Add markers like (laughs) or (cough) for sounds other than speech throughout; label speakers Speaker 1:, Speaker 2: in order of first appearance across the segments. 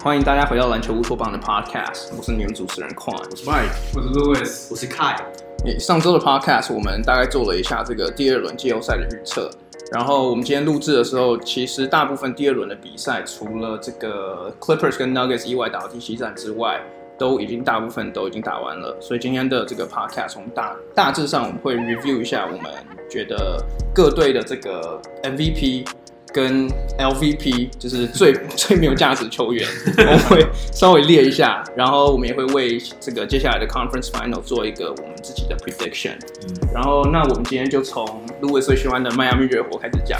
Speaker 1: 欢迎大家回到篮球乌托邦的 Podcast，我是你们主持人 Quan，我是 Mike。
Speaker 2: 我是 Louis，
Speaker 3: 我是 Kai，
Speaker 1: 诶上周的 Podcast 我们大概做了一下这个第二轮季后赛的预测，然后我们今天录制的时候，其实大部分第二轮的比赛，除了这个 Clippers 跟 Nuggets 意外打到第七战之外，都已经大部分都已经打完了。所以今天的这个 Podcast 我们大大致上我们会 review 一下我们觉得各队的这个 MVP。跟 LVP 就是最 (laughs) 最没有价值球员，我们会稍微列一下，然后我们也会为这个接下来的 Conference Final 做一个我们自己的 prediction。然
Speaker 2: 嗯
Speaker 1: 后，那我们今天就从 Louis 最喜欢的迈阿密热火开始
Speaker 2: (laughs)
Speaker 1: 讲，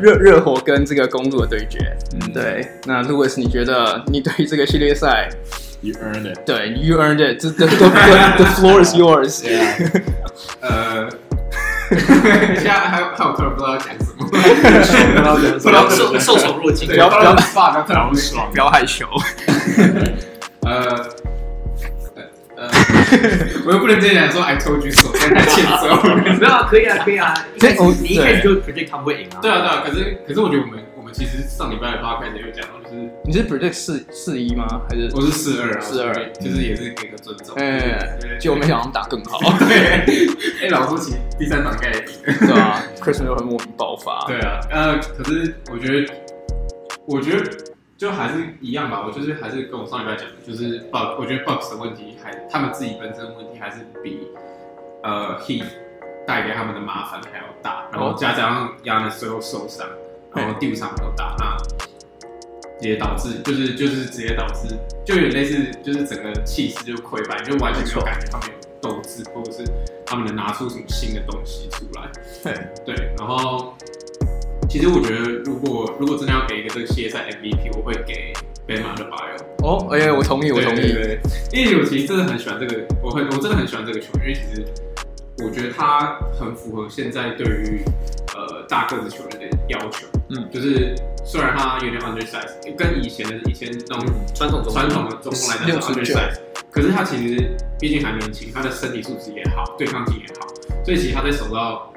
Speaker 1: 热热火跟这个公路的对决。
Speaker 2: 嗯，
Speaker 1: 对，那 Louis，你觉得你对于这个系列赛，
Speaker 2: ，You earned it。
Speaker 1: 对 you earned it，这 (laughs) the the, the, the floor is yours。
Speaker 2: 呃，现在还有还有突然不知道讲什么，不知道讲
Speaker 3: 不要受受宠若惊
Speaker 2: 对，
Speaker 1: 不。要
Speaker 2: 不要发，不要突然爽
Speaker 1: 不。要害羞， (laughs)
Speaker 2: 呃。呃，我又不能直接讲说 I told you so，这样太欠揍。
Speaker 3: 没有啊，可以啊，可以啊。一
Speaker 1: 这
Speaker 3: 开始
Speaker 1: 我
Speaker 3: 你一开始就 predict 他们会赢啊。
Speaker 2: 对啊，对啊，可是可是我觉得我们我们其实上礼拜的 p o 开始有讲到，就是
Speaker 1: 你是 predict 四四一吗？还是
Speaker 2: 我是四二啊，
Speaker 1: 42
Speaker 2: 就是也是给个尊重。
Speaker 1: 哎
Speaker 2: 对，
Speaker 1: 就没想到打更
Speaker 2: (laughs)
Speaker 1: 好，
Speaker 2: 对，哎，老夫其实第三场应该也赢了。
Speaker 1: 对吧？Chris 又很莫名爆发，
Speaker 2: 对啊，呃，可是我觉得，我觉得就还是一样吧。我就是还是跟我上礼拜讲的，就是 bug，我觉得 bugs 的问题还他们自己本身的问题还是比呃 heat 带给他们的麻烦还要大。然后加上 y a n 最后受伤，然后第五场没有打，那也导致就是就是直接导致就有点类似就是整个气势就溃败，就完全没有感觉他们有斗志，或者是他们能拿出什么新的东西出来。对，然后其实我觉得，如果如果真的要给一个这个系列赛 MVP，我会给 Ben m a d b i o
Speaker 1: 哦，哎、我同意，我同意。
Speaker 2: 对，因为我其实真的很喜欢这个，我很我真的很喜欢这个球员，因为其实我觉得他很符合现在对于呃大个子球员的要求。
Speaker 1: 嗯，
Speaker 2: 就是虽然他有点 undersize，跟以前的以前那种
Speaker 3: 传统中
Speaker 2: 传统的中锋来讲
Speaker 1: 69
Speaker 2: undersize，可是他其实毕竟还年轻，他的身体素质也好，对抗性也好，所以其实他在守到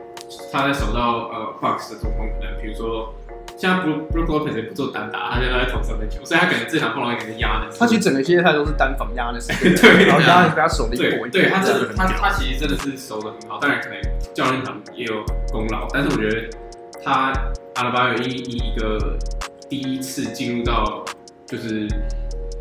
Speaker 2: 他在守到呃 Fox 的中锋，可能比如说。现在 Brook Brook Lopez 也不做单打，他现在都在投三分球，所以他可能这场碰到一个人压的。
Speaker 1: 他其实整个系列赛都是单防压的时间，
Speaker 2: (laughs) 对
Speaker 1: 然后压的被他手力
Speaker 2: 对
Speaker 1: 过一
Speaker 2: 对，
Speaker 1: 点
Speaker 2: 他
Speaker 1: 这样
Speaker 2: 真的他他其实真的是守的很好，当然可能教练团也有功劳，但是我觉得他阿拉巴有一一一个第一次进入到就是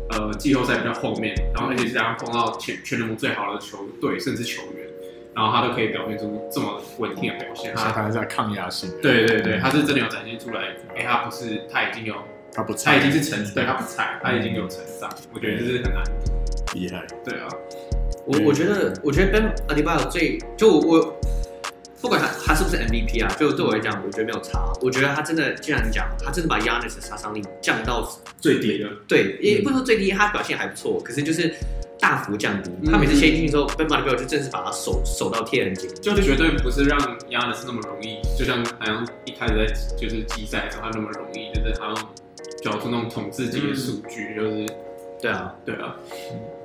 Speaker 2: 呃季后赛比较后面，然后而且是他碰到全全联盟最好的球队甚至球员，然后他都可以表现出这么稳定的表现，
Speaker 1: 哦
Speaker 4: 他
Speaker 2: 他
Speaker 4: 还在抗压性，
Speaker 2: 对对对，他是真的有展现出来，哎、他不是他已经有
Speaker 4: 他不
Speaker 2: 他
Speaker 4: 菜，
Speaker 2: 已经是成对他不菜，他已经有成长，我觉得这是很难，
Speaker 4: 厉害，
Speaker 2: 对啊，
Speaker 3: 我我觉得，我觉得 Ben a d i b a y o 最就我我不管他他是不是 MVP 啊，就对我来讲，我觉得没有差。我觉得他真的，既然讲他真的把 Yanis 的杀伤力降到
Speaker 2: 最低的，
Speaker 3: 对，也不是说最低，他表现还不错，可是就是大幅降低。
Speaker 2: 嗯
Speaker 3: 他每次切进去之后，Ben a d i b a y o 就真的是把他手手到贴很紧。
Speaker 2: 就绝对不是让亚的是那么容易，就像好像一开始在就是季赛的时候他那么容易，就是好像缴出那种统治级的数据，就是
Speaker 3: 对啊，
Speaker 2: 对啊，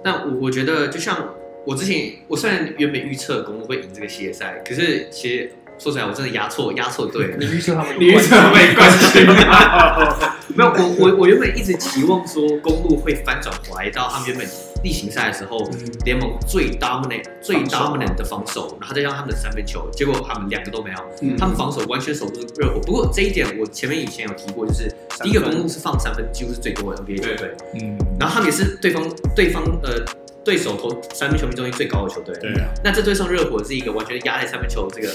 Speaker 3: 那我我觉得，就像我之前，我虽然原本预测公路会赢这个系列赛，可是其实说实在，我真的压错压错队了。
Speaker 1: 你预测他们
Speaker 2: 你为什么被冠军啊？
Speaker 3: (laughs) 没有，我我我原本一直期望说公路会翻转回来到他们原本例行赛的时候，联盟最 dominant 最 dominant 的防守，然后再加上他们的三分球，结果他们两个都没有，
Speaker 2: 嗯
Speaker 3: 他们防守完全守不住热火。不过这一点我前面以前有提过，就是第一个公路是放三分几乎是最多的 NBA 球队，
Speaker 4: 嗯，
Speaker 3: 然后他们也是对方对方呃对手投三分球命中率最高的球队。
Speaker 4: 对啊，
Speaker 3: 那这对上热火是一个完全压在三分球这个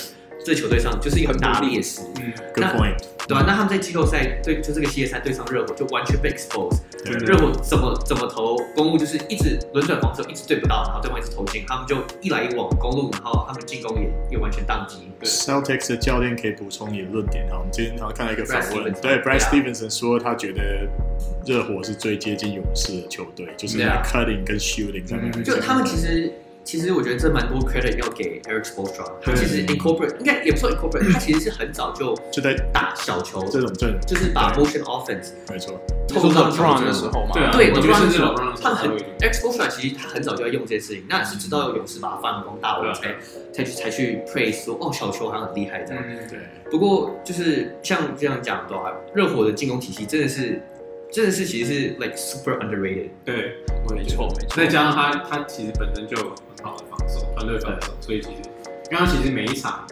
Speaker 3: 这球队上，就是一个很大的劣势，
Speaker 2: 嗯，
Speaker 4: ，Good
Speaker 3: 那
Speaker 4: point，
Speaker 3: 对吧、那他们在季后赛对就这个系列赛对上热火就完全被 expose，
Speaker 4: 对
Speaker 3: 热火怎么怎么投，公路就是一直轮转防守，一直对不到，然后对方一直投进，他们就一来一往公路，然后他们进攻也也完全宕机。
Speaker 4: Celtics 的教练可以补充你的论点啊哈。我们今天好像看到一个访
Speaker 3: Brad
Speaker 4: 问
Speaker 3: Stevenson，，
Speaker 4: 对 Brad
Speaker 3: yeah
Speaker 4: Stevenson 说他觉得热火是最接近勇士的球队，就是在
Speaker 3: Yeah
Speaker 4: cutting 跟 shooting 上面来
Speaker 2: 嗯
Speaker 4: 讲，
Speaker 3: 就他们其实其实我觉得这蛮多 credit 要给 Eric Spoelstra，他
Speaker 2: 对
Speaker 3: 其实 incorporate 应该也不算 incorporate，他其实是很早就
Speaker 4: 嗯就在
Speaker 3: 打小球，
Speaker 4: 这种阵容，
Speaker 3: 就是把
Speaker 4: 对
Speaker 3: motion offense
Speaker 4: 没错，
Speaker 1: 你说
Speaker 3: 透到
Speaker 1: LeBron 的时候嘛？
Speaker 2: 对啊，
Speaker 3: 对
Speaker 2: 我觉得甚至老布朗
Speaker 3: 他很
Speaker 2: 有一点
Speaker 3: Eric Spoelstra 其实他很早就在用这些事情，那是直到勇士把他放光大，我们才才去才去 praise 说哦小球好像很厉害这样。
Speaker 2: 嗯，
Speaker 4: 对，
Speaker 3: 不过就是像这样讲的话，热火的进攻体系真的是这件事其实是 like super underrated。
Speaker 2: 对，
Speaker 1: 没错没错
Speaker 2: 再加上他他其实本身就有很好的防守，团队防守，所以其实因为他其实每一场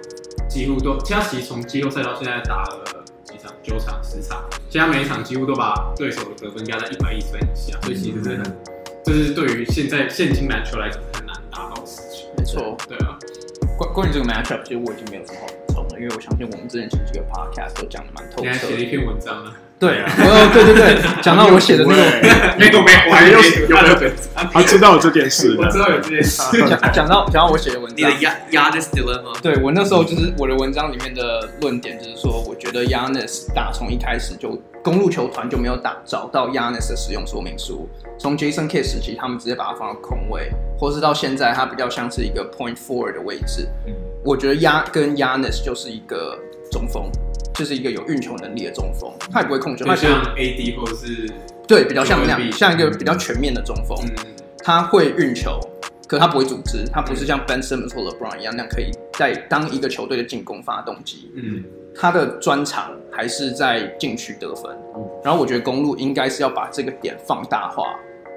Speaker 2: 几乎都，他其实从季后赛到现在打了几场，九场十场，其实他每一场几乎都把对手的得分压在一百一十分以下，所以其实真的这是对于现在现今篮球来讲很难达到的事情。
Speaker 1: 没错。
Speaker 2: 对啊，
Speaker 1: 关关于这个 matchup，其实我已经没有什么好补充了，因为我相信我们之前前几个 podcast 都讲的蛮透
Speaker 2: 你还写
Speaker 1: 彻
Speaker 2: 了
Speaker 1: 的。
Speaker 2: 一篇文章呢？
Speaker 1: 对啊，哦，对对对，讲到我写的那个。
Speaker 2: (laughs)
Speaker 4: 个，
Speaker 2: 没有没有，我还
Speaker 4: 有
Speaker 2: 写
Speaker 4: 有没有？他知道这件事
Speaker 2: 我知
Speaker 4: 的，
Speaker 2: 道有这件事。
Speaker 1: 讲讲到讲到我写的文
Speaker 3: 你
Speaker 1: 章
Speaker 3: 的，压压 this dilemma，
Speaker 1: 啊对我那时候就是我的文章里面的论点就是说，我觉得 Yanis 打从一开始就公路球团就没有打找到 Yanis 的使用说明书，从 Jason Kidd 时期他们直接把它放到空位，或是到现在它比较像是一个 point forward 的位置。
Speaker 3: 嗯
Speaker 1: 我觉得压跟 Yanis 就是一个中锋，就是一个有运球能力的中锋，他也不会控球，他
Speaker 2: 就
Speaker 1: 也不会
Speaker 2: 像 AD 或者是
Speaker 1: 对比较像那
Speaker 2: 就
Speaker 1: 样，
Speaker 2: 是
Speaker 1: 像一个比较全面的中锋。
Speaker 2: 嗯。
Speaker 1: 他会运球，可他不会组织，他不是像 Ben Simmons 或 LeBron 一样，那样可以在当一个球队的进攻发动机。
Speaker 2: 嗯
Speaker 1: 他的专长还是在禁区得分。然后我觉得公路应该是要把这个点放大化，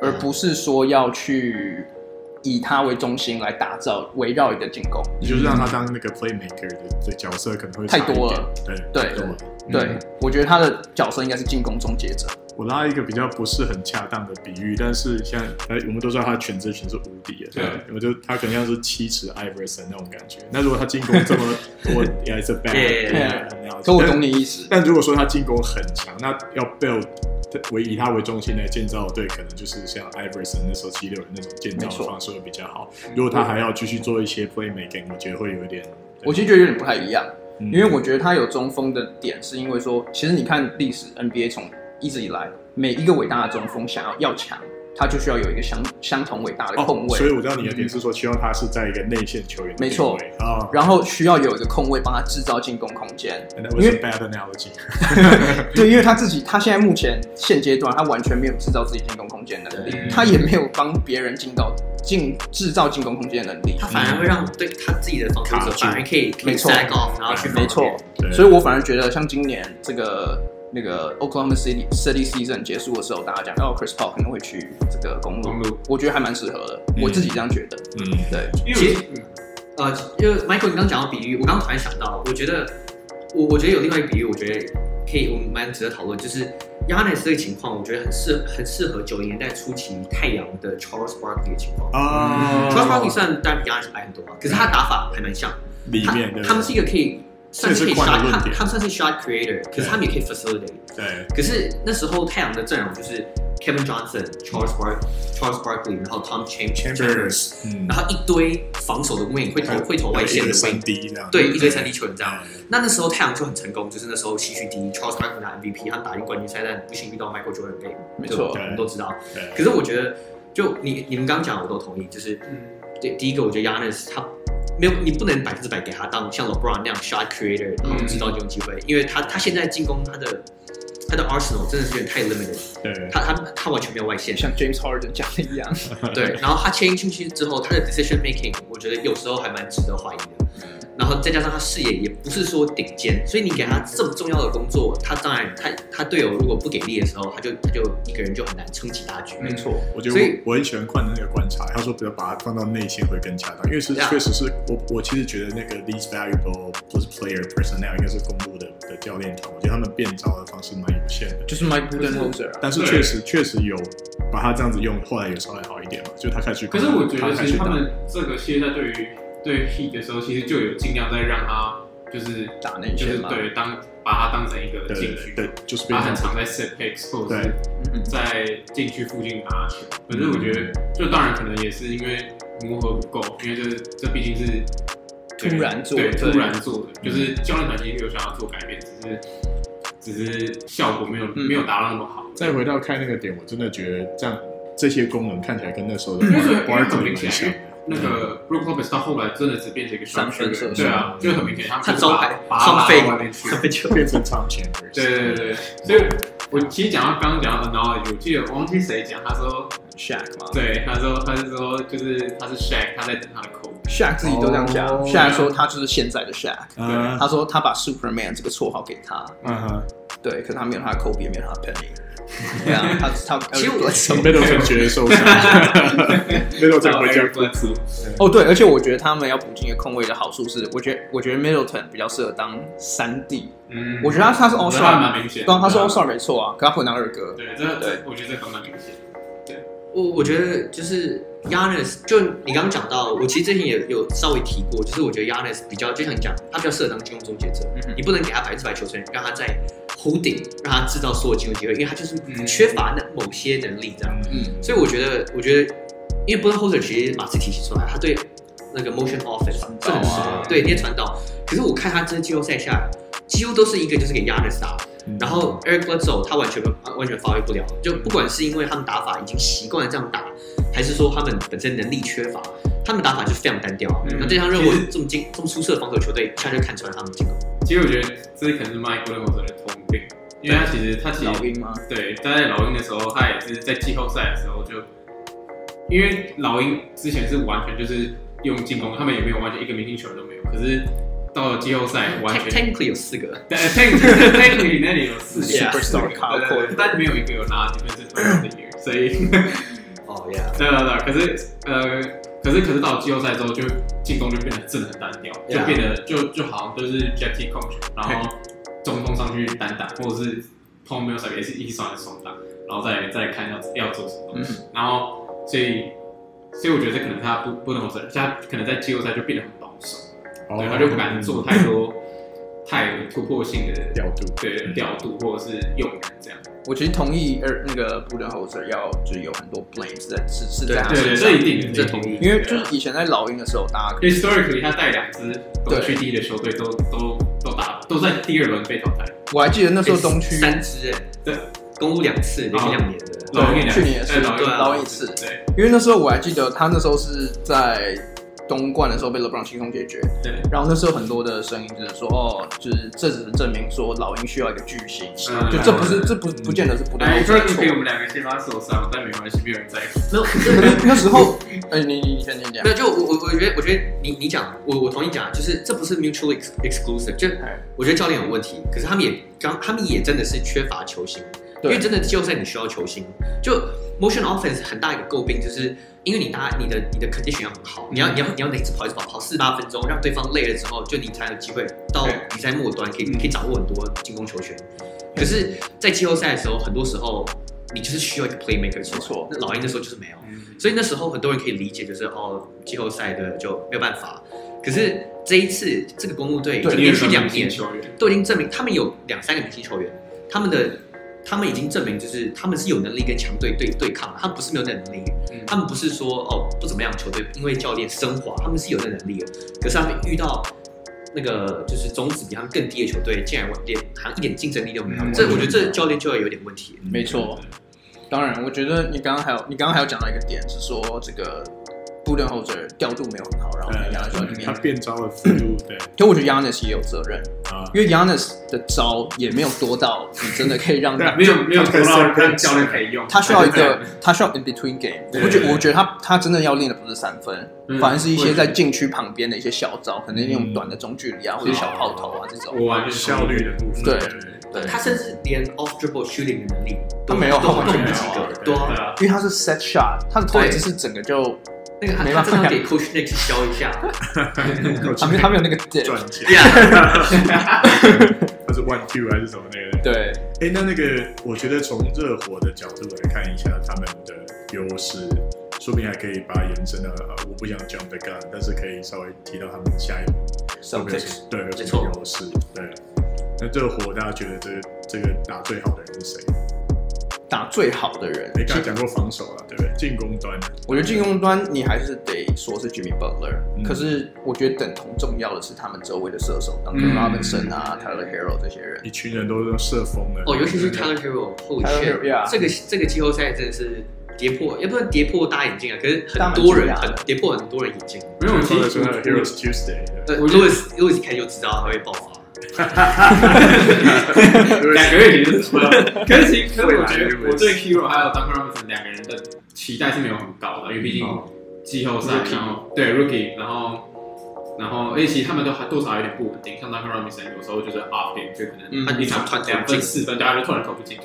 Speaker 1: 而不是说要去以他为中心来打造围绕一个进攻。
Speaker 4: 你就是让他当那个 playmaker 的的角色可能会
Speaker 1: 太
Speaker 4: 差一
Speaker 1: 多
Speaker 4: 点
Speaker 1: 了，
Speaker 4: 对
Speaker 1: 对
Speaker 4: 太多了
Speaker 1: 对、
Speaker 4: 嗯
Speaker 1: 我觉得他的角色应该是进攻终结者。
Speaker 4: 我拉一个比较不是很恰当的比喻，但是像呃，我们都知道他的全职权是无敌的，
Speaker 2: 对
Speaker 4: 吧我就他可能像是七尺艾弗森那种感觉。那如果他进攻这么多 (laughs) ，yeah it's a
Speaker 3: Yeah,
Speaker 4: bad，
Speaker 3: yeah,
Speaker 1: yeah.
Speaker 4: 很了解
Speaker 1: 可我懂你意思，
Speaker 4: 但如果说他进攻很强，那要 build 为以他为中心来建造的队，可能就是像 Iverson 那时候七六人那种建造
Speaker 1: 没
Speaker 4: 的
Speaker 1: 错
Speaker 4: 方式会比较好。如果他还要继续做一些 playmaking，我觉得会有一点，
Speaker 1: 我其实觉得有点不太一样。
Speaker 4: 嗯
Speaker 1: 因为我觉得他有中锋的点，是因为说，其实你看历史 NBA 从一直以来，每一个伟大的中锋想要要强，他就需要有一个相相同伟大的控
Speaker 4: 哦，所
Speaker 1: 卫，
Speaker 4: 以我知道你的点是说，希望他是在一个内线球员的
Speaker 1: 没错
Speaker 4: 定位啊。
Speaker 1: 然后需要有一个控卫帮他制造进攻空
Speaker 4: (laughs)
Speaker 1: 间。
Speaker 4: And that was a
Speaker 1: 因为
Speaker 4: bad analogy。
Speaker 1: 对，因为他自己，他现在目前现阶段，他完全没有制造自己进攻空间能力
Speaker 3: 对，
Speaker 1: 他也没有帮别人进到进制造进攻空间的能力
Speaker 3: 他。反而会让对他自己的防守者反而可以可
Speaker 1: 没
Speaker 3: 以
Speaker 1: 错
Speaker 3: sag off，然后去
Speaker 1: 嗯没错，
Speaker 4: 对
Speaker 1: 所以我反而觉得像今年这个。那个 Oklahoma City City season 结束的时候，大家讲哦，Chris Paul 可能会去这个公路
Speaker 2: 公路，
Speaker 1: 我觉得还蛮适合的，
Speaker 4: 嗯
Speaker 1: 我自己这样觉得。
Speaker 4: 嗯，
Speaker 1: 对，
Speaker 2: 因为
Speaker 3: 其实
Speaker 2: 嗯
Speaker 3: 呃，就 Michael，你刚讲到比喻，我刚刚突然想到，我觉得我我觉得有另外一个比喻，我觉得可以，我们蛮值得讨论，就是 Yanis 这个情况，我觉得很适很适合九零年代初期太阳的 Charles Barkley 的情况。
Speaker 4: 啊
Speaker 3: Charles Barkley 虽然当然比 Yanis 矮很多嘛，啊可是他打法还蛮像。
Speaker 4: 里
Speaker 3: 他
Speaker 4: 面对不
Speaker 3: 他们是一个可以算是可以
Speaker 4: 这也是
Speaker 3: shot，
Speaker 4: 换一
Speaker 3: 他
Speaker 4: 个论点
Speaker 3: 他们算是 shot creator，可是他们也可以 facilitate。
Speaker 4: 对
Speaker 3: 可是那时候太阳的阵容就是 Kevin Johnson、Charles Bar Charles Barkley，然后 Tom Cham- Chambers，
Speaker 4: Chambers，嗯，
Speaker 3: 然后一堆防守的 wing 会投会投外线的
Speaker 4: 三
Speaker 3: wing，
Speaker 4: D 这样，
Speaker 3: 对，一堆三 D 球员这样。那那时候太阳就很成功，就是那时候西区第一，Charles Barkley 拿 MVP，他打进冠军赛，但不幸遇到 Michael Jordan 被，
Speaker 1: 没错
Speaker 3: 对我们都知道。
Speaker 4: 对
Speaker 3: 可是我觉得，就你你们刚讲的我都同意，就是
Speaker 2: 嗯，
Speaker 3: 对，第一个我觉得 Yanis 他没有，你不能百分之百给他当像 LeBron 那样 shot creator，然后制造这种机会，因为他他现在进攻他的他的 arsenal 真的是有点太 limited，
Speaker 4: 对，
Speaker 3: 他他他完全没有外线，
Speaker 1: 像 James Harden 讲的一样， (laughs)
Speaker 3: 对，然后他签进去之后，他的 decision making 我觉得有时候还蛮值得怀疑的，然后再加上他视野也不是说顶尖，所以你给他这么重要的工作，他当然他他队友如果不给力的时候，他就他就一个人就很难撑起大局，
Speaker 1: 没错，
Speaker 4: 我觉
Speaker 3: 所
Speaker 4: 得
Speaker 3: 以
Speaker 4: 我我很喜欢看的那个观察，他说比较把它放到内线会更恰当，因为是
Speaker 3: Yeah
Speaker 4: 确实是我我其实觉得那个 least valuable 不是 player personnel 应该是公路的的教练团，我觉得他们变招的方式蛮有限的，
Speaker 1: 就是 Mike Budenholzer 啊。
Speaker 4: 但是确实确实有把它这样子用，后来有稍微好一点嘛，就他开始去
Speaker 2: 可
Speaker 4: 控
Speaker 2: 是
Speaker 4: 制，
Speaker 2: 我觉得
Speaker 4: 开
Speaker 2: 其实
Speaker 4: 始去
Speaker 2: 他
Speaker 4: 打
Speaker 2: 们这个系列赛对于对 He 的时候，其实就有尽量在让他就是
Speaker 1: 打内
Speaker 2: 就
Speaker 1: 线
Speaker 2: 是
Speaker 1: 嘛
Speaker 2: 对当把他当成一个
Speaker 4: 对
Speaker 2: 禁
Speaker 4: 对
Speaker 2: 区，
Speaker 4: 对，就是
Speaker 2: 他
Speaker 4: 变
Speaker 2: 很
Speaker 4: 成
Speaker 2: 常在 set picks 或者
Speaker 4: 对
Speaker 2: 是在禁区附近拿球。可是
Speaker 4: 嗯
Speaker 2: 我觉得，就当然可能也是因为磨合不够，因为这这毕竟是对
Speaker 1: 突然做嗯
Speaker 2: 对
Speaker 1: 对
Speaker 2: 突然做的，就是教练团其实有想要做改变，只是只是效果没有
Speaker 1: 嗯
Speaker 2: 没有达到那么好。
Speaker 4: 再回到看那个点，我真的觉得这样这些功能看起来跟那时候的
Speaker 2: 因为因为
Speaker 4: Bar-
Speaker 2: 很
Speaker 4: Barkley
Speaker 2: 明
Speaker 4: 蛮
Speaker 2: 显
Speaker 4: 像的。
Speaker 2: 那个 Brook Lopez 到后来真的只变成一个
Speaker 1: 嗯三分嗯
Speaker 2: sharpshooter，
Speaker 1: 射手
Speaker 2: 对啊，就很明显，他们
Speaker 3: 他
Speaker 2: 就是
Speaker 3: 招
Speaker 2: 把
Speaker 3: 牌
Speaker 2: 把他拉到外面去。
Speaker 3: 上就
Speaker 4: 变成 Tom Chambers，
Speaker 2: 对对对 (laughs) 对，所以我其实讲到刚刚讲到 knowledge，我记得我忘记谁讲，他说，
Speaker 1: Shaq 嘛，
Speaker 2: 对，他说他是说就是他是 Shaq，他在等他的 call。
Speaker 1: ，Shaq 自己都这样讲。
Speaker 4: 哦
Speaker 1: Shaq 说他就是现在的 Shaq，
Speaker 4: 嗯
Speaker 1: 他说他把 Superman 这个绰号给他，
Speaker 4: 嗯哼，
Speaker 1: 对，可是他没有他的 Kobe，也没有他的 Penny。对
Speaker 2: (laughs)
Speaker 1: 啊，他他
Speaker 3: 其实我
Speaker 4: Middleton 绝对受伤
Speaker 2: (laughs)
Speaker 4: ，Middleton 回家
Speaker 2: 不足，
Speaker 1: 哦对，而且我觉得他们要补进一个控卫的好处是，我觉得我觉得 Middleton 比较适合当三 D，
Speaker 2: 嗯，
Speaker 1: 我觉得他他是 All
Speaker 2: 我觉得还
Speaker 1: Star，
Speaker 2: 蛮明显的，
Speaker 1: 刚他是
Speaker 2: 对啊
Speaker 1: All Star 没错啊，可他不能当二哥，
Speaker 2: 对，这个
Speaker 1: 对
Speaker 2: 这我觉得这个蛮明显的。
Speaker 3: 我我觉得就是 Yanis，就你刚刚讲到，我其实之前也有稍微提过，就是我觉得 Yanis 比较就像你讲，他比较适合当进攻终结者。
Speaker 1: 嗯哼
Speaker 3: 你不能给他百分之百球权，让他在弧顶，让他制造所有进攻机会，因为他就是
Speaker 2: 嗯
Speaker 3: 缺乏那某些能力这样。
Speaker 1: 嗯
Speaker 3: 所以我觉得，我觉得，因为 b u d h o l z e r 其实把自己体系出来，他对那个 motion offense 是很适合
Speaker 1: 传导啊
Speaker 3: 的，对，那些传导。可是我看他这季后赛下来，几乎都是一个就是给 Yanis 打，
Speaker 4: 嗯
Speaker 3: 然后 Eric Bledsoe 他完全完全发挥不了，就不管是因为他们打法已经习惯了这样打，还是说他们本身能力缺乏，他们打法就是非常单调。
Speaker 2: 嗯
Speaker 3: 那这项任务这么精这么出色的防守球队，一下就看穿他们进攻。
Speaker 2: 其实我觉得这可能是 Mike Williams 的通病，因为他其实他其
Speaker 1: 老
Speaker 2: 实
Speaker 1: 鹰吗？
Speaker 2: 对他在老鹰的时候，他也是在季后赛的时候就，因为老鹰之前是完全就是用进攻，他们也没有完全一个明星球都没有，可是到了季后赛完
Speaker 3: Tech-
Speaker 2: 全。
Speaker 3: Technically 有四个，
Speaker 2: Tank，Tank 那里有四
Speaker 1: Yeah
Speaker 2: 个
Speaker 1: Superstar 卡
Speaker 2: 对对对但没有一个有拿 Defensive Player of the Year，所以
Speaker 3: 哦呀，
Speaker 2: 对啊对对，可是呃，可是可是到了季后赛之后，就进攻就变得真的很单调，就
Speaker 3: Yeah
Speaker 2: 变得就就好像都是 Jetty 控球，然后中锋上去单打，或者是 Paul m i l s a p 也是一双双打，然后再再看要要做什么
Speaker 1: 嗯
Speaker 2: 东西。然后所以所以我觉得这可能他不不能守，他可能在季后赛就变得很保守，
Speaker 4: 哦
Speaker 2: 对，他就不敢做太多太有突破性的
Speaker 4: 调度。嗯
Speaker 2: 对调度或者是用人这样。
Speaker 1: 我其实同意二那个布伦侯泽要就是有很多 blame 是在是是在他
Speaker 2: 对
Speaker 1: 身
Speaker 2: 对，啊
Speaker 1: 上
Speaker 2: 这，一定
Speaker 3: 这
Speaker 2: 这同意，
Speaker 1: 因为就是以前在老鹰的时候，大家可以
Speaker 2: historically 他带两支东
Speaker 1: 对
Speaker 2: 区第一的球队都都都打都在第二轮被淘汰，
Speaker 1: 我还记得那时候东区
Speaker 3: 三支哎，
Speaker 2: 对，
Speaker 3: 公务两次，连续两年的。
Speaker 1: 对
Speaker 2: 老鹰两
Speaker 1: 去年也是
Speaker 2: 哎老鹰
Speaker 3: 对啊
Speaker 1: 老鹰一次，
Speaker 2: 对
Speaker 1: 因为那时候我还记得他那时候是在东冠的时候被 LeBron 轻松解决，
Speaker 2: 对，
Speaker 1: 然后那时候很多的声音就是说，哦，就是这只是证明说老鹰需要一个巨星，
Speaker 2: 嗯
Speaker 1: 就这不是这不不见得是不对
Speaker 2: 哎，
Speaker 1: 的
Speaker 2: 这
Speaker 1: 错
Speaker 2: 个。给我们两个先发受伤，但没关系，没有人在乎。
Speaker 3: 没有，
Speaker 1: 可能 (laughs) 那时候，哎，你你你先先讲
Speaker 3: 没，有，就我我我觉得，我觉得你你讲，我我同意讲，啊就是这不是 mutually ex- exclusive，就
Speaker 1: 哎
Speaker 3: 我觉得教练有问题，可是他们也刚，他们也真的是缺乏球星，因
Speaker 1: 对
Speaker 3: 为真的季后赛你需要球星。就 motion offense 很大一个诟病就是，因为你搭你的你的 condition 要很好，你
Speaker 1: 嗯
Speaker 3: 要你要你要能一直跑一直跑，跑四八分钟，让对方累了之后，就你才有机会到
Speaker 1: 对
Speaker 3: 比赛末端可以
Speaker 2: 嗯
Speaker 3: 可以掌握很多进攻球权。可是，在季后赛的时候，很多时候你就是需要一个 playmaker 出
Speaker 1: 没
Speaker 3: 来
Speaker 1: 错
Speaker 3: 那老鹰那时候就是没有。
Speaker 1: 嗯
Speaker 2: 嗯
Speaker 3: 所以那时候很多人可以理解，就是哦，季后赛的就没有办法。可是这一次，这个公路队已
Speaker 1: 对
Speaker 3: 经
Speaker 2: 第二
Speaker 3: 连
Speaker 2: 轮
Speaker 3: 续两
Speaker 2: 明星
Speaker 3: 年
Speaker 2: 球员，
Speaker 3: 都已经证明他们有两三个明星球员，他们的他们已经证明就是他们是有能力跟强队对对抗，他们不是没有那能力，
Speaker 2: 嗯
Speaker 3: 他们不是说哦不怎么样的球队因为教练升华，他们是有那能力的。可是他们遇到那个就是种子比他们更低的球队，竟然连好像一点竞争力都没有，
Speaker 2: 嗯
Speaker 3: 这我觉得这教练就要有点问题。
Speaker 1: 没错。当然，我觉得你刚刚还有你刚刚还有讲到一个点是说这个布伦后者调度没有很好，然后
Speaker 4: 呃
Speaker 1: 亚历说里面
Speaker 2: 嗯
Speaker 4: 他，变招的幅度，对
Speaker 1: 其实我觉得 Yanis 也有责任，
Speaker 4: 啊，
Speaker 2: (laughs)
Speaker 1: 因为 Yanis 的招也没有多到你真的可以让
Speaker 2: 对啊，没有没有
Speaker 4: 他可
Speaker 2: 得
Speaker 4: 以
Speaker 2: 到
Speaker 4: 三
Speaker 2: 让
Speaker 4: 分
Speaker 2: 教练可以用，
Speaker 1: 他需要一
Speaker 2: 对
Speaker 1: 个，他需要 in between game。我
Speaker 2: 对
Speaker 1: 不觉
Speaker 2: 对对
Speaker 1: 我觉得他他真的要练的不是三分，
Speaker 2: 嗯
Speaker 1: 反而是一些
Speaker 2: 我
Speaker 1: 在
Speaker 2: 也觉得嗯
Speaker 1: 禁区旁边的一些小招，可能用短的中距离啊，或者小抛投啊这种。
Speaker 2: 我完全
Speaker 4: 效率的部分，
Speaker 1: 对
Speaker 3: 对他甚至连 off dribble shooting 的能力
Speaker 1: 他
Speaker 3: 都
Speaker 1: 没有
Speaker 3: 都
Speaker 1: 他
Speaker 3: 都
Speaker 1: 完
Speaker 3: 不
Speaker 1: 全
Speaker 3: 及
Speaker 4: 没有
Speaker 3: 格，对
Speaker 2: 对
Speaker 3: 啊，
Speaker 2: 啊，
Speaker 1: 因为他是 set shot，他的投篮
Speaker 3: 对
Speaker 1: 姿势整个就
Speaker 3: 那个他
Speaker 1: 没
Speaker 3: 他
Speaker 1: 办法
Speaker 3: 真的要给 coach Nick 教一下，
Speaker 1: 他没有他没有那个 d
Speaker 4: 赚钱，
Speaker 3: Yeah，
Speaker 4: (laughs) 他是 one two 还是什么那个？
Speaker 1: 对，
Speaker 4: 哎，那那个，我觉得从热火的角度来看一下他们的优势，说不定还可以把它延伸到啊，我不想 jump the gun，但是可以稍微提到他们下一步有没有
Speaker 1: Celtics
Speaker 4: 什么对有
Speaker 3: 没
Speaker 4: 什
Speaker 3: 错
Speaker 4: 么优势？对，那热火大家觉得这个这个打最好的人是谁？
Speaker 1: 打最好的人
Speaker 4: 哎，，刚才讲过防守了，对不对？进攻端
Speaker 1: 我觉得进攻端你还是得说是 Jimmy Butler，、
Speaker 4: 嗯
Speaker 1: 可是我觉得等同重要的是他们周围的射手，像
Speaker 2: 嗯
Speaker 1: Robinson 啊、Tyler Hero 这些人。
Speaker 4: 一群人都射疯了，
Speaker 3: 哦，尤其是 Tyler Hero，后
Speaker 1: Tyler Hero，yeah
Speaker 3: 这个这个季后赛真的是跌破，也不能跌破大家眼镜啊，可是
Speaker 1: 大
Speaker 3: 很
Speaker 1: 家
Speaker 3: 多人
Speaker 1: 蛮惊讶的
Speaker 3: 很跌破很多人眼镜。
Speaker 2: 没有
Speaker 4: 我
Speaker 2: 我其
Speaker 4: 说的
Speaker 2: 实我
Speaker 4: 是 Heroes Tuesday，对
Speaker 3: 呃，如果如果一开就知道他会爆发，
Speaker 2: 两个月前就出了， (laughs) 可是其实可是我觉
Speaker 4: 未来
Speaker 2: 得
Speaker 4: 日
Speaker 2: 我对 Hero 还有 Duncan Robinson 两个人的期待是没有很高的，因为毕竟
Speaker 4: 哦
Speaker 2: 季后赛，
Speaker 4: Rookie
Speaker 2: 然后对 Rookie，然后然后而且其实他们都还多少有点不稳定，像 Duncan Robinson 有时候就是 off game 就可
Speaker 1: 嗯
Speaker 2: 能他一场
Speaker 3: 突然
Speaker 2: 两
Speaker 3: 投不进
Speaker 2: 分四分，对，他就突然投不进。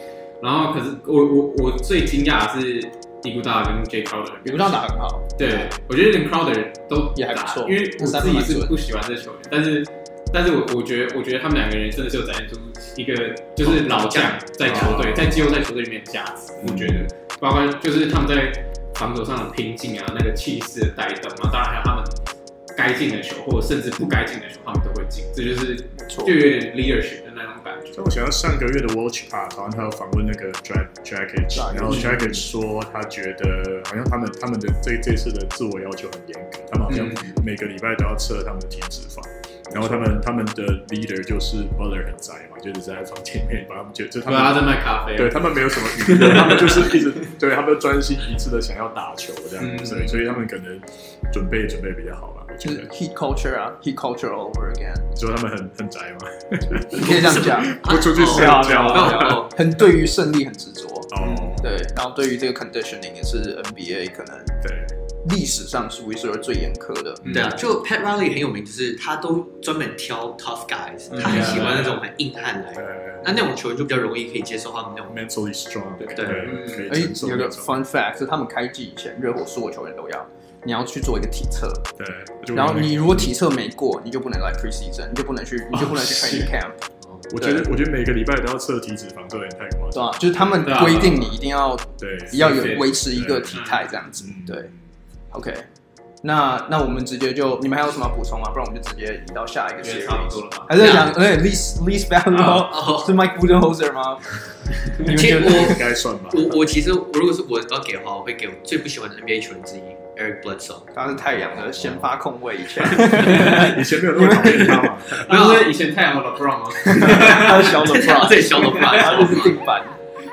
Speaker 2: 然后可是我我我最惊讶的是尼古大跟 J Crowder，
Speaker 1: 比不上打很好，
Speaker 2: 对我觉得连 Crowder 都
Speaker 1: 也还不
Speaker 2: 打
Speaker 1: 错
Speaker 2: 因为我
Speaker 1: 三
Speaker 2: 自
Speaker 1: 分
Speaker 2: 己
Speaker 1: 蛮
Speaker 2: 是
Speaker 1: 准
Speaker 2: 不喜欢这球员，但是但是我我觉得我觉得他们两个人真的是有展现出一个就是老将在球队
Speaker 4: 哦
Speaker 2: 在季后赛球队里面的价值，
Speaker 4: 嗯
Speaker 2: 我觉得包括就是他们在防守上的拼劲啊，那个气势的带动，啊然后当然还有他们该进的球或者甚至不该进的球他们都会进，这就是
Speaker 1: 没错
Speaker 2: 就有点 leadership 的那种感觉。
Speaker 4: 所以我想到上个月的 Watch Part，好像他有访问那个 Drag Dragic，
Speaker 1: Dragic
Speaker 4: 然
Speaker 2: 嗯
Speaker 4: 后 Dragic 说他觉得好像他们他们的这这次的自我要求很严格，他们好像
Speaker 2: 嗯
Speaker 4: 每个礼拜都要测他们的体脂肪，然后他们他们的 leader 就是 Butler 很宅嘛，就是在房间内把他们就就他
Speaker 2: 对啊，他在
Speaker 4: 们。
Speaker 2: 卖咖啡，
Speaker 4: 对他们没有什么娱乐，他们就是一直对他们专心一致的想要打球这样，
Speaker 2: 嗯
Speaker 4: 所以所以他们可能准备准备比较好吧，我觉
Speaker 1: 就
Speaker 4: 得
Speaker 1: 是。heat culture 啊，heat culture all over again，
Speaker 4: 你说他们很很宅吗？
Speaker 1: 你可以这样讲，
Speaker 2: 啊
Speaker 4: 不出去
Speaker 3: 哦
Speaker 4: 睡觉
Speaker 3: 没有没有
Speaker 1: 很对于胜利很执着，
Speaker 4: 哦，
Speaker 1: 对，然后对于这个 conditioning 也是 NBA 可能
Speaker 4: 对，
Speaker 1: 历史上数一数二最严苛的，
Speaker 2: 嗯
Speaker 3: 对啊，就 Pat Riley 很有名，就是他都专门挑 tough guys，
Speaker 1: 嗯
Speaker 3: 他很喜欢那种很硬汉来的。
Speaker 4: 呃，
Speaker 3: 那那种球员就比较容易可以接受他们那种
Speaker 4: mentally strong，
Speaker 3: 对
Speaker 2: 嗯
Speaker 4: 对，可
Speaker 1: 哎
Speaker 4: 以承，受
Speaker 1: 有
Speaker 4: 那
Speaker 1: 个
Speaker 4: 种。
Speaker 1: fun fact 是他们开季以前，热火所有球员都要，你要去做一个体测，
Speaker 4: 对，
Speaker 1: 然后你如果体测没过，你就不能来 preseason，你就不能去，你就不能去
Speaker 2: 啊
Speaker 4: 是
Speaker 1: training camp，
Speaker 4: 我觉得我觉得每个礼拜都要测体脂肪，这有点太夸
Speaker 1: 对
Speaker 4: 张。
Speaker 1: 吧？就是他们
Speaker 2: 对啊
Speaker 1: 规定你一定要
Speaker 4: 对，
Speaker 1: 啊要有
Speaker 2: 对
Speaker 1: 维持一个体态这样子
Speaker 4: 嗯，
Speaker 1: 对，，OK。那那我们直接就，你们还有什么要补充吗？不然我们就直接移到下一个
Speaker 2: 我觉得差不
Speaker 1: series。
Speaker 2: 多了吧。
Speaker 1: 还在讲，哎，least least valuable
Speaker 2: 啊
Speaker 3: 哦，
Speaker 1: 是 Mike Budenholzer 吗？你们
Speaker 3: 其 (laughs)
Speaker 1: 觉
Speaker 3: 实
Speaker 1: 得
Speaker 4: 应
Speaker 3: 我
Speaker 4: 该
Speaker 1: (laughs)
Speaker 4: 算吧。
Speaker 3: 我我其实我如果是我要给的话，我会给我最不喜欢的 NBA 球员之一 Eric Bledsoe。
Speaker 1: 他是太
Speaker 2: 哦
Speaker 1: 阳的先发控卫
Speaker 2: (laughs)
Speaker 1: 以前，
Speaker 4: 以哎前没有那么讨厌
Speaker 1: (laughs)
Speaker 4: 他嘛，
Speaker 2: 然后以前太阳的 LeBron 啊吗？
Speaker 1: 他是小冷
Speaker 3: 他 (laughs)
Speaker 1: 饭，
Speaker 3: 最小的不
Speaker 1: 他 (laughs) 就是
Speaker 3: 好。
Speaker 1: 定版。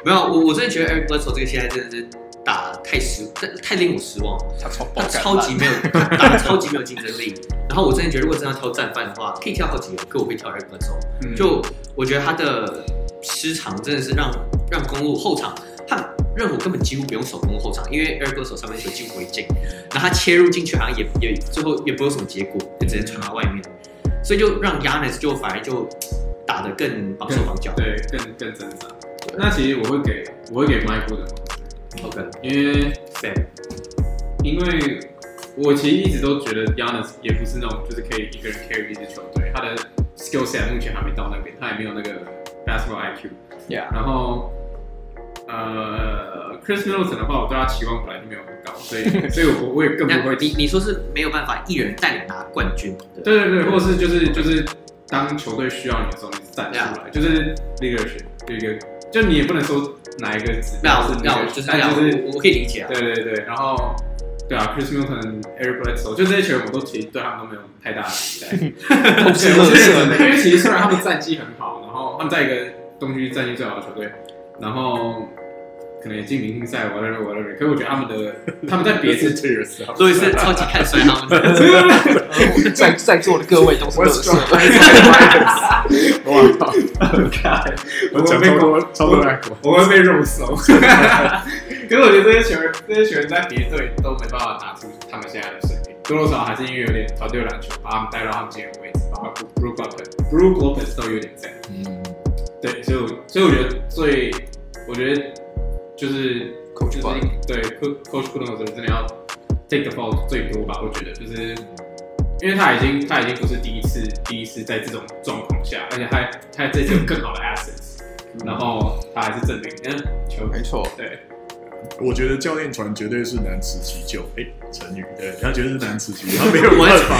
Speaker 3: 没有，我我真的觉得 Eric Bledsoe 这个现在真的是打得太失，太太令我失望了。
Speaker 1: 他超
Speaker 3: 他超级没有，打得超级没有竞争力。然后我真的觉得，如果真的要挑战犯的话，可以挑好几个，可我会挑 Eric Bledsoe。
Speaker 2: 嗯
Speaker 3: 就我觉得他的失常真的是让让公路后场，他热火根本几乎不用守公路后场，因为 Eric 手三分球几乎不会进，然后他切入进去好像也也最后也不会有什么结果，也只能传到外面，所以就让 Yanis 就反而就打得更绑手绑脚。
Speaker 2: 对，更更挣扎。那其实我会给我会给 Michael 的，
Speaker 3: ，OK，
Speaker 2: 因为
Speaker 3: 对，
Speaker 2: 因为我其实一直都觉得 Yanis 也不是那种就是可以一个人 carry 一支球队，他的 skill set 目前还没到那边，他也没有那个 basketball IQ。
Speaker 1: Yeah，
Speaker 2: 然后呃，Chris Middleton 的话，我对他期望本来就没有很高，所以
Speaker 3: (laughs)
Speaker 2: 所以我我也更不
Speaker 3: 那
Speaker 2: 会
Speaker 3: 你你说是没有办法一人带领拿冠军，对
Speaker 2: 对对对，或者是就是就是当球队需要你的时候，你站出来，就是 leadership 这个，就你也不能说哪一个指标
Speaker 3: 那
Speaker 2: 是
Speaker 3: 我那我
Speaker 2: leadership，
Speaker 3: 就是
Speaker 2: 但
Speaker 3: 那
Speaker 2: 就
Speaker 3: 我
Speaker 2: 是
Speaker 3: 我我可以理解啊，
Speaker 2: 对对对，然后对啊，Chris Milton、Eric Bledsoe，就这些球员，我都其实对他们都没有太大的期待。 (laughs)
Speaker 1: 都
Speaker 2: 对
Speaker 1: 是
Speaker 2: 我
Speaker 1: 乐
Speaker 2: 是
Speaker 1: 色。
Speaker 2: 认真的，因为其实虽然他们战绩很好，然后他们在一个东区战绩最好的球队，然后可能也进明星赛，whatever whatever，可是我觉得他们的他们在别支 (laughs)
Speaker 4: tears，
Speaker 3: 所以是超级看衰他们的。
Speaker 1: (laughs) 在在座的各位都是乐色。 (laughs)
Speaker 4: 哇，我讲超多超多外国，
Speaker 2: 我会被肉搜。 (laughs) 可是我觉得这些球员，这些球员在别队都没办法打出他们现在的水平，多多少少还是因为有点团队篮球，把他们带到他们现在的位置，包括 Brook Lopez、Brook Lopez 都有点这样。
Speaker 4: 嗯，
Speaker 2: 对，所以我所以我觉得最，我觉得就是
Speaker 1: Coach
Speaker 2: 就是
Speaker 1: Bud
Speaker 2: 对 Co- Coach b u d e n 真的要 take the fall 最多吧，我觉得就是。因为他已经他已经不是第一次第一次在这种状况下，而且他他这次有更好的 assets，然
Speaker 4: (laughs) 嗯
Speaker 2: 后他还是证明，嗯，球
Speaker 4: 哎
Speaker 1: 没错，
Speaker 2: 对，
Speaker 4: 我觉得教练团绝对是难辞其咎，哎，成语，对他绝对是难辞其咎，他没有办
Speaker 1: (laughs)
Speaker 4: 法。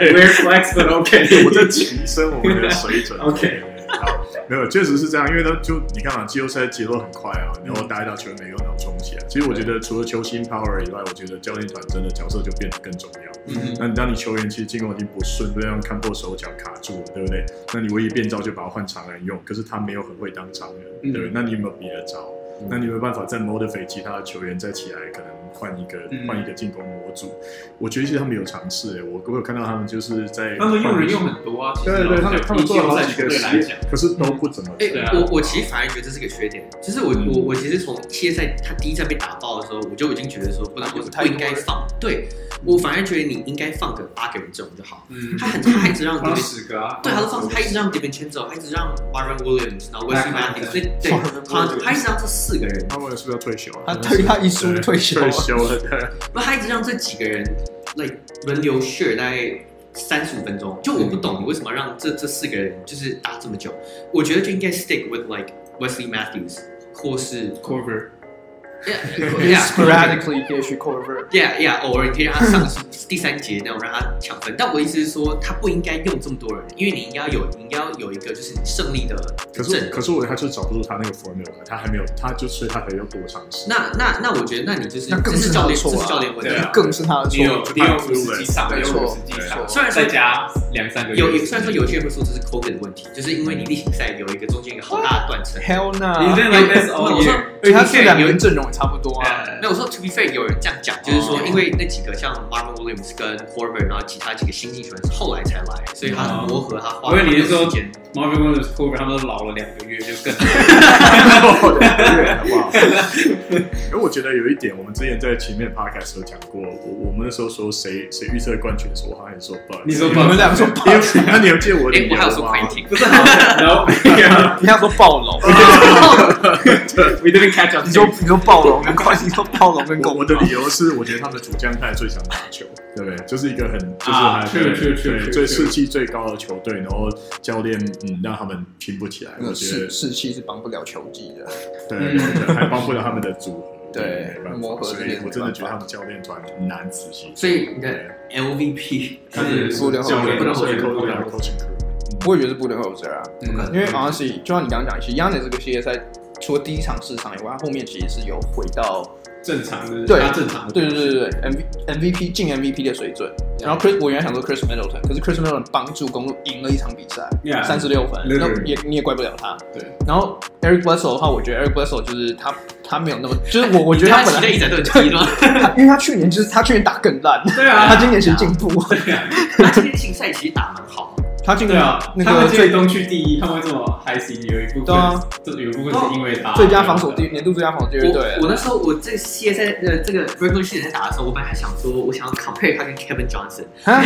Speaker 2: We're flex but (laughs) OK。
Speaker 4: (laughs) 我在提升我们的水准。
Speaker 2: (laughs) OK
Speaker 4: 好，没有，确实是这样，因为呢，就你看嘛，季后赛节奏很快
Speaker 2: 嗯
Speaker 4: 啊，然后打一打球，每个人都能冲起来。其实我觉得，除了球星 power 以外，我觉得教练团真的角色就变得更重要。
Speaker 2: 嗯
Speaker 4: 那你当你球员其实进攻已经不顺，都让看破手脚卡住了，对不对？那你唯一变招就把他换常人用，可是他没有很会当常人，
Speaker 2: 嗯
Speaker 4: 对不对？那你有没有别的招？那你有没有办法再 motivate 其他的球员再起来，可能换一个
Speaker 2: 嗯
Speaker 4: 换一个进攻模组？我觉得其实他们有尝试、欸，我我有看到他们就是在
Speaker 2: 他们用人用
Speaker 4: 换
Speaker 2: 很多啊，其实
Speaker 4: 对对，他
Speaker 2: 老实
Speaker 4: 们
Speaker 2: 讲
Speaker 4: 他们
Speaker 2: 以
Speaker 4: 做了好
Speaker 2: 季后赛
Speaker 4: 几
Speaker 2: 球
Speaker 4: 个
Speaker 2: 队
Speaker 4: 实
Speaker 2: 来
Speaker 4: 验
Speaker 2: 讲，，
Speaker 4: 可是都不怎么
Speaker 3: 哎、
Speaker 4: 准。
Speaker 2: 啊
Speaker 3: 我我其实反而觉得这是个缺点，就是我、我我其实从系列赛他第一站被打爆的时候，我就已经觉得说，不然
Speaker 1: 有
Speaker 3: 我
Speaker 1: 太
Speaker 3: 不应
Speaker 1: 多
Speaker 3: 该
Speaker 1: 了
Speaker 3: 放。对，我反而觉得你应该放个八个人阵容就好。
Speaker 2: 嗯，
Speaker 3: 他很他一直
Speaker 2: (laughs)
Speaker 3: 让
Speaker 2: 放十个啊，
Speaker 3: 对，他都放，他一直让 d i v i n c e n z o 他一直让 Marvin Williams，然后 Wesley
Speaker 2: Marvin
Speaker 3: Matthews，所以
Speaker 2: Williams
Speaker 3: 对，他他一直让这四个人，
Speaker 4: 他们是不是要退休啊？
Speaker 1: 他退他一输退休啊
Speaker 4: 退休了，对。
Speaker 3: 不，他一直让这几个人，like 轮流 share 大概三十五分钟。就我不懂你为什么要让这这四个人就是打这么久，我觉得就应该 stick with like Wesley Matthews 或是
Speaker 2: cover
Speaker 3: yeah，yeah，yeah，
Speaker 1: sporadically 也许 cover。
Speaker 3: yeah，偶尔你可以让他上第三节那种让他抢分。但我的意思是说，他不应该用这么多人，因为你应该有你应该要有一个就是你胜利的
Speaker 4: 可
Speaker 3: 阵
Speaker 4: 是可是我还是找不出他那个 formula，他还没有，他就所以他才要多尝试。
Speaker 3: 那那那我觉得，那你就是
Speaker 1: 那更
Speaker 3: 这
Speaker 1: 是
Speaker 3: 是
Speaker 1: 他
Speaker 3: 教
Speaker 1: 的
Speaker 3: 练，这
Speaker 1: 错
Speaker 3: 是
Speaker 1: 啊
Speaker 3: 教练问
Speaker 2: 对
Speaker 3: 题
Speaker 2: 啊。
Speaker 1: 更是他的
Speaker 2: 你有
Speaker 1: 错。
Speaker 2: 你有五十几场，
Speaker 1: 没
Speaker 2: 有
Speaker 1: 错
Speaker 2: 五十几
Speaker 1: 没错
Speaker 2: 场，
Speaker 3: 虽然说
Speaker 2: 再加两三个月，
Speaker 3: 有虽然说有些人会说这是 COVID 的问题，就是因为你例行赛有一个中间一个好大的断
Speaker 2: (laughs)
Speaker 3: 层。
Speaker 1: Hell
Speaker 2: 你
Speaker 1: no！
Speaker 2: 这 like this all
Speaker 3: 我说
Speaker 2: year，
Speaker 1: 所以他这两个人阵容也差不多啊。
Speaker 3: 没有我说 to be fair，有人这样讲，就是
Speaker 2: 哦
Speaker 3: 说因为那几个像 Marvin Williams 跟 Horford，然后其他几个新进球员是后来才来，所以他
Speaker 2: 哦
Speaker 3: 磨合他花
Speaker 2: 我以为你是说
Speaker 3: 时间。
Speaker 2: Marvin Williams cover 他们都老了两个月，就更
Speaker 4: 对，好不好？因为我觉得有一点，我们之前在前面 podcast 有讲过，我我们那时候说谁谁预测冠军的时候，我好像也说 Bucks。
Speaker 2: 你说
Speaker 1: 你们
Speaker 4: (laughs)
Speaker 1: 俩说爆，
Speaker 4: 因为那你有记得我的
Speaker 3: 哎
Speaker 4: 理，
Speaker 3: 我
Speaker 4: 由
Speaker 3: 还有说
Speaker 4: 吗？
Speaker 3: Quentin，
Speaker 2: 哦不是好的。然后
Speaker 1: 你要说暴龙，
Speaker 2: we didn't catch
Speaker 1: (laughs)
Speaker 2: up，
Speaker 1: 你说你说暴龙跟快，你说暴龙跟
Speaker 4: 我
Speaker 1: 公
Speaker 4: 我的理由是，我觉得他们的主将看来最想打
Speaker 1: (laughs)
Speaker 4: 球，对不对？就是一个很就是
Speaker 2: 啊
Speaker 4: 还
Speaker 2: 是是是
Speaker 4: 对
Speaker 2: 是
Speaker 4: 最
Speaker 2: 是
Speaker 4: 士气最高的球队，然后教练嗯让他们拼不起来，我觉得
Speaker 1: 士士气嗯是帮不了球技的。
Speaker 4: 对，
Speaker 2: 嗯
Speaker 4: 对还包括了他们的组合，
Speaker 1: (laughs) 对
Speaker 4: 没办法
Speaker 1: 磨合
Speaker 4: 所
Speaker 1: 这
Speaker 4: 以
Speaker 1: 边
Speaker 4: 我真的觉得
Speaker 1: 没办法
Speaker 4: 他们教练团很难仔细。
Speaker 3: 所以
Speaker 2: (laughs)
Speaker 3: 你的
Speaker 4: 对，
Speaker 3: MVP
Speaker 2: 他是
Speaker 1: 苏联后
Speaker 2: 教
Speaker 1: 卫
Speaker 2: 练，
Speaker 3: 不能
Speaker 4: 所
Speaker 3: 后
Speaker 4: 以
Speaker 3: 卫
Speaker 2: 不能后
Speaker 4: coaching
Speaker 2: 卫
Speaker 4: coaching crew，
Speaker 1: 我也觉得是布伦后者啊，
Speaker 2: 嗯
Speaker 1: 因为 honestly，就像你刚刚讲，其实 Yannis 这个系列赛，除了第一场市场以外，后面其实是有回到
Speaker 2: 正常的，
Speaker 1: 对
Speaker 2: 他正
Speaker 1: 啊
Speaker 2: 常的，
Speaker 1: 对对对对对 M MVP 进 MVP 的水准。然后 Chris，我原来想说 Chris Middleton，可是 Chris Middleton 帮助公路赢了一场比赛，
Speaker 2: Yeah，
Speaker 1: 三十六分，那
Speaker 2: literally
Speaker 1: 也你也怪不了他。
Speaker 2: 对。
Speaker 1: 然后 Eric Bledsoe 的话，我觉得 Eric Bledsoe 就是他他没有那么，就是我我觉得
Speaker 3: 他
Speaker 1: 他本
Speaker 3: 期
Speaker 1: 来
Speaker 3: 待一直都
Speaker 2: (laughs)
Speaker 3: 很低吗？
Speaker 1: 他因为他去年就是他去年打更烂，
Speaker 2: 对啊，
Speaker 1: 他今年其实进步，
Speaker 3: 他今天竞赛其实打蛮好，
Speaker 1: 他进
Speaker 2: 对啊，
Speaker 1: 那
Speaker 2: 他
Speaker 1: 个
Speaker 2: 们
Speaker 1: 最
Speaker 2: 最东区第一，他们为什么还行？有一部
Speaker 1: 对
Speaker 2: 分
Speaker 1: 啊，
Speaker 2: 这有一部分是因为他
Speaker 1: 最佳防守第年度最佳防守第二队
Speaker 3: 我。我那时候我这系列赛呃这个 regular season 在打的时候，我本来还想说，我想要 compare 他跟 Kevin Johnson。
Speaker 1: 啊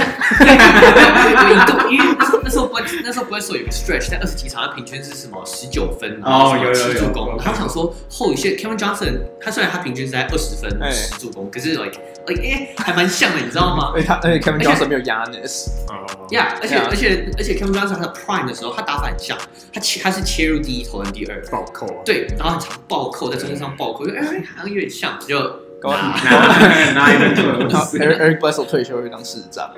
Speaker 3: 我一度因为那时候那时候不那时候不会说有个 stretch，但二十几场他平均是什么十九分，然后
Speaker 2: 哦有有有
Speaker 3: 七助攻。
Speaker 2: 有
Speaker 3: 然后我想说，后一些 Kevin Johnson，他虽然他平均是在二十分
Speaker 1: 哎
Speaker 3: 十助攻，可是 like like 哎还蛮像的，你知道吗？
Speaker 1: 而且哎他，而且 Kevin
Speaker 3: 而且
Speaker 1: Johnson 没有 Yanis，
Speaker 4: 哦，
Speaker 3: 呀、而且
Speaker 1: Yeah
Speaker 3: 而且而且 Kevin Johnson 他的 prime 的时候，他打法很像，他切他是切入第一投篮第二，
Speaker 4: 暴扣啊，
Speaker 3: 对，然后很常暴扣在中间上暴扣，就哎好像有点像，就
Speaker 1: 搞啊不好
Speaker 2: 拿拿一分就有
Speaker 1: 然后
Speaker 2: 四
Speaker 1: Eric Eric Bledsoe 退休去当市长，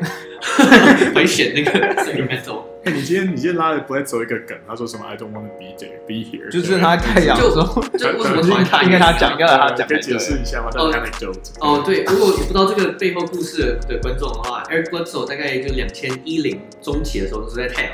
Speaker 3: 回选那个 Sacramento。
Speaker 4: 哎，你今天你今天拉了不会走一个梗，他说什么 I don't want to be there, be here，
Speaker 1: 就是他太阳的时候，
Speaker 3: (laughs) 就为什么讨厌他？
Speaker 1: (laughs) 应该他讲，应该他
Speaker 4: 对
Speaker 1: 讲
Speaker 4: 可
Speaker 1: 才
Speaker 4: 以解
Speaker 1: 对。
Speaker 4: 释一下吗？他
Speaker 3: 哦
Speaker 4: 的 anecdote
Speaker 3: 哦，对，如果不知道这个背后故事的观众的话，Eric Bledsoe 大概就两千一零中期的时候是在太阳，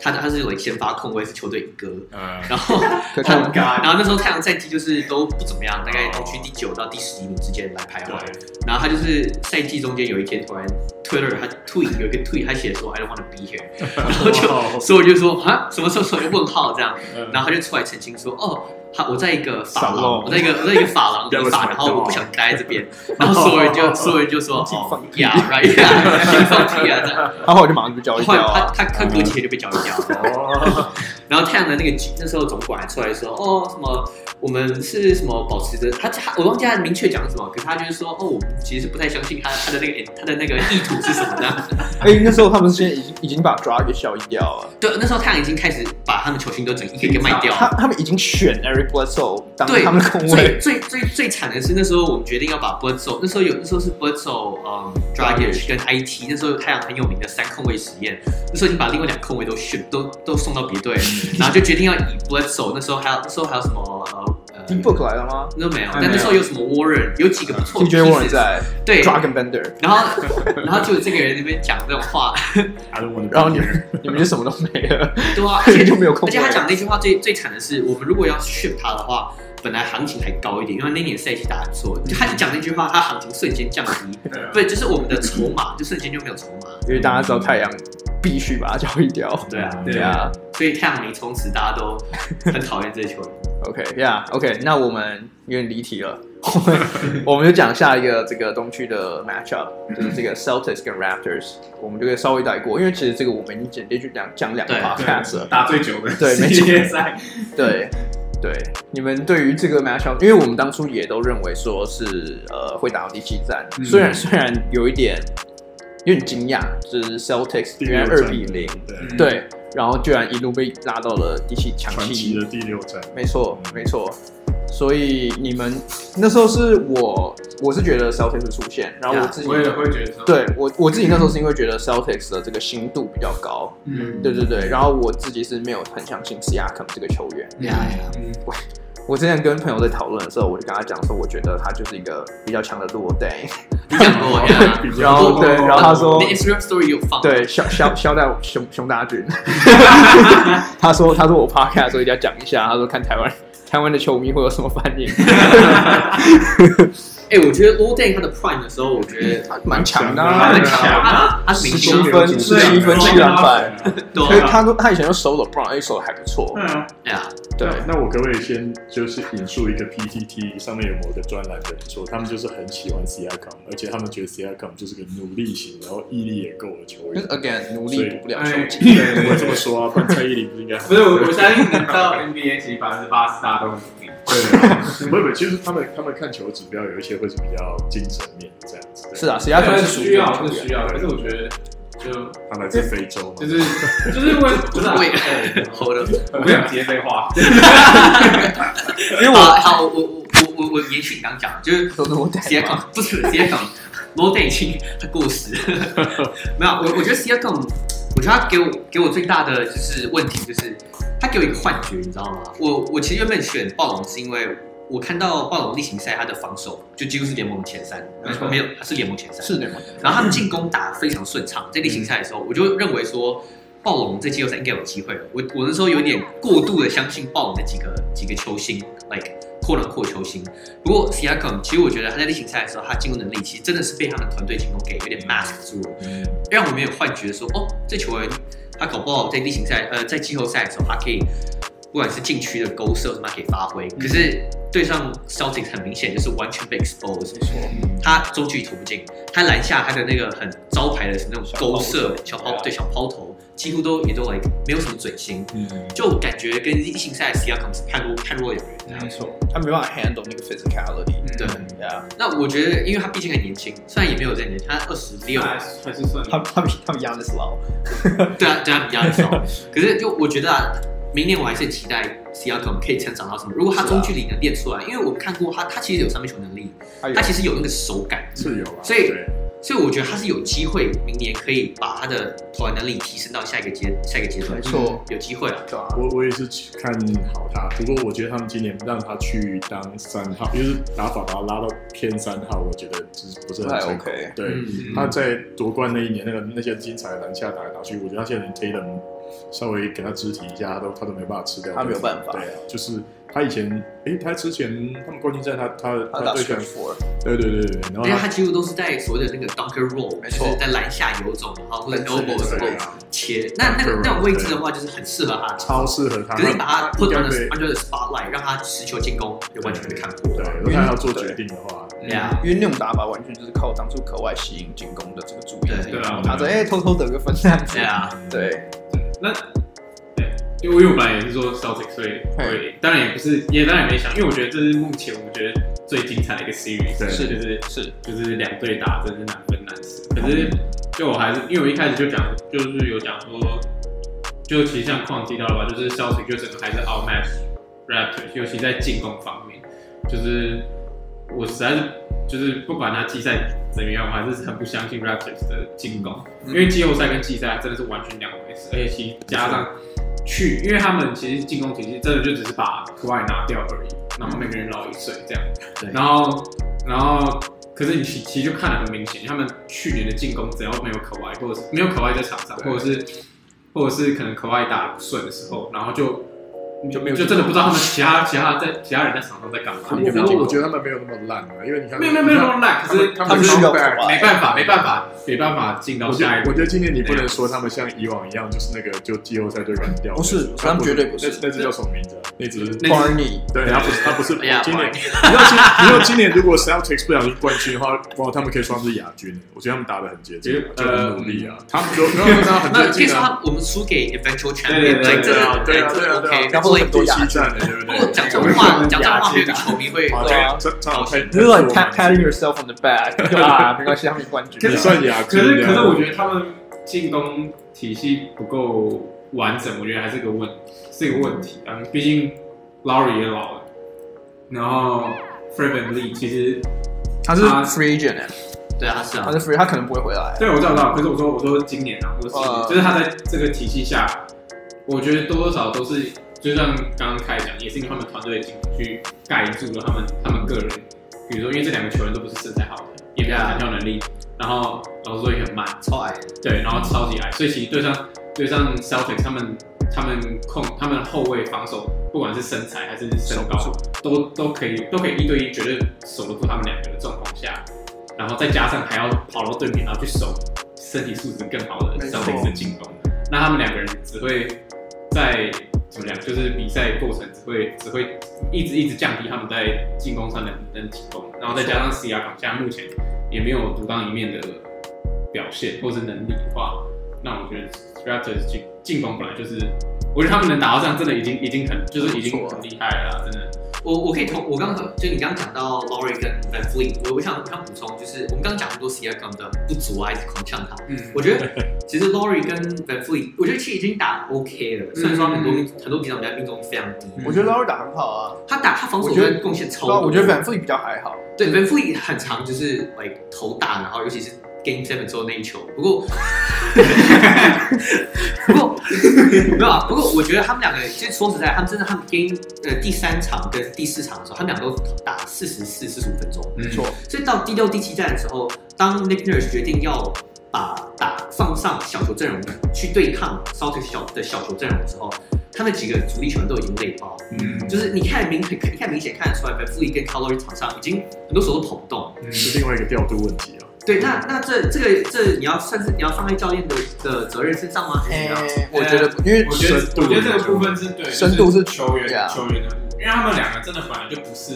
Speaker 3: 他他是有一先发控卫是球队一哥，
Speaker 4: 呃，
Speaker 3: 然后
Speaker 1: 可
Speaker 3: 他
Speaker 1: 他
Speaker 2: Oh my God
Speaker 3: 然后那时候太阳战绩就是都不怎么样，大概都去第九到第十一名之间来徘
Speaker 1: 哦
Speaker 3: 徊。
Speaker 4: 对，
Speaker 3: 然后他就是赛季中间有一天突然 Twitter 他 tweet 有一个 tweet 他写说 I don't want to be here，然后就
Speaker 4: (laughs) 哦
Speaker 3: 所以我就说啊什么时候什么问号这样，
Speaker 4: 呃
Speaker 2: 嗯
Speaker 3: 然后他就出来澄清说哦。他我在一个发
Speaker 4: 少
Speaker 3: 廊，
Speaker 4: 弄
Speaker 3: 我在一个我在一个发
Speaker 1: (laughs)
Speaker 3: 廊
Speaker 4: That
Speaker 3: 理
Speaker 4: was
Speaker 3: 发，
Speaker 4: my
Speaker 3: 然后我
Speaker 4: dog
Speaker 3: 不想待在这边，然后所有人就所有人
Speaker 1: (laughs)
Speaker 3: 就说
Speaker 1: 请
Speaker 3: 哦
Speaker 1: 放屁
Speaker 3: 呀 right yeah，请
Speaker 1: (laughs)
Speaker 3: 放屁啊这样，
Speaker 1: 然后我就马上就交易
Speaker 3: 后来
Speaker 1: 掉
Speaker 3: 他
Speaker 1: 啊。
Speaker 3: 他他隔几天就被交易掉了，
Speaker 4: 哦，
Speaker 3: 然后太阳的那个那时候总管还出来说，哦，什么我们是什么保持着他他我忘记他明确讲什么，可是他就是说，哦，我们其实是不太相信他他的那个他的那个意图是什么的。
Speaker 1: 哎，那时候他们现在已经已经把 d r a g 给交易掉了，
Speaker 3: (laughs) 对，那时候太阳已经开始把他们球星都整一个一个卖掉。
Speaker 1: 他他们已经选 Eric Bledsoe 当
Speaker 3: 对
Speaker 1: 他们的控卫
Speaker 3: 最。最最最惨的是那时候我们决定要把 Bledsoe，那时候有那时候是 Bledsoe，嗯 d r a g i c 跟 IT，那时候太阳很有名的三控卫实验，那时候已经把另外两控卫都选都都送到别队，然后就决定要以 Bledsoe，那时候还有那时候还有什么呃呃
Speaker 1: D Book 来了吗
Speaker 3: 那没有，
Speaker 2: 还
Speaker 3: 但
Speaker 2: 没有
Speaker 3: 那时候有什么 Warren，有几个不错的
Speaker 1: ？TJ Warren
Speaker 3: pieces，
Speaker 1: 在
Speaker 3: 对，
Speaker 1: Dragon Bender，
Speaker 3: 然后然后就这个人那边讲这种话，
Speaker 4: I don't want to，
Speaker 1: 然后你们你们就什么都没了，
Speaker 3: 对啊， (laughs)
Speaker 1: 这
Speaker 3: 而且
Speaker 1: 就没有控
Speaker 3: 而
Speaker 1: 卫
Speaker 3: 且。他讲那句话最最惨的是，我们如果要 ship 他的话，本来行情还高一点，因为那年赛季打得不错，就他一讲那句话，他行情瞬间降低，对，就是我们的筹码就瞬间就没有筹码，
Speaker 1: 因为大家知道太阳必须把他交易掉。
Speaker 3: 对啊，
Speaker 1: 对啊
Speaker 3: 所以太阳迷从此大家都很讨厌这个球员。
Speaker 1: ，OK，Yeah，OK，那我们有点离题了。 (laughs) 我们我们就讲下一个这个东区的 matchup，就是
Speaker 3: 嗯
Speaker 1: 这个 Celtics 跟 Raptors，我们就可以稍微带过，因为其实这个我们已经简接去讲讲两个
Speaker 3: 对
Speaker 1: podcast 了。
Speaker 2: 打最久的
Speaker 1: 对没错
Speaker 2: 世界赛，
Speaker 1: 对对，你们对于这个 matchup，因为我们当初也都认为说是呃会打到第七战，
Speaker 2: 嗯
Speaker 1: 虽然虽然有一点有点惊讶，就是 Celtics
Speaker 4: 第
Speaker 1: 原
Speaker 4: 六
Speaker 1: 来
Speaker 4: 战
Speaker 1: 二比零，
Speaker 4: 对，
Speaker 2: 嗯
Speaker 1: 对，然后居然一路被拉到了第七强
Speaker 4: 传
Speaker 1: 七
Speaker 4: 奇的第六战，
Speaker 1: 没错，没错。所以你们那时候是我，我是觉得 Celtics 会出现，然后我
Speaker 3: Yeah，
Speaker 1: 自己
Speaker 2: 我也会觉得说，
Speaker 1: 对我我自己那时候是因为觉得 Celtics 的这个心度比较高，
Speaker 2: 嗯，
Speaker 1: 对对对，然后我自己是没有很相信 Siakam 这个球员。
Speaker 2: 嗯
Speaker 3: 呀呀
Speaker 2: 嗯
Speaker 1: 我之前跟朋友在讨论的时候，我就跟他讲说，我觉得他就是一个比较强的落单，
Speaker 3: 你讲过呀？
Speaker 4: 比
Speaker 1: 然
Speaker 4: 较
Speaker 1: 后对，然后他说
Speaker 3: 你 Instagram Story 有放
Speaker 1: 对，肖肖肖大熊熊大军，他说他说我 podcast 的时候一定要讲一下，他说看台湾台湾的球迷会有什么反应，
Speaker 3: 哎、我觉得 Low Day 他的 Prime 的时时候，我觉得
Speaker 1: 他 (laughs) 蛮强的、
Speaker 4: 他
Speaker 1: 啊，
Speaker 2: 蛮
Speaker 3: 他
Speaker 2: 强
Speaker 3: 他他明
Speaker 1: 十
Speaker 3: 星
Speaker 1: 七
Speaker 3: 啊，
Speaker 1: 分、十七分、七篮板，所
Speaker 3: 对
Speaker 1: 以
Speaker 3: 啊，
Speaker 1: 他说他以前就守 LeBron，哎，守的还不错
Speaker 2: 对。啊，
Speaker 3: 哎呀，
Speaker 1: 对，
Speaker 4: 那那我可不可以先就是引述一个 PTT 上面有某个专栏的人说，他们就是很喜欢 c i a c o m 而且他们觉得 c i a c o m 就是个努力型，然后毅力也够的球
Speaker 1: 就是
Speaker 4: 员。
Speaker 1: again 努力补不了球
Speaker 2: 哎
Speaker 1: 技。
Speaker 2: 对对
Speaker 4: 我会这
Speaker 2: 对
Speaker 4: 么说啊，不然蔡依林不是应
Speaker 1: (laughs)
Speaker 4: 该
Speaker 2: 不是我，我相信你到 NBA 其实百分之八十大家都很努力，
Speaker 4: 对，啊不是不是，其实他们他们看球指标有一些会是比较精神面的这样子。
Speaker 1: 是，啊，实际上
Speaker 2: 对
Speaker 1: 是属于
Speaker 2: 需
Speaker 1: 这
Speaker 2: 要
Speaker 1: 种球
Speaker 2: 是
Speaker 1: 员
Speaker 2: 需要，可是我觉得就
Speaker 4: 他来自非洲嘛，
Speaker 2: 就是就是
Speaker 1: (laughs)
Speaker 2: 为不是啊
Speaker 3: 为
Speaker 2: 哎
Speaker 3: hold up。
Speaker 2: 我不想接废话，
Speaker 3: 因为我好，我我我我我延续你刚刚讲的，就是
Speaker 1: 都是我
Speaker 3: (laughs)
Speaker 1: 带
Speaker 3: C
Speaker 1: 的嘛。
Speaker 3: 港不是 C 港 l o d a y 已经他过时， (laughs) 没有，我我觉得 C 港，我觉得他给我给我最大的就是问题就是他给我一个幻觉，你知道吗？我我其实原本选暴龙是因为我看到暴龙例行赛他的防守就几乎是联盟前三，呃
Speaker 2: 没错
Speaker 3: 没有，他是联盟前三，
Speaker 1: (laughs) 是的嘛，
Speaker 3: 然后他们进攻打得非常顺畅，在例行赛的时候，我就认为说暴龙这季后赛应该有机会了。我我那时候有点过度的相信暴龙的几个几个球星，like 扩能扩球星。不过 Siakam 其实我觉得他在例行赛的时候，他进攻能力其实真的是被他们团队进攻给有点 mask 住了，
Speaker 4: 嗯
Speaker 3: 让我们有幻觉说，哦，这球员他搞不好在例行赛呃在季后赛的时候，他可以不管是禁区的勾射什么，他可以发挥。可是对上 Celtics 很明显就是完全被 expose。他中距离投不进，他篮下他的那个很招牌的那种勾射小
Speaker 1: 小抛
Speaker 3: 抛
Speaker 1: 投
Speaker 3: 对小抛投，几乎都也都 like 没有什么准心，
Speaker 4: 嗯，
Speaker 3: 就感觉跟例行赛 C R 可能是判若判若两人这样。
Speaker 1: 没错，他没办法 handle 那个 physicality。啊
Speaker 3: 对
Speaker 1: 呀，
Speaker 3: 那我觉得，因为他毕竟很年轻，虽然也没有在年轻，他二十六，
Speaker 2: 还是还是算
Speaker 1: 他他比他比 Yanis 老。
Speaker 3: 对啊对啊比较少，可是就我觉得啊，明年我还是很期待 C R 可能可以成长到什么。如果他
Speaker 1: 是啊
Speaker 3: 中距离能练出来，因为我看过他，他其实有三分球能力，
Speaker 1: 他有
Speaker 3: 他其实有那个手感，
Speaker 4: 是有啊，
Speaker 3: 所以
Speaker 4: 对
Speaker 3: 所以我觉得他是有机会，明年可以把他的投篮能力提升到下一个阶下一个阶段，嗯
Speaker 1: 没错
Speaker 3: 有机会了。
Speaker 1: 对啊
Speaker 4: 我我也是去看好他，不过我觉得他们今年让他去当三号，因为打法把他拉到偏三号，我觉得就是不是
Speaker 1: 不
Speaker 4: 很
Speaker 1: 太
Speaker 4: 成功
Speaker 1: OK
Speaker 4: 对，
Speaker 3: 嗯
Speaker 4: 他在夺冠那一年，那个那些精彩的篮下打来打去，我觉得他现在连 Tatum 稍微给他肢体一下，他都他都没办法吃掉。
Speaker 1: 他没有办法
Speaker 4: 对啊，就是他以前，诶，他之前他们冠军赛他他
Speaker 1: 他打
Speaker 4: 对
Speaker 1: s t r
Speaker 4: 战
Speaker 1: a，four，
Speaker 4: 对对对对，然后
Speaker 3: 因为
Speaker 4: 他
Speaker 3: 他几乎都是在所谓的那个 dunker roll，
Speaker 1: 没错
Speaker 3: 就是在篮下游走，然后或者 elbow 什
Speaker 4: 对
Speaker 3: 么
Speaker 4: 啊，
Speaker 3: 切。那那个
Speaker 4: Dunker roll，
Speaker 3: 那种位置的话，就是很适合他。
Speaker 4: 超适合他。
Speaker 3: 可是你把他 put
Speaker 4: 应该
Speaker 3: on the
Speaker 4: 被
Speaker 3: under the spotlight，让他持球进攻，就完全没看过。
Speaker 4: 对，如果他要做决定的话，
Speaker 3: 对啊，
Speaker 1: 因为那种打法完全就是靠当初可外吸引进攻的这个主意
Speaker 3: 对
Speaker 2: 对啊
Speaker 1: 他说哎偷偷得个分这样子
Speaker 3: 对。啊，
Speaker 1: 对，
Speaker 2: 嗯那对，因为因为我本来也是说 Celtic，所以会当然也不是，也当然也没想，因为我觉得这是目前我觉得最精彩的一个 series，
Speaker 4: 对
Speaker 2: 就是是
Speaker 1: 是，
Speaker 2: 就是两队打，真是难分难舍。可是就我还是，因为我一开始就讲，就是有讲说，就其实像矿提到了吧，就是 Celtic 就整个还是 outmatch Raptors，尤其在进攻方面，就是我实在是就是不管他季赛怎么样，我还是很不相信 Raptors 的进攻，
Speaker 1: 嗯
Speaker 2: 因为季后赛跟季赛真的是完全两回事，而且其实加上去，因为他们其实进攻体系真的就只是把科外拿掉而已，然后每个人老一岁这样，
Speaker 3: 对
Speaker 2: 然后然后可是你其其实就看得很明显，他们去年的进攻只要没有可外，或者是没有可外在场上，
Speaker 1: 对
Speaker 2: 或者是或者是可能可外打得不顺的时候，然后就
Speaker 1: 就没有
Speaker 2: 就真的不知道他们其他其他在其他人在场上在干嘛，
Speaker 4: 我
Speaker 2: 你知道吗
Speaker 4: 我我觉得他们没有那么烂啊，因为你看，
Speaker 2: 没有没有没有那么烂，可是
Speaker 4: 他
Speaker 1: 们需要啊 cover
Speaker 2: 没办法没办法没办法进到
Speaker 4: 我觉
Speaker 2: 下一
Speaker 4: 得
Speaker 2: 步
Speaker 4: 我觉。得今年你不能说他们像以往一样，就是那个就季后赛就软掉了，
Speaker 1: 不是他们绝对不是
Speaker 4: 那那支叫什么名字啊？那只
Speaker 2: 那
Speaker 1: Barney，
Speaker 4: 对，他不是他不是
Speaker 3: 哎呀
Speaker 4: 今年，你知道今你知道今年如果 Celtics 不小心冠军的话，哇，他们可以说他们是亚军。我觉得他们打得很接近，
Speaker 2: (laughs)
Speaker 4: 就
Speaker 2: 呃
Speaker 4: 很努力啊。
Speaker 2: 他
Speaker 4: 有没有他很
Speaker 3: 那可
Speaker 4: 接
Speaker 3: 以
Speaker 4: 近
Speaker 3: 说
Speaker 4: 啊？
Speaker 3: 他我们输给
Speaker 2: 对
Speaker 3: eventual champion，
Speaker 2: 对
Speaker 3: 对，
Speaker 2: 对
Speaker 3: 这
Speaker 2: 对
Speaker 3: 个
Speaker 2: 啊
Speaker 3: 对
Speaker 4: 对啊
Speaker 3: 这
Speaker 4: 对
Speaker 3: 个
Speaker 4: 啊对啊
Speaker 3: OK，
Speaker 1: 然后
Speaker 3: 所以
Speaker 1: 很多亚
Speaker 4: 激战的，对
Speaker 3: (laughs)
Speaker 4: 不
Speaker 3: 如果
Speaker 4: 对？
Speaker 3: 讲这种话，讲这种话，
Speaker 1: 我
Speaker 3: 会
Speaker 1: 们
Speaker 3: 有个球迷会啊
Speaker 4: 哇，这样这这好像太
Speaker 1: 你是很 pat patting yourself on the
Speaker 3: (laughs)
Speaker 1: back 啊，没关系，他们冠军。
Speaker 4: 也算亚
Speaker 2: 可
Speaker 4: 军
Speaker 2: 是
Speaker 4: 啊。
Speaker 2: 可是我觉得他们进攻体系不够完整，我觉得还是个问是一个问题啊。毕竟 Laurie 也老了，然后 Freeman Lee 其实
Speaker 1: 他是
Speaker 2: 他
Speaker 1: free agent，欸
Speaker 3: 对啊，是啊
Speaker 1: 他，是 free，他可能不会回来。
Speaker 2: 对我知道我知道，可是我说我说今年啊，我说今年、
Speaker 1: 呃
Speaker 2: 就是他在这个体系下，我觉得多多少少都是就像刚刚开讲，也是因为他们团队的进步去盖住了他们他们个人，比如说因为这两个球员都不是身材好的，也没有弹跳能力，然后老实说也很慢。
Speaker 3: 超矮的，
Speaker 2: 对，然后超级矮，所以其实对上对上 Celtics 他们他们控他们后卫防守，不管是身材还是身高，都都可以都可以一对一绝对守得住他们两个的状况下，然后再加上还要跑到对面，然后去守身体素质更好的
Speaker 1: 没错
Speaker 2: Celtics 的进攻，那他们两个人只会在怎么讲，就是比赛过程只会只会一直一直降低他们在进攻上的能提供，然后再加上 CR 港现在目前也没有独当一面的表现或是能力的话，那我觉得 Raptors 进进攻本来就是，我觉得他们能打到这样，真的已经已经很就是已经很厉害了啦，真的。
Speaker 3: 我我可以同我刚刚就你刚刚讲到 Laurie 跟 Van f l e e 我我想我想补充就是我们刚刚讲很多 c i a g a m 的不足啊，一直狂呛他。
Speaker 2: 嗯
Speaker 3: 我觉得其实 Laurie 跟 Van f l e e 我觉得其实已经打 OK 了，虽然说他很多
Speaker 2: 嗯
Speaker 3: 很多比赛我们家命中非常低，
Speaker 1: 嗯我觉得 l a u r 打很好啊，
Speaker 3: 他打他防守
Speaker 1: 我觉得
Speaker 3: 跟贡献超
Speaker 1: 对啊
Speaker 3: 多。
Speaker 1: 我觉得 Van f l e 比较还好。
Speaker 3: 对 Van f l e e 很长就是 like 头大，然后尤其是 Game Seven 之后那一球，不过不过没有啊，不过我觉得他们两个，其实说实在，他们真的他们 Game 呃第三场跟第四场的时候，他们两个都打四十四四十五分钟。
Speaker 1: 没错，
Speaker 3: 所以到第六、第七站的时候，当 Nick Nurse 决定要把打放上小球阵容去对抗 Celtics 小的小球阵容之后，他们几个主力球员都已经累爆了。
Speaker 4: 嗯，
Speaker 3: 就是你看明很你看明显看得出来，本富利跟 Calorie 场上已经很多时候都跑不动。
Speaker 4: 是另外一个调度问题啊。
Speaker 3: 对，那那这这个这你要算是你要放在教练的的责任身上吗？还是怎么样？
Speaker 1: 哎我觉得因为
Speaker 2: 我觉得
Speaker 4: 深度
Speaker 2: 我觉得这个部分是对，
Speaker 1: 深度是
Speaker 2: 就是球员
Speaker 1: yeah
Speaker 2: 球员的部分，因为他们两个真的本来就不是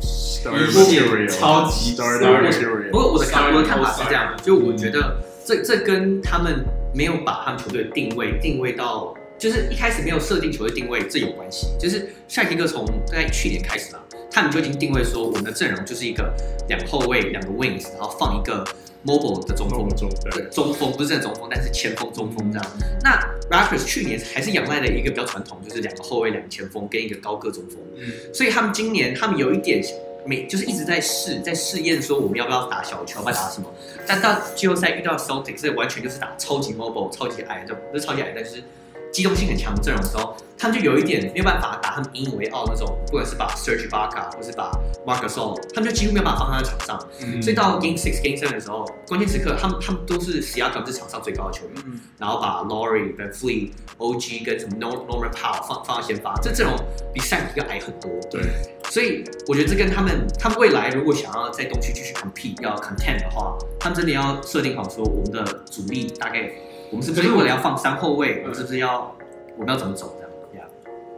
Speaker 4: Star
Speaker 2: 一线
Speaker 4: material
Speaker 2: 超级
Speaker 4: Star
Speaker 2: starter
Speaker 4: material
Speaker 3: 不过我的看
Speaker 2: Sorry,
Speaker 3: 我的看法是
Speaker 2: sorry. 嗯
Speaker 3: 这样的，就我觉得这这跟他们没有把他们球队定位定位到，就是一开始没有设定球队定位，这有关系。就是夏提克从在去年开始吧，他们就已经定位说我们的阵容就是一个两个后卫、两个 wings，然后放一个 mobile 的中
Speaker 4: 那我
Speaker 3: 锋
Speaker 4: 们。中
Speaker 3: 对
Speaker 4: 对，
Speaker 3: 中锋不是正中锋，但是前锋、中锋这样。那 Raptors 去年还是仰赖了一个比较传统，就是两个后卫、两个前锋跟一个高个中锋。
Speaker 2: 嗯
Speaker 3: 所以他们今年他们有一点每就是一直在试，在试验说我们要不要打小球，要不要打什么。但到季后赛遇到 Celtics，这完全就是打超级 mobile、超级矮的，不是超级矮，但就是机动性很强的阵容的时候，他们就有一点没有办法打他们引以为傲那种，不管是把 Serge Ibaka 或是把 Marcus s o l 他们就几乎没有办法放在场上。
Speaker 2: 嗯
Speaker 3: 所以到 Game Six、Game Seven 的时候，关键时刻他们他们都是 s i a k a m 是场上最高的球员。
Speaker 1: 嗯，
Speaker 3: 然后把 Laurie、Van f l e e OG 跟什么 Nor- Norman Powell 放放到先发，这阵容比上一个矮很多。
Speaker 4: 对，
Speaker 3: 所以我觉得这跟他们他们未来如果想要在东区继续 compete 要 contend 的话，他们真的要设定好说我们的主力大概我们是不是未来要放三后卫，我们是不是要我们要怎么走这样？Yeah？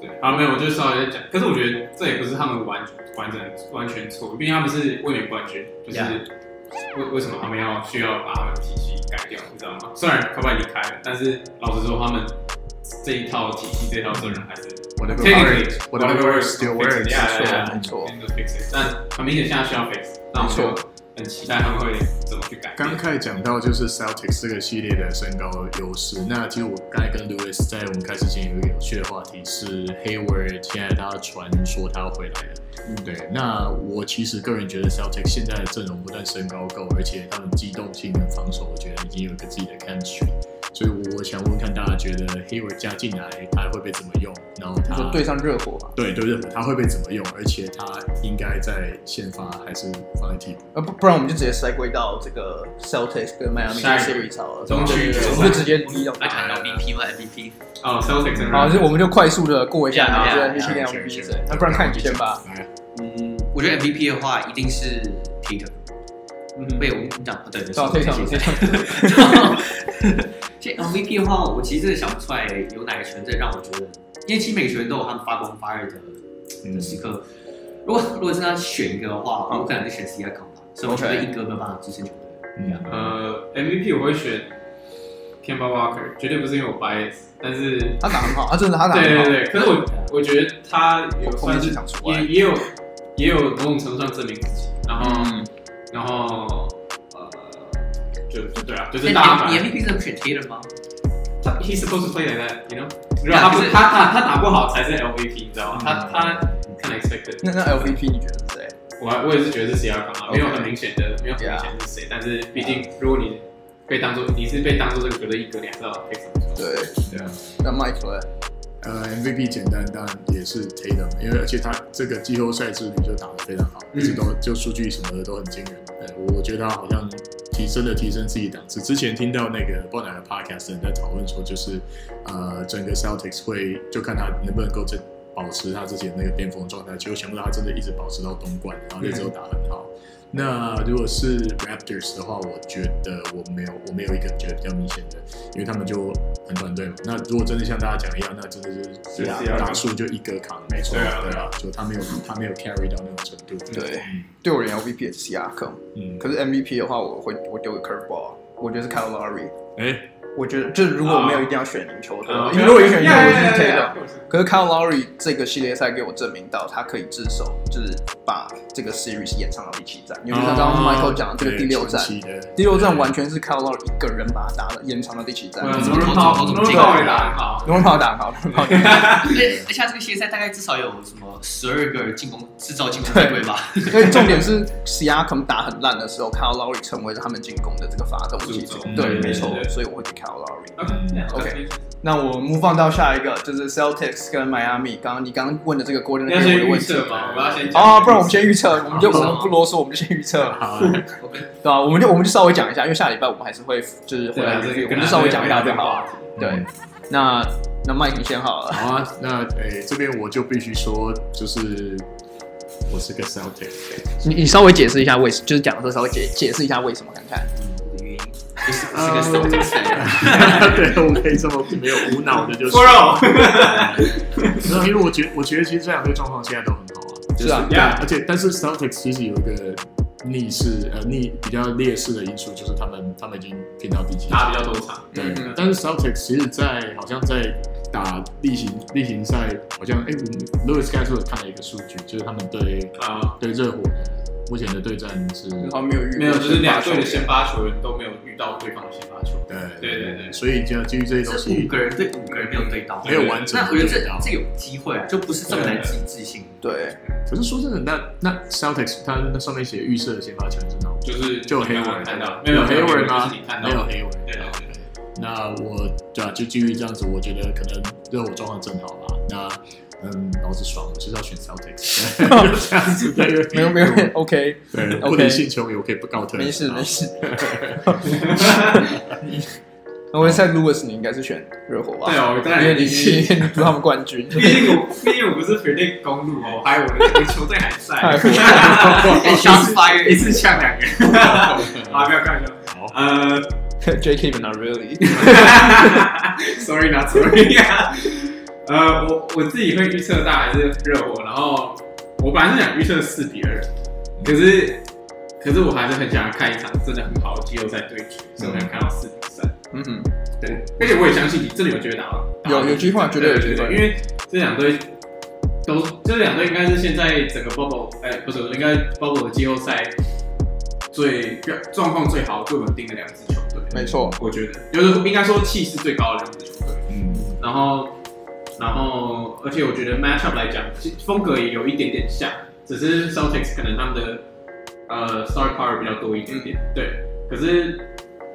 Speaker 2: 对，好，没有，我就稍微再讲。可是我觉得这也不是他们完完整完全错，毕竟他们是卫冕冠军，就是
Speaker 3: Yeah
Speaker 2: 为为什么他们要需要把他们体系改掉，你知道吗？虽然科拜离开了，但是老实说，他们这一套体系、这一套阵容还是
Speaker 4: 我那个
Speaker 2: technically
Speaker 4: whatever works still works，
Speaker 1: 没错
Speaker 2: yeah, yeah, yeah,
Speaker 1: 没错
Speaker 2: kind of fix it，但很明显现在需要 fix，那我们
Speaker 1: 没
Speaker 2: 就很期待他们会怎么去改变
Speaker 4: 刚。才讲到就是 Celtics 这个系列的身高优势。那其实我刚才跟 Louis 在我们开始前有一个有趣的话题是 Hayward，现在他传说他要回来了。对，那我其实个人觉得 Celtics 现在的阵容不但身高够，而且他们机动性跟防守，我觉得已经有一个自己的 chemistry。所以我想问看大家觉得 Hayward 加进来他会被怎么用？然后
Speaker 3: 啊
Speaker 1: 你
Speaker 4: 他
Speaker 1: 说对上热火吧，
Speaker 4: 对对对，他会被怎么用？而且他应该在先发还是放在替补？
Speaker 1: 呃不不然我们就直接塞归到这个 Celtics 跟 Miami
Speaker 2: 下一个
Speaker 1: series 好了，
Speaker 2: 中区
Speaker 1: 对对对我们就直接低到
Speaker 3: 来看到 MVP 或 MVP，
Speaker 2: 哦，Celtics 真的
Speaker 1: 好，就我们就快速的过一下，
Speaker 3: Yeah,
Speaker 1: 然后觉得
Speaker 3: yeah,
Speaker 1: 必须
Speaker 3: yeah,
Speaker 1: 跟 MVP 是谁，那不然看你先吧。
Speaker 4: 来，
Speaker 3: 嗯，我觉得 MVP 的话一定是 Peter。
Speaker 1: 嗯，
Speaker 3: 被我们讲不对，就是
Speaker 1: 到
Speaker 4: 哦
Speaker 1: 退场
Speaker 3: 谢谢
Speaker 1: 退场，
Speaker 3: (laughs) 然后这 MVP 的话，我其实真的想不出来有哪个球队让我觉得，因为其实每个球员都有他们发光发热的
Speaker 4: 嗯
Speaker 3: 的时刻。如果如果真的要选一个的话，
Speaker 1: 嗯
Speaker 3: 我可能是选 C 在康吧，所以我觉得一哥没有办法支撑球队。
Speaker 4: 嗯
Speaker 2: 呃，MVP 我会选 Kemba Walker，绝对不是因为我 bias，但是
Speaker 1: 他打很好，他真的他打
Speaker 2: 对
Speaker 1: 很
Speaker 2: 对
Speaker 1: 好，
Speaker 2: 对，可是我我觉得他有
Speaker 1: 后面
Speaker 2: 算
Speaker 1: 几
Speaker 2: 是
Speaker 1: 场出
Speaker 2: 也
Speaker 1: 来，
Speaker 2: 也有也有某种程度上证明自己，然后、
Speaker 1: 嗯，
Speaker 2: 然后呃，就就对啊，就是大家
Speaker 3: 那
Speaker 2: 把
Speaker 3: 你你 MVP 怎么选 Tatum 吗？
Speaker 2: 他 he's supposed to play like that，you know，如果他不是嗯他他他打不好才是 MVP，你知道吗？他他 kind of expected。
Speaker 1: 那那 LVP 你觉得是谁？
Speaker 2: 我还我也是觉得是 C R 康啊，
Speaker 1: OK
Speaker 2: 没有很明显的，没有很明显是谁，但是毕竟如果你被当做你是被当做这个球队一哥，你还是要 pick 什么球
Speaker 1: 对，
Speaker 4: 对啊。
Speaker 1: 那 Mike 嘞？
Speaker 4: 呃，MVP 简单，当然也是 Tatum，因为而且他这个季后赛之旅就打得非常好，一
Speaker 1: 嗯
Speaker 4: 直都就数据什么的都很惊人。呃，我觉得他好像提升了提升自己档次。之前听到那个爆奶的 Podcast 人在讨论说，就是呃，整个 Celtics 会就看他能不能够这保持他之前那个巅峰状态，结果想不到他真的一直保持到东冠，然后那时候打很好。那如果是 Raptors 的话，我觉得我没有我没有一个觉得比较明显的，因为他们就很团队嘛。那如果真的像大家讲的一样，那真的就是
Speaker 2: 是
Speaker 4: 打
Speaker 2: CR
Speaker 4: 打数就一个扛，没错，
Speaker 2: 对啊
Speaker 4: 对啊，就他没有他没有 carry 到那种程度。
Speaker 1: 对
Speaker 4: 嗯
Speaker 1: 对我而言 LVP 也是 C R 坑，
Speaker 4: 嗯，
Speaker 1: 可是 MVP 的话，我会我丢个 curveball，我觉得是 Kyle Lowry。
Speaker 4: 哎，
Speaker 1: 我觉得，就是如果我没有一定要选赢球队，
Speaker 2: 队？
Speaker 1: 因为如果有选赢球，我就是 Tatum。
Speaker 2: 的。
Speaker 1: 可是 Kyle Lowry 这个系列赛给我证明到，他可以自首，就是把这个 series 延长到第七站，尤其是刚刚 Michael 讲的这个第六站，第六站完全是 Kyle Lowry 一个人把他打了，延长到第七站。
Speaker 2: 对啊，
Speaker 1: 嗯
Speaker 2: 罗伦炮，罗伦炮也打得好。
Speaker 1: 龙炮打好，龙炮打好，
Speaker 3: 而且而且他这个系列赛大概至少有什么十二个进攻制造进攻犯规吧？
Speaker 1: 因
Speaker 2: (laughs)
Speaker 1: 为重点是 Siakam 打很烂的时候，Kyle Lowry 成为了他们进攻的这个发动机
Speaker 2: 助攻。
Speaker 1: 对，
Speaker 4: 嗯
Speaker 1: 没错
Speaker 2: 对，对
Speaker 1: 所以我会给 Kyle Lowry。
Speaker 2: OK，
Speaker 1: 那我们 move on 到下一个，就是 Celtics 跟 Miami。刚刚你刚刚问的这个 Gordon
Speaker 2: 你要
Speaker 1: Hayward
Speaker 2: 先
Speaker 1: 的
Speaker 2: 预
Speaker 1: 问题
Speaker 2: 测嘛，我要先讲
Speaker 1: 哦，不然我们先预测，我们就我
Speaker 3: 好
Speaker 1: 们不啰嗦，我们就先预测。
Speaker 4: 好，
Speaker 1: 对啊，我们就我们就稍微讲一下，因为下礼拜我们还是会就是回
Speaker 2: 对
Speaker 1: 来
Speaker 2: 啊，
Speaker 1: review，
Speaker 2: 这个
Speaker 1: 我们就稍微讲一下就好了。
Speaker 2: 了。
Speaker 1: 对，那那麦你先好了。
Speaker 4: 好啊，那诶、这边我就必须说，就是我是个 Celtic，
Speaker 1: 你你稍微解释一下为什，就是讲的时候稍微解解释一下为什么看看。
Speaker 3: 我的原因就是不是个 s t o n
Speaker 4: (laughs) 对，我可以这么没有无脑的就
Speaker 2: 说
Speaker 4: 说，
Speaker 2: 肉，
Speaker 4: (laughs) 因为我觉我觉得其实这两队状况现在都很好啊，
Speaker 1: 是啊，
Speaker 4: 但
Speaker 2: 呀，
Speaker 4: 而且但是 Celtics 其实有一个逆势呃逆比较劣势的因素，就是他们他们已经拼到第七
Speaker 2: 打
Speaker 4: 场
Speaker 2: 比，较多场。
Speaker 4: 对
Speaker 1: 嗯，
Speaker 4: 但是 Celtics 其实在，好像在打例行例行赛，好像哎、我 Louis 刚才说有看了一个数据，就是他们对
Speaker 2: 啊，
Speaker 4: 对热火的目前的对战是，
Speaker 1: 好像没有遇过
Speaker 2: 没有，就是两队的
Speaker 1: 先
Speaker 2: 先发球员都没有遇到对方的先发球员。
Speaker 4: 对
Speaker 2: 对对对
Speaker 4: 所以就要基于这些东
Speaker 3: 是五
Speaker 4: 西
Speaker 3: 个人对五个人没有对到，
Speaker 4: 没有完整
Speaker 3: 那
Speaker 4: 的
Speaker 3: 我觉得
Speaker 4: 对哦
Speaker 3: 这
Speaker 4: 到。
Speaker 3: 这有机会啊，就不是这么难自己自信。
Speaker 1: 对，
Speaker 4: 可是说真的，那那 Celtics 它那上面写预设的先发球员是哪五个？
Speaker 2: 就是啊
Speaker 4: 就有黑
Speaker 2: 我
Speaker 4: 文
Speaker 2: 看到，
Speaker 4: 有黑文吗
Speaker 2: 是你看？到
Speaker 4: 没有黑文。啊
Speaker 2: 对对对。
Speaker 4: 那我对啊，就基于这样子，我觉得可能热火状况正好吧。那嗯，老子爽，我就是要选 Celtics，就这样子对，因为
Speaker 1: 没有没有 OK，
Speaker 4: 对，
Speaker 1: OK
Speaker 4: 不理性球迷，我可以不告特。
Speaker 1: 没事
Speaker 4: 好 (laughs)
Speaker 1: 没。事。 (laughs) 那我在 Lewis，你应该是选热火吧？
Speaker 2: 对啊我当然
Speaker 1: 因为你你你赌他们冠军。(laughs)
Speaker 2: 毕竟我毕竟我不是 predict 公路哦，我还有我的球队还在，
Speaker 1: 太
Speaker 3: 哎 Shots fired
Speaker 2: 一次呛两个人，啊，不要开玩笑，
Speaker 4: 嗯好
Speaker 2: 呃 (laughs)
Speaker 1: J.K. but not really。
Speaker 2: ，sorry not sorry，呃，我我自己会预测大还是热火，然后我本来是想预测四比二，可是可是我还是很想要看一场真的很好的季后赛对决，所以我想看到四比三。
Speaker 1: 嗯哼，
Speaker 2: 对，而且我也相信你真的有机会打到，打到
Speaker 1: 有有机会啊绝对有机会
Speaker 2: 因为这两队都这两队应该是现在整个 bubble，哎、不是，应该 bubble 的季后赛最表状况最好、最稳定的两支球队。
Speaker 1: 没错。
Speaker 2: 我觉得就是应该说气势最高的两支球队。
Speaker 4: (laughs) 嗯，
Speaker 2: 然后，然后，而且我觉得 matchup 来讲，其风格也有一点点像，只是 Celtics 可能他们的呃 star power 比较多一点点，对。可是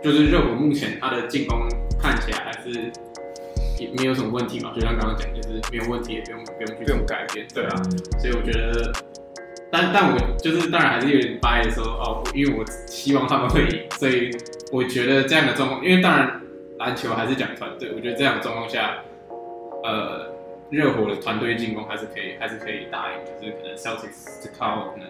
Speaker 2: 就是热火目前他的进攻看起来还是也没有什么问题嘛，就像刚刚讲，就是没有问题，也不用不用去
Speaker 1: 不用
Speaker 2: 改变，对
Speaker 4: 对
Speaker 2: 啊
Speaker 4: 啊。，
Speaker 2: 所以我觉得，但但我就是当然还是有点 bias 说哦，因为我希望他们会赢，所以我觉得这样的状况，因为当然篮球还是讲团队，我觉得这样的状况下，呃，热火的团队进攻还是可以，还是可以打赢，就是可能 Celtics 是靠可能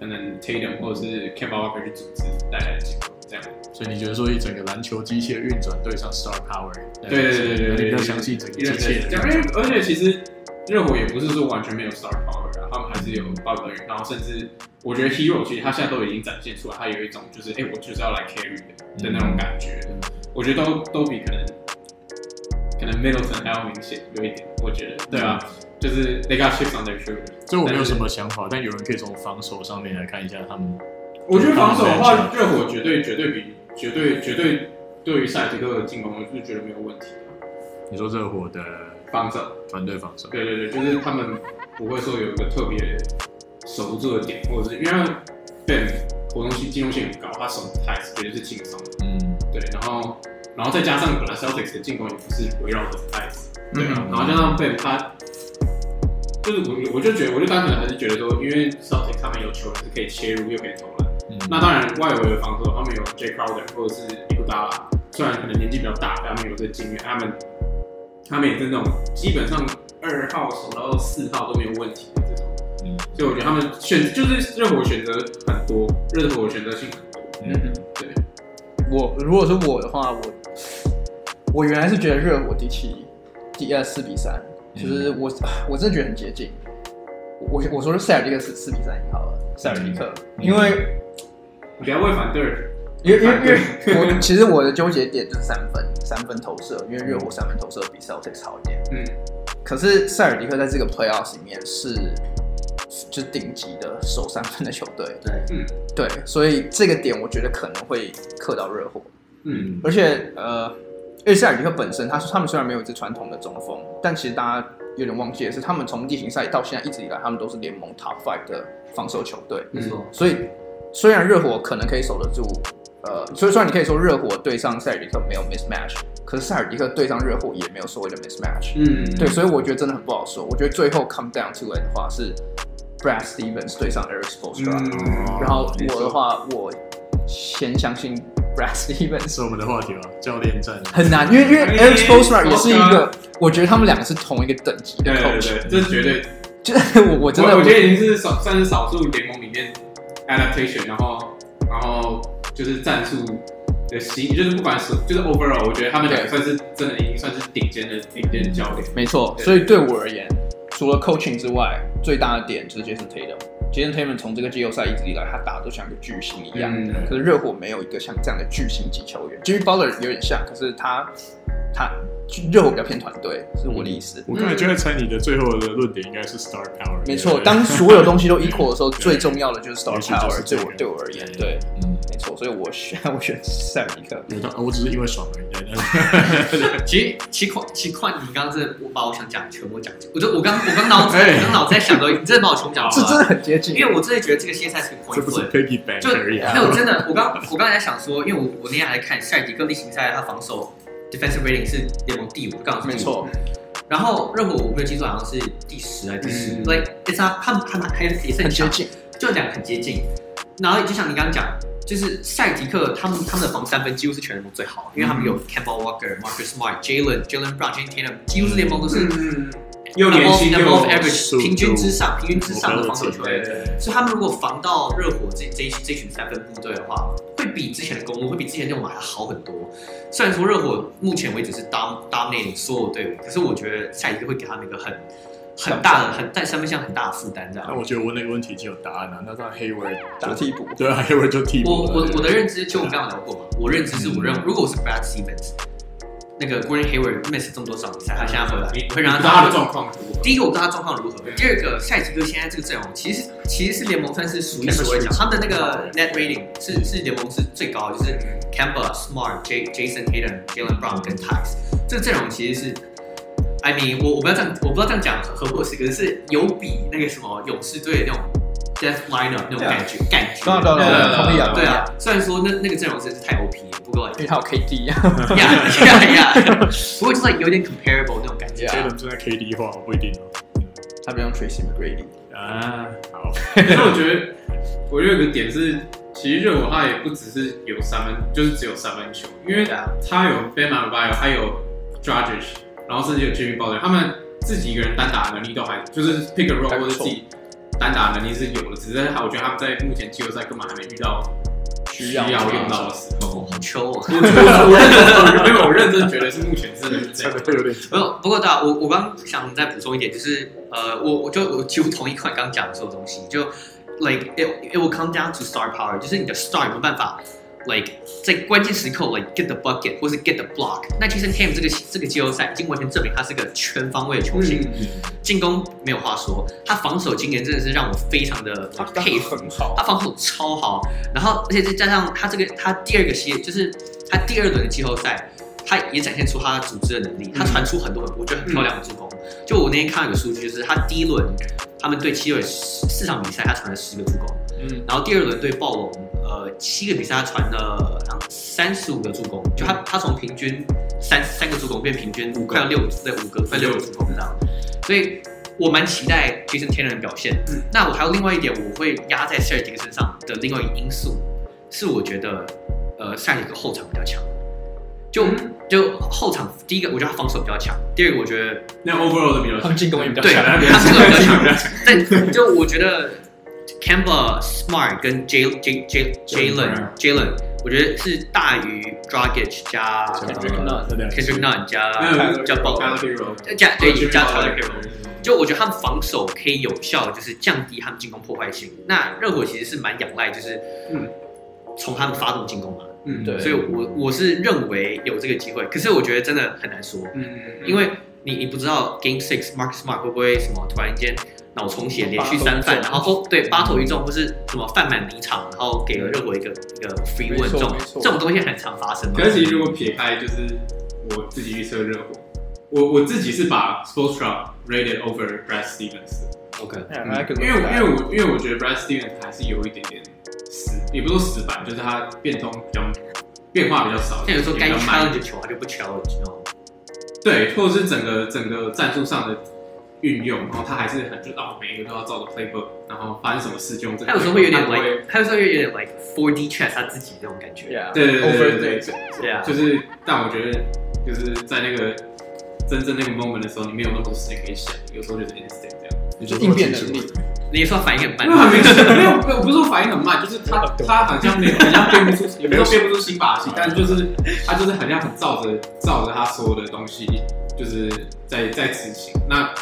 Speaker 2: 可能 Tatum 或者是 Kemba Walker 去组织带来的进攻，这样
Speaker 4: 所以你觉得说一整个篮球机械运转对上 Star Power，
Speaker 2: 对对对对对
Speaker 4: 你
Speaker 2: 对
Speaker 4: 比较相信整个机
Speaker 2: 热
Speaker 4: 械
Speaker 2: 火
Speaker 4: 的
Speaker 2: 这样，因为而且其实热火也不是说完全没有 star power，、啊、他们还是有 Butler，然后甚至我觉得 Hero 其实他现在都已经展现出来，他有一种就是哎、我就是要来 carry 的的那种感觉，我觉得都都比可能可能 Middleton 还要明显有一点，我觉得对啊，就是 they got chips on their shoulder。
Speaker 4: 这我没有什么想法，但有人可以从防守上面来看一下他们。
Speaker 2: 我觉得防守的话，热火绝对绝对比绝对绝对对于赛迪克的进攻，我是觉得没有问题的。
Speaker 4: 你说热火的
Speaker 2: 防守，
Speaker 4: 团队防守，
Speaker 2: 对对对，就是他们不会说有一个特别守不住的点，或者是因为 Ben 活动性进攻性很高，他守台绝对是轻松的。
Speaker 4: 嗯，
Speaker 2: 对，然后然后再加上本来 Celtics 的进攻也不是围绕着 t i 对啊，
Speaker 1: 嗯
Speaker 2: 然后加上 Ben 他。就是我，我就觉得，我就单纯的还是觉得说，因为 Celtics 他们有球员是可以切入又可以投篮，
Speaker 4: 嗯
Speaker 2: 那当然，外围的防守他们有 J Crowder 或者是 i b u d a 虽然可能年纪比较大，但他们有这经验，他们他们也是那种基本上二号守到四号都没有问题的这种，
Speaker 4: 嗯
Speaker 2: 所以我觉得他们选就是热火选择很多，热火选择性很多，
Speaker 1: 嗯，
Speaker 2: 对，
Speaker 1: 我如果是我的话，我我原来是觉得热火第七，第二四比三，就是我、我真的觉得很接近。我我说是塞尔迪克是四比三赢好了，塞尔迪克，
Speaker 4: 嗯
Speaker 1: 因为
Speaker 2: 你不要为反对人，
Speaker 1: 因为因为因为我其实我的纠结点就是三分三分投射，因为热火三分投射比 Celtics 好一点。
Speaker 2: 嗯，
Speaker 1: 可是塞尔迪克在这个 playoffs 里面是就是顶级的守三分的球队，
Speaker 3: 对，
Speaker 1: 对，所以这个点我觉得可能会克到热火。
Speaker 2: 嗯
Speaker 1: 而且呃，因为塞尔迪克本身，他他们虽然没有一支传统的中锋，但其实大家有点忘记的是，他们从例行赛到现在一直以来，他们都是联盟 top five 的防守球队。
Speaker 3: 没错，
Speaker 1: 所以虽然热火可能可以守得住，呃，所以虽然你可以说热火对上塞尔迪克没有 mismatch，可是塞尔迪克对上热火也没有所谓的 mismatch。
Speaker 2: 嗯，
Speaker 1: 对，所以我觉得真的很不好说。我觉得最后 come down to it 的话是 Brad Stevens 对上 Eric s p o s t r a
Speaker 2: 嗯
Speaker 1: 然后我的话，我先相信 Brad Stevens
Speaker 4: 是我们的话题啊，教练战。
Speaker 1: 很难，因为因为
Speaker 2: 哎
Speaker 1: Eric s p o s t r a 也是一
Speaker 2: ，Spoelstra
Speaker 1: 个，我觉得他们两个是同一个等级的
Speaker 2: 对对
Speaker 1: coach，
Speaker 2: 对，这是绝对，
Speaker 1: 就是 (laughs) 我我真的
Speaker 2: 我我觉得已经是少算是少数联盟里面 adaptation，然后然后就是战术的吸引，就是不管是就是 overall，我觉得他们两个算是真的已经算是顶尖的顶尖的教练。
Speaker 1: 没错，
Speaker 2: 对
Speaker 1: 所以对我而言，除了 coaching 之外，最大的点就是 Jason Tatum。Jason Tatum 从这个季后赛一直以来，他打都像个巨星一样，
Speaker 2: 嗯
Speaker 1: 可是热火没有一个像这样的巨星级球员。Jimmy Butler 有点像，可是他他热火比较偏团队，是我的意思。
Speaker 2: 嗯
Speaker 4: 我刚才就在猜你的最后的论点应该是 Star Power。
Speaker 1: 没错，当所有东西都 equal 的时候，
Speaker 4: 对
Speaker 1: 最重要的就是 star
Speaker 4: 也许就是
Speaker 1: power。
Speaker 4: 这
Speaker 1: 对
Speaker 4: 个
Speaker 1: 我对我而言，
Speaker 4: 对
Speaker 1: 对，
Speaker 4: 嗯，
Speaker 1: 没错，所以我选 (laughs) 我选塞尔尼克。
Speaker 4: 有道我只是因为爽而已。但是
Speaker 3: 其实其况其况，你刚刚真的我把我想讲的全部讲清，我就我刚我刚脑子
Speaker 4: 哎
Speaker 3: 我刚脑子在想到，你真的把我全部
Speaker 2: 啊
Speaker 3: 讲
Speaker 1: 这
Speaker 3: 出
Speaker 1: 真
Speaker 3: 来
Speaker 1: 的
Speaker 3: 了，
Speaker 1: 很接近，
Speaker 3: 因为我真的觉得这个现在是个 point
Speaker 4: 这不是
Speaker 3: play。
Speaker 4: piggy bank
Speaker 3: 就
Speaker 4: 而已啊
Speaker 3: 没。有真的，我刚我刚才在想说，因为我我那天还在看赛迪克例行赛，他防守 defensive rating 是联盟第五，刚好是第五
Speaker 1: 没。错，
Speaker 3: 然后热火我没有记错，好像是第十还是第十、
Speaker 2: 嗯
Speaker 3: l i k e it's not- 他们他们还也是
Speaker 1: 很
Speaker 3: 很
Speaker 1: 接
Speaker 3: 强，
Speaker 1: 近。
Speaker 3: 就两个很接近。然后就像你刚刚讲，就是赛迪克他们他们的防三分几乎是全联盟最好，因为他们
Speaker 2: 嗯
Speaker 3: 有 Campbell Walker、Marcus Smart、Jalen、Jalen Brown、Jalen Tatum，几乎是联盟都是
Speaker 2: 嗯，又年轻
Speaker 3: above-
Speaker 2: 又
Speaker 3: above
Speaker 4: 速
Speaker 3: average
Speaker 4: 度
Speaker 3: 平均之上平均之上的防守球
Speaker 2: 对
Speaker 3: 员。
Speaker 2: 对
Speaker 3: 所以他们如果防到热火这这一这群三分部队的话，会比之前的公路，会比之前的我们还好很多。虽然说热火目前为止是 dom dominating 所有队伍，可是我觉得下一个会给他们一个很很大的很在三分项很大的负担，这
Speaker 4: 那
Speaker 3: 样。
Speaker 4: 我觉得我那个问题已经有答案了，那当然 Hayward
Speaker 1: 打替补，
Speaker 4: 对啊，Hayward 就替补
Speaker 3: 我
Speaker 4: 了。
Speaker 3: 我
Speaker 4: 对
Speaker 3: 我的认知，就我们刚刚聊过嘛，我认知是我认，如果我是 Brad Stevens，那个 Gordon Hayward miss 这么多场比赛，他现在回来，
Speaker 2: 你
Speaker 3: 我会让
Speaker 2: 你知道他
Speaker 3: 他
Speaker 2: 的状况如何？
Speaker 3: 第一个，我不知道他状况如何
Speaker 2: 对；
Speaker 3: 第二个，赛季哥现在这个阵容，其实其实是联盟算是数一数二强，他们的那个 net rating 是是联盟是最高的，就是 Kemba、Smart、J Jason Tatum、Jalen Brown
Speaker 1: 嗯
Speaker 3: 跟 Tyus 这个阵容其实是，I mean 我我不要这样，我不知道这样讲合不合适，可是有比那个什么勇士队的那种 death lineup 那种
Speaker 1: 对啊
Speaker 3: 感觉感觉，
Speaker 1: 对啊对啊对
Speaker 2: 啊
Speaker 1: 同意啊
Speaker 3: 对啊，虽然说那那个阵容真的是太 OP 了，
Speaker 1: (laughs)
Speaker 3: 不过
Speaker 1: 因为他有 KD 啊。
Speaker 3: (laughs) 呀呀呀，不过就是 like 有点 comparable 那种感觉。
Speaker 4: Jalen 正在 KD 化，不一定哦。
Speaker 1: 他不用 Tracy McGrady。
Speaker 4: 啊，好，
Speaker 2: 可是我觉得，我觉得有个点是，其实热火他也不只是有三分，就是只有三分球，因为
Speaker 3: 对啊
Speaker 2: 他有 Ben a r b i o 还有 d r a g i c 然后甚至有 Jimmy Butler，他们自己一个人单打能力都还，就是 pick and roll
Speaker 1: 还
Speaker 2: 或
Speaker 1: 不
Speaker 2: 者
Speaker 1: 错
Speaker 2: 自己单打能力是有的，只是他我觉得他们在目前季后赛根本还没遇到
Speaker 1: 需
Speaker 2: 需
Speaker 1: 要
Speaker 4: (laughs)
Speaker 2: 要用到的时候。
Speaker 3: 哦，好秋哦。
Speaker 2: 我我我认真，没有，我认真觉得是目前是这
Speaker 4: 真
Speaker 2: 样
Speaker 4: 的。会有点
Speaker 3: 没有，不过大，我我刚想再补充一点，就是呃，我我就我几乎同意快刚讲的所有东西，就 like it it will come down to star power，就是你的 star 有没有办法 like 在关键时刻 like get the bucket 或是 get the block。那 Jason Tam 这个这个季后赛已经完全证明他是个全方位的球星，
Speaker 2: 嗯，
Speaker 3: 进攻没有话说，他防守今年真的是让我非常的
Speaker 1: 他
Speaker 3: 佩
Speaker 1: 配
Speaker 3: 服。
Speaker 1: 很好
Speaker 3: 他，防守超好，然后而且再加上他这个他第二个系列就是他第二轮的季后赛，他也展现出他组织的能力，他传出很多很多我觉得很漂亮的助攻。就我那天看到有个数据，就是他第一轮他们对七六人四四场比赛，他传了十个助攻，
Speaker 2: 嗯
Speaker 3: 然后第二轮对暴龙，呃，七个比赛他传了好像三十五个助攻，就他他从平均三三个助攻变平均
Speaker 1: 五个
Speaker 3: 快要六对五个快六个助攻这样，所以我蛮期待 Jason Tatum 的表现。
Speaker 2: 嗯
Speaker 3: 那我还有另外一点，我会压在塞尔迪克身上的另外一个因素是，我觉得呃塞尔迪克后场比较强，就、
Speaker 2: 嗯
Speaker 3: 就后场第一个我觉得他防守比较强，第二个我觉得
Speaker 2: 那 overall 的比
Speaker 1: (laughs)
Speaker 2: 较
Speaker 1: 他们进攻也比较
Speaker 3: (laughs) 对，
Speaker 1: 强。
Speaker 3: 他这个比较 (laughs) 强。但就我觉得 Canva Smart 跟 J J J Jalen Jalen，我觉得是大于 Dragic 加
Speaker 4: 像
Speaker 1: Kendrick Nunn
Speaker 4: 这两个
Speaker 3: Kendrick Nunn 加
Speaker 2: 没有
Speaker 3: 加
Speaker 2: 暴
Speaker 3: b
Speaker 2: 加
Speaker 3: o
Speaker 2: 黑柔，
Speaker 3: (laughs) 加对加 Tyler h e r o
Speaker 2: Hero，
Speaker 3: 就我觉得他们防守可以有效，就是降低他们进攻破坏性。那热火其实是蛮仰赖，就是
Speaker 2: 嗯
Speaker 3: 从他们发动进攻嘛。
Speaker 2: 嗯
Speaker 1: 对
Speaker 3: 所以我我是认为有这个机会，可是我觉得真的很难说。
Speaker 2: 嗯，
Speaker 3: 因为你你不知道 Game Six Mark Smart 会不会什么突然间脑充血连续三
Speaker 1: 八投一
Speaker 3: 犯，
Speaker 1: 中
Speaker 3: 然后哦对八投一中或是什么犯满离场，然后给了热火一个一个 free
Speaker 1: 没
Speaker 3: win 这
Speaker 1: 错
Speaker 3: 种
Speaker 1: 没错
Speaker 3: 这种东西很常发生嘛
Speaker 2: 可。是其实如果撇开就是我自己预测热火，我我自己是把 Spoelstra rated over Brad Stevens，的
Speaker 3: OK，
Speaker 1: Yeah, I could
Speaker 2: 因为我
Speaker 1: look
Speaker 2: 因
Speaker 1: at
Speaker 2: 为我因为我觉得 Brad Stevens 还是有一点点死，也不是说死板，就是他变通比较变化比较少，
Speaker 3: 像有时候
Speaker 2: 也
Speaker 3: 该
Speaker 2: 比较慢
Speaker 3: challenge 的球他就不 challenge，然后
Speaker 2: 对，或者是整个整个战术上的运用，然后他还是很就哦每一个都要照着 playbook，然后发生什么事就用这个 playbook，
Speaker 3: 他有时候会有点
Speaker 2: 他不 (laughs) 会
Speaker 3: like，他有时候会有点 like four D chess 他自己那种感觉。
Speaker 1: Yeah,
Speaker 2: 对对对对
Speaker 1: over
Speaker 2: 对
Speaker 1: the
Speaker 2: 对，
Speaker 3: 对啊，
Speaker 2: 就是，但我觉得就是在那个真正那个 moment 的时候，你没有那么多时间可以想，有时候就是 instant 这样。
Speaker 1: 就应变能力。
Speaker 3: 你说反应很慢
Speaker 2: 没有， (laughs) 很明显，没有，没有，不是说反应很慢，就是他他好像没有，好像变不出，也没有变不出新把戏，但就是他就是好像很照着照着他所有的东西，就是在在执行。那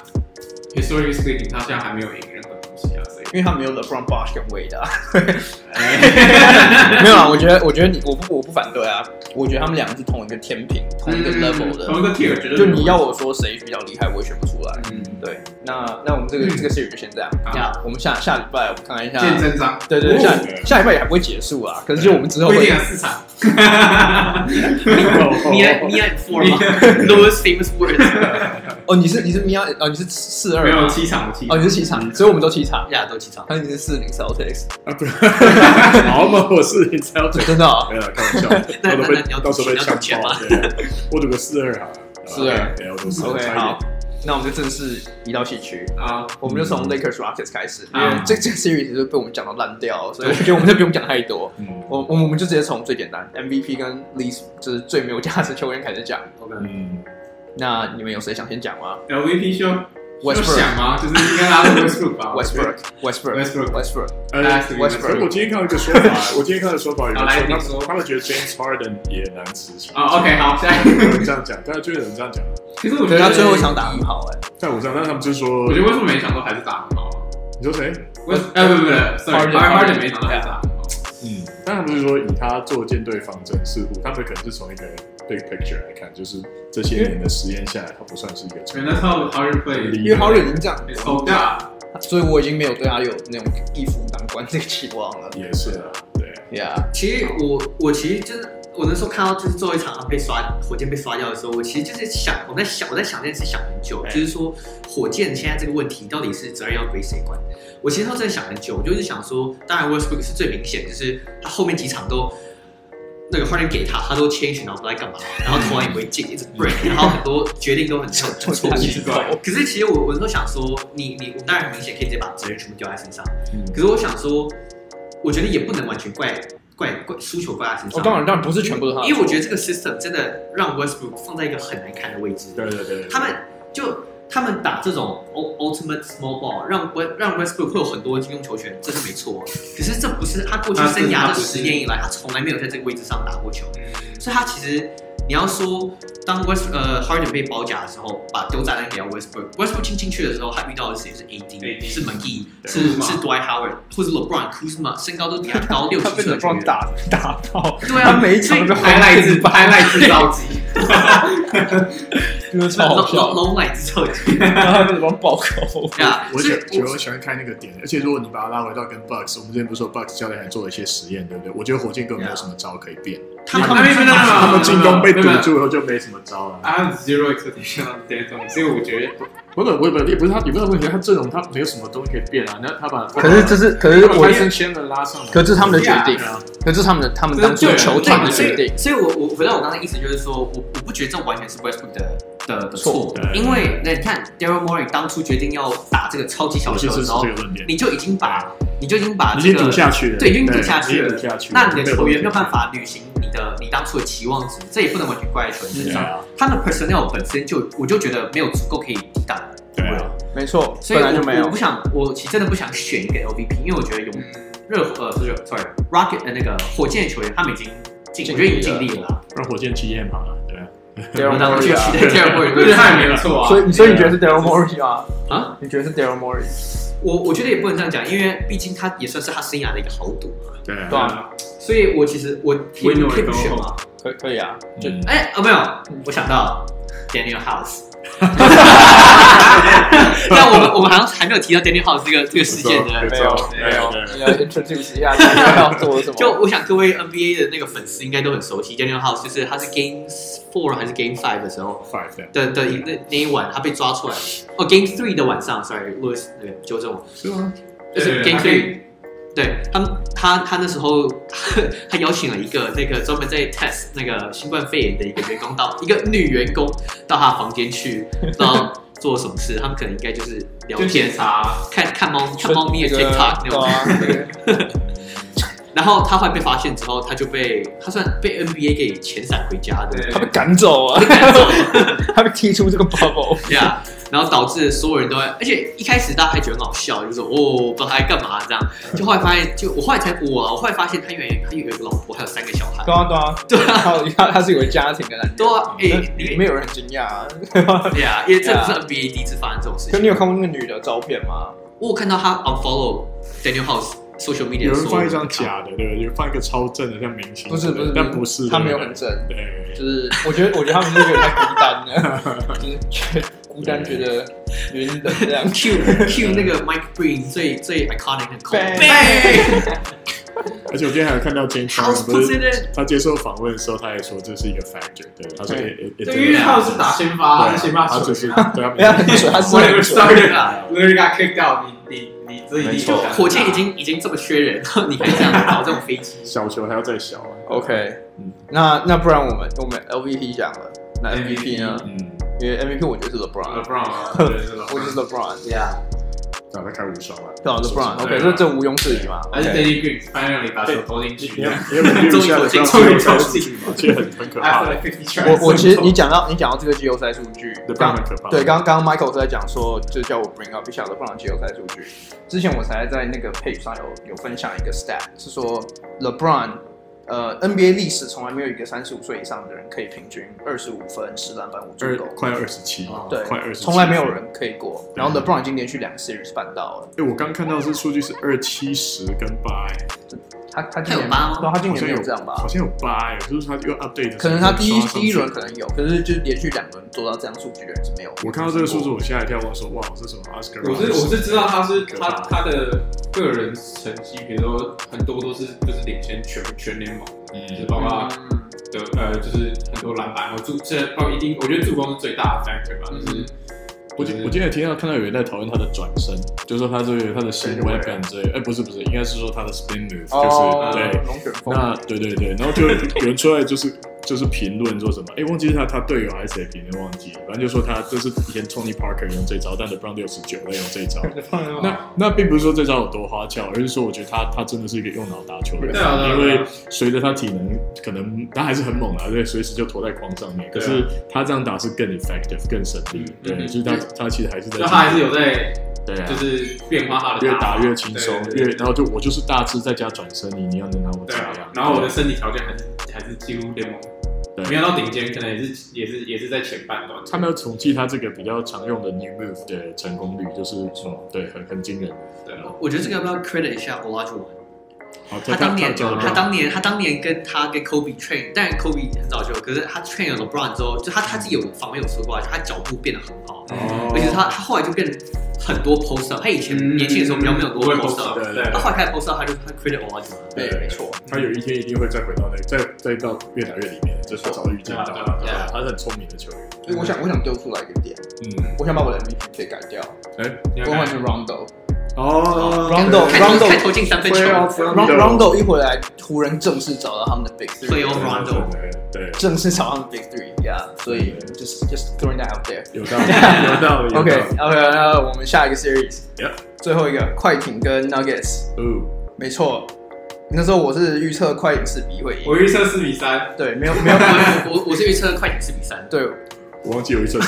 Speaker 2: historically speaking，他现在还没有赢任何东西啊，所以
Speaker 1: (laughs) 因为他没有 LeBron Bosch 跟 Wade 啊，
Speaker 2: 哎
Speaker 1: (laughs) 没有啊，我觉得，我觉得你，我不，我不反对啊，我觉得他们两个是同一个天平，同一个 level 的，
Speaker 2: 嗯同一个 tier，觉得
Speaker 1: 就你要我说谁比较厉害，我也选不出来。
Speaker 2: 嗯，
Speaker 1: 对，那那我们这个、
Speaker 2: 嗯
Speaker 1: 这个 series 就先这样，
Speaker 2: 好
Speaker 3: 对啊，
Speaker 1: 我们下下礼拜我们看一下，
Speaker 2: 见真章，
Speaker 1: 对对对，
Speaker 4: 哦
Speaker 1: 下下礼拜也还不会结束啊，可是就我们之后
Speaker 2: 不一
Speaker 1: 会
Speaker 2: 定啊，市场。
Speaker 3: 你来你来 four 吗？Lowest famous words，
Speaker 1: 哦，你是你是米亚哦，你是四二
Speaker 2: 没有七场七
Speaker 1: 哦，
Speaker 2: 场，
Speaker 1: 你是七场，所以我们都七场，
Speaker 3: 亚洲机场。
Speaker 1: 还有你是四零 Celtics，
Speaker 4: 啊，不是，好嘛，我是你才要
Speaker 1: 对真的
Speaker 2: (laughs)
Speaker 1: 哦，
Speaker 4: 没有啦开玩笑，到时候
Speaker 3: 那你要
Speaker 4: 被到时候被
Speaker 3: 你要赌钱
Speaker 4: 呛爆
Speaker 3: 吗。
Speaker 4: 对啊我赌个四二好了，
Speaker 1: 42
Speaker 4: 对，我赌四
Speaker 1: OK，
Speaker 4: 二，
Speaker 1: 好，那我们就正式移到西区，
Speaker 2: 啊，
Speaker 1: 我们就从 Lakers Rockets 开始，因
Speaker 2: 好
Speaker 1: 为这 (laughs) 这个 series 就被我们讲到烂掉，所以我觉得我们 (laughs) 就不用讲太多。
Speaker 4: 嗯，
Speaker 1: 我我我们就直接从最简单 MVP 跟 least 就是最没有价值球员开始讲。
Speaker 3: OK，
Speaker 4: 嗯，
Speaker 1: 那你们有谁想先讲吗
Speaker 2: MVP 需要需要
Speaker 1: Westbrook
Speaker 2: 想吗？就是应该拿到 Westbrook
Speaker 1: (laughs)
Speaker 2: 吧
Speaker 1: ？Westbrook Westbrook
Speaker 2: Westbrook
Speaker 1: Westbrook
Speaker 4: 呃，
Speaker 1: Westbrook
Speaker 4: 所以我今天看到一个说法，我今天看到说法，有
Speaker 2: 好来
Speaker 4: 人
Speaker 2: 你
Speaker 4: 说他
Speaker 2: 说
Speaker 4: 们他们觉得 James Harden 也难执行
Speaker 2: 啊，OK，好，下一
Speaker 4: 有
Speaker 2: 个。 (laughs)
Speaker 4: 人这样讲，大家就有人这样讲，
Speaker 2: 其实我
Speaker 1: 我觉得
Speaker 2: 觉得
Speaker 1: 他最后一场打得很，好哎、
Speaker 4: 在我上，但他们就说
Speaker 2: 我，觉得 Westbrook 每一场都还是打很好。
Speaker 4: 你说谁？
Speaker 2: West 哎不不不，sorry，
Speaker 1: Harden-
Speaker 2: 而 Harden 每一场都还是打很好。
Speaker 4: 嗯，但他们就是说以他做舰队方针似乎，他们可能是从一个 big picture 来看，就是这些年的实验下来，他不算是一个成
Speaker 2: 原
Speaker 4: 功
Speaker 2: 来他们 Harden
Speaker 4: 的
Speaker 2: play
Speaker 1: 因为好忍已经这样
Speaker 2: is so bad，
Speaker 1: 所以我已经没有对他有那种一夫当关这个期望了。
Speaker 4: 也是啊，对，
Speaker 1: Yeah，
Speaker 3: 其实我我其实就是我那时候看到就是最后一场他被刷火箭被刷掉的时候，我其实就是想我在想我在想这件事想很久，
Speaker 1: 哎
Speaker 3: 就是说火箭现在这个问题到底是责任要归谁管？我其实真的想很久，我就是想说，当然 Westbrook 是最明显，就是他后面几场都。那个坏人给他，他都 change，然后不知道在干嘛，然后投篮也不会进，一直 break，然后很多决定都很错很错误。
Speaker 1: 一直
Speaker 2: 对
Speaker 1: 投
Speaker 3: 可是其实我我都想说，你你我当然很明显可以直接把责任全部丢在身上，
Speaker 4: 嗯
Speaker 3: 可是我想说，我觉得也不能完全怪怪怪输球怪他身上。
Speaker 1: 哦，当然，当然不是全部都是他的错，
Speaker 4: 啊
Speaker 3: 因为我觉得这个 system 真的让 Westbrook 放在一个很难看的位置。
Speaker 4: 对对对，对
Speaker 3: 他们就他们打这种 ul- ultimate small ball，让 West- 让 Westbrook 会有很多进攻球权，这是没错。可是这不是他过去
Speaker 2: 啊这
Speaker 3: 生
Speaker 2: 是他
Speaker 3: 涯的
Speaker 2: 不是
Speaker 3: 十年以来，他从来没有在这个位置上打过球。所以他其实你要说，当 West 呃 Harden 被包夹的时候，把丢炸弹给到 Westbrook，Westbrook 进进去的时候，他遇到的是谁？是 AD，,
Speaker 2: AD
Speaker 3: 是 McGee，
Speaker 2: 对
Speaker 3: 是
Speaker 2: Kuzma
Speaker 3: 是 Dwight Howard，或是 LeBron Kuzma，身高都比他高六
Speaker 1: 他
Speaker 3: 七
Speaker 1: 被
Speaker 3: 寸的
Speaker 1: l
Speaker 3: 球
Speaker 1: e
Speaker 3: 员。
Speaker 1: 打打 (laughs) 爆，
Speaker 3: 对
Speaker 1: 他
Speaker 3: 啊，
Speaker 1: 每一场都
Speaker 2: 拍赖制拍赖制造机，
Speaker 1: 真的超好
Speaker 3: 龙龙
Speaker 1: 笑，
Speaker 3: 龙奶制造机
Speaker 1: 然后他被 LeBron 暴扣。
Speaker 3: 啊，
Speaker 4: 我
Speaker 3: 所以
Speaker 4: 觉觉得我喜欢看那个点，而且如果你把它拉回到跟 Bucks，我们之前不是说 Bucks 教练还做了一些实验，对不对？我觉得火箭根本没有什么招可以变，
Speaker 3: 他
Speaker 2: 啊没
Speaker 3: 们
Speaker 2: 有没有没有没有
Speaker 4: 他们进攻被堵住以后就没什么招了。
Speaker 2: 啊，zero expectation on d a t 所以我觉得
Speaker 4: 不是，我本也不是他，也不是问题，他阵容他没有什么东西可以变啊。那他把
Speaker 1: 可是这是可是我
Speaker 4: 我先签了拉上来，
Speaker 1: 可是他们的决定
Speaker 4: 对，啊
Speaker 1: 可是他们的他们
Speaker 2: 这是
Speaker 1: 当初
Speaker 2: 对
Speaker 1: 球团的
Speaker 3: 所
Speaker 1: 决
Speaker 3: 以
Speaker 1: 定，
Speaker 3: 所以我我回到我刚才意思就是说，我我不觉得这完全是 Westbrook 的的的错
Speaker 4: 错，对
Speaker 3: 因为那你看 Daryl Morey 当初决定要打这个超级小
Speaker 4: 我
Speaker 3: 球
Speaker 4: 其
Speaker 3: 的
Speaker 4: 实是
Speaker 3: 时候
Speaker 4: 这，个论点，
Speaker 3: 你就已经把你就已经把
Speaker 4: 已
Speaker 3: 这
Speaker 4: 经赌
Speaker 3: 个，
Speaker 4: 下去了，
Speaker 3: 对已经赌下去
Speaker 4: 已
Speaker 3: 了
Speaker 4: 经赌下去了
Speaker 3: 那你的球员没有办，法履行你的你当初的期望值，这也不能完全怪在球员身
Speaker 4: 对
Speaker 3: 上。
Speaker 4: 啊，
Speaker 3: 他们 personnel 本身就我就觉得没有足够可以抵挡，
Speaker 4: 对啊，
Speaker 1: 没错，
Speaker 3: 所以
Speaker 1: 本来
Speaker 3: 我
Speaker 1: 就没
Speaker 3: 我
Speaker 1: 有
Speaker 3: 不。想，我其实真的不想选一个 LVP，因为我觉得有热火呃不是热火 sorry Rocket 的那个火箭球员，他们已经尽
Speaker 1: 尽
Speaker 3: 我觉得已经
Speaker 1: 力了
Speaker 3: 尽力了啦。
Speaker 4: 让火箭去验嘛，对啊，
Speaker 1: Daryl
Speaker 3: 当初
Speaker 1: Morey 啊
Speaker 3: (laughs) 期待 d a r
Speaker 2: 我觉得他也没有错啊，
Speaker 1: 所以所以你觉得是 Daryl Morey 啊？
Speaker 3: 啊，
Speaker 1: 你觉得是 Daryl Morey？
Speaker 3: 我我觉得也不能这样讲，因为毕竟他也算是他生涯的一个豪赌嘛。
Speaker 4: 对啊
Speaker 1: 对，
Speaker 2: 啊，
Speaker 3: 所以我其实我可以
Speaker 2: Winner
Speaker 3: 可以不
Speaker 2: go
Speaker 3: 选
Speaker 2: home
Speaker 3: 嘛。
Speaker 1: 可以可以啊，就
Speaker 4: 嗯
Speaker 3: 哎啊没有，我想到 Daniel House。但我们我们好像还没有提到 Daniel House 这个这个事件的。
Speaker 1: 没
Speaker 4: 没
Speaker 1: 有
Speaker 4: 有
Speaker 1: 没有
Speaker 4: 对对，对
Speaker 1: 你要 introduce 一下你要做什么？
Speaker 3: 就我想各位 NBA 的那个粉丝应该都很熟悉 Daniel House，就是他是 Game Four 还是 Game Five 的时候，
Speaker 4: five 对，
Speaker 3: 的的一那那一晚他被抓出来了，哦，Game Three 的晚上，sorry，Louis 那个纠正我，
Speaker 4: 是吗？
Speaker 3: 就是 Game
Speaker 2: 他可
Speaker 3: Three，
Speaker 2: 以
Speaker 3: 对他们他他那时候 (laughs) 他邀请了一个那个专门在 test 那个新冠肺炎的一个员工到一个女员工到他房间去，不知道做什么事，他们可能应该就是聊
Speaker 2: 就检
Speaker 3: 天。
Speaker 2: 查，
Speaker 3: 看看猫看猫咪的
Speaker 1: 那个
Speaker 3: TikTok 那
Speaker 1: 对
Speaker 3: 种，
Speaker 1: 啊那个
Speaker 3: 然后他后来被发现之后，他就被他算被 NBA 给遣散回家的，
Speaker 2: 对
Speaker 1: 他被赶走啊， (laughs) 他被踢出这个 bubble。
Speaker 3: 对啊，然后导致所有人都在，而且一开始大家还觉得很好笑，就说哦，不知道他在干嘛这样，就后来发现，就我后来才我啊我后来发现他原来他有一个老婆，还有三个小孩，
Speaker 1: 对啊对啊对啊，他他是有个家庭的男
Speaker 3: 对啊，哎、
Speaker 1: 人，
Speaker 3: 你
Speaker 1: 没有人很惊讶啊。
Speaker 3: 对啊，因为这
Speaker 1: 对啊
Speaker 3: 不是 NBA 第一次发生这种事
Speaker 1: 可
Speaker 3: 情。
Speaker 1: 你有看过那个女的照片吗？
Speaker 3: 我有看到他 unfollow Daniel House social media，
Speaker 4: 有人放一
Speaker 3: (laughs)
Speaker 4: 张
Speaker 3: 说
Speaker 4: 假的，对不对？有人放一个超正的，像明星，
Speaker 1: 不是不是，
Speaker 4: 但不是，
Speaker 1: 他没有
Speaker 4: 对
Speaker 1: 很
Speaker 4: 不
Speaker 1: 正，
Speaker 4: 对对， (laughs)
Speaker 1: 就是我觉得我觉得他们是有点太孤单 (laughs) 了，就是觉得孤单觉得有点冷这样。
Speaker 3: Q Q 那个 Mike Breen 最最 iconic 的 c o
Speaker 1: Bang
Speaker 3: l
Speaker 4: 而且我今天还有看到 James
Speaker 3: House
Speaker 4: Harden，不是
Speaker 3: President，
Speaker 4: 他接受访问的时候，他也说这是一个 factor，对，他说
Speaker 1: 对
Speaker 4: it- it-
Speaker 2: 对，因为他是打先发，
Speaker 4: 对啊
Speaker 2: 先发
Speaker 4: 他
Speaker 2: 手
Speaker 4: 只是对
Speaker 1: (laughs)
Speaker 4: 啊
Speaker 1: 没有
Speaker 4: 他
Speaker 1: 很准，
Speaker 2: (laughs)
Speaker 1: 他是很
Speaker 2: Whatever
Speaker 1: 准。
Speaker 2: started that, w h e r got kicked out，你你你自己
Speaker 1: 没
Speaker 2: 理
Speaker 1: 错
Speaker 2: 解。
Speaker 3: 火箭已经已经这么缺人，然后你还这样搞这种飞机，
Speaker 4: 小球还要再小啊。
Speaker 1: OK，
Speaker 4: 嗯
Speaker 1: 那那不然我们我们 LVP 讲了，那 MVP 呢？
Speaker 4: 嗯，
Speaker 1: 因为 MVP 我觉得是
Speaker 4: (laughs)
Speaker 1: LeBron，
Speaker 2: LeBron，啊对是
Speaker 1: 我觉
Speaker 2: LeBron
Speaker 1: 得是 LeBron，
Speaker 3: 对啊，
Speaker 4: 打他开无双了，
Speaker 1: 对啊
Speaker 4: 对
Speaker 1: LeBron，OK，
Speaker 4: 啊
Speaker 1: 这这毋庸置 (laughs) 疑嘛。
Speaker 2: 还是
Speaker 1: OK
Speaker 2: Danny Green finally 把球投进
Speaker 4: 你
Speaker 2: 去
Speaker 4: 要
Speaker 1: 啊
Speaker 4: 你要 review 一下的，
Speaker 3: 终
Speaker 2: 于
Speaker 4: 超
Speaker 2: 投
Speaker 4: 级
Speaker 2: 进
Speaker 4: 嘛，其实很很可怕
Speaker 2: ，After
Speaker 4: 的，
Speaker 2: like fifty
Speaker 1: 我
Speaker 2: tries，
Speaker 1: 我其实你讲到你讲到这个季后赛数据
Speaker 4: LeBron，
Speaker 1: 刚
Speaker 4: 很可怕。
Speaker 1: 对，刚刚刚 Michael 是在讲说，就叫我 bring up 一下 LeBron 的季后赛数据。之前我才在那个 page 上有有分享一个 stat，是说 LeBron，呃，NBA 历史从来没有一个三十五岁以上的人可以平均二十五分、十篮板、五助
Speaker 4: 二
Speaker 1: 攻，
Speaker 4: 快二十七
Speaker 3: 哦，
Speaker 1: 对
Speaker 4: 快二十，
Speaker 1: 从来没有。人可以过。
Speaker 4: 对
Speaker 1: 然后 LeBron 已经连续两个 series 办到了，
Speaker 4: 哎，我刚看到这数据是二七十跟八，哎
Speaker 1: 他他
Speaker 3: 他
Speaker 1: 今
Speaker 3: 有
Speaker 1: 年
Speaker 3: 八吗
Speaker 1: 对，他今
Speaker 4: 好
Speaker 1: 年
Speaker 4: 像
Speaker 1: 没
Speaker 4: 有
Speaker 1: 有这样吧
Speaker 4: 好？像有八，哎，就是他又 update 的时候
Speaker 1: 可能他第一
Speaker 4: 刷上去
Speaker 1: 第一轮可能有，可是就是连续两轮做到这样数据的人是没有。
Speaker 4: 我看到这个数字，我吓一跳，我说哇，这什么 Oscar？啊
Speaker 2: 我是我是知道他是他他的个人成绩，比如说很多都是就是领先全全联盟，就是
Speaker 4: 嗯，
Speaker 2: 包括
Speaker 1: 嗯，
Speaker 2: 的呃，就是很多篮板和助，这包括一定，我觉得助攻是最大的 factor 吧，
Speaker 4: 嗯
Speaker 2: 就是
Speaker 4: 我今我今天也听到看到有人在讨论他的转身，就说他这个他的新
Speaker 1: Fadeaway
Speaker 4: weapon 之类，哎，不是不是，应该是说他的 spin move，
Speaker 1: 哦，
Speaker 4: 就是对。
Speaker 1: 龙卷风。
Speaker 4: (laughs) 那对对对，然后就有人出来就是就是评论说什么，哎，忘记是他他队友还是谁评论忘记了，反正就说他就是以前 Tony Parker 用这招，但 LeBron 六十九在用
Speaker 2: (laughs)
Speaker 4: 这招。那那并不是说这招有多花俏，而是说我觉得他他真的是一个用脑打球的人
Speaker 2: 对啊对啊，
Speaker 4: 因
Speaker 2: 对啊
Speaker 4: 为随着他体能可能他还是很猛啊，对，随时就投在框上面。可
Speaker 2: 对啊
Speaker 4: 是他这样打是更 effective、更省力，对，
Speaker 2: 嗯嗯
Speaker 4: 就是他他其实还是在
Speaker 2: 就他还是有在
Speaker 4: 对啊
Speaker 2: 就。是变化他的
Speaker 4: 越打越轻松，
Speaker 2: 对对
Speaker 4: 越然后就我就是大致在家转身，你你要能拿我
Speaker 2: 对
Speaker 4: 怎
Speaker 2: 啊
Speaker 4: 么样？
Speaker 2: 然后我的身体条件还是还是几乎联盟
Speaker 4: 对
Speaker 2: 没有到顶尖，可能也是也是也是在前半段。
Speaker 4: 他们要统计他这个比较常用的 new move 的成功率，就是嗯，对，很很惊人。
Speaker 2: 对啊
Speaker 3: 我觉得这个要不要 credit 一下 Olajuwon？
Speaker 4: 好，
Speaker 3: 他当年
Speaker 4: 教
Speaker 3: 他当年他当年跟他跟 Kobe train，但 Kobe 很早就有，可是他 train 了 LeBron 之后，就他他自己有访问有说过，啊他脚步变得很好，
Speaker 4: 哦
Speaker 3: 而且他他后来就变得很多 post up，他以前
Speaker 1: 嗯
Speaker 3: 年轻的时候比较没有
Speaker 2: 不
Speaker 3: 多
Speaker 2: 会
Speaker 3: post up，
Speaker 2: post-up，
Speaker 4: 对
Speaker 2: 对
Speaker 3: 他后来开始 post up，他就他 credit Olajuwon。
Speaker 1: 对，没错，
Speaker 4: 他有一天一定会再回到那，再再到越打越里面，这是早预见到
Speaker 2: 对
Speaker 4: 的
Speaker 2: 啊。
Speaker 3: 对啊
Speaker 4: 他是很聪明的球员。
Speaker 1: 所以我想我想丢出来一个点，
Speaker 4: 嗯，
Speaker 1: 我想把我的 MVP 给改掉，
Speaker 4: 哎，
Speaker 2: 你要
Speaker 1: 我换
Speaker 2: 看
Speaker 1: 成 Rondo。
Speaker 4: 哦
Speaker 1: Rondo，
Speaker 3: 看
Speaker 1: Rondo
Speaker 3: 看投进三分球 (laughs)
Speaker 1: Rondo Rondo 一回来，湖人正式找到他们的 Big Three，
Speaker 3: ，Playoff Rondo，
Speaker 4: 对，
Speaker 1: 正式找到他们的 Big Three，yeah，所以
Speaker 2: 嗯
Speaker 1: just just throwing that out there。
Speaker 4: 有道理，有道理。
Speaker 1: OK OK，那我们下一个 series，
Speaker 4: Yep
Speaker 1: 最后一个快艇跟 Nuggets，
Speaker 4: 哦，
Speaker 1: 没错，那时候我是预测快艇四比一会
Speaker 2: 我
Speaker 1: 赢，
Speaker 2: 预测四比三，
Speaker 1: 对，没有
Speaker 2: (laughs)
Speaker 1: 没有，
Speaker 3: 我我是预测快艇四比三，
Speaker 1: 对，
Speaker 4: 我忘记有一次，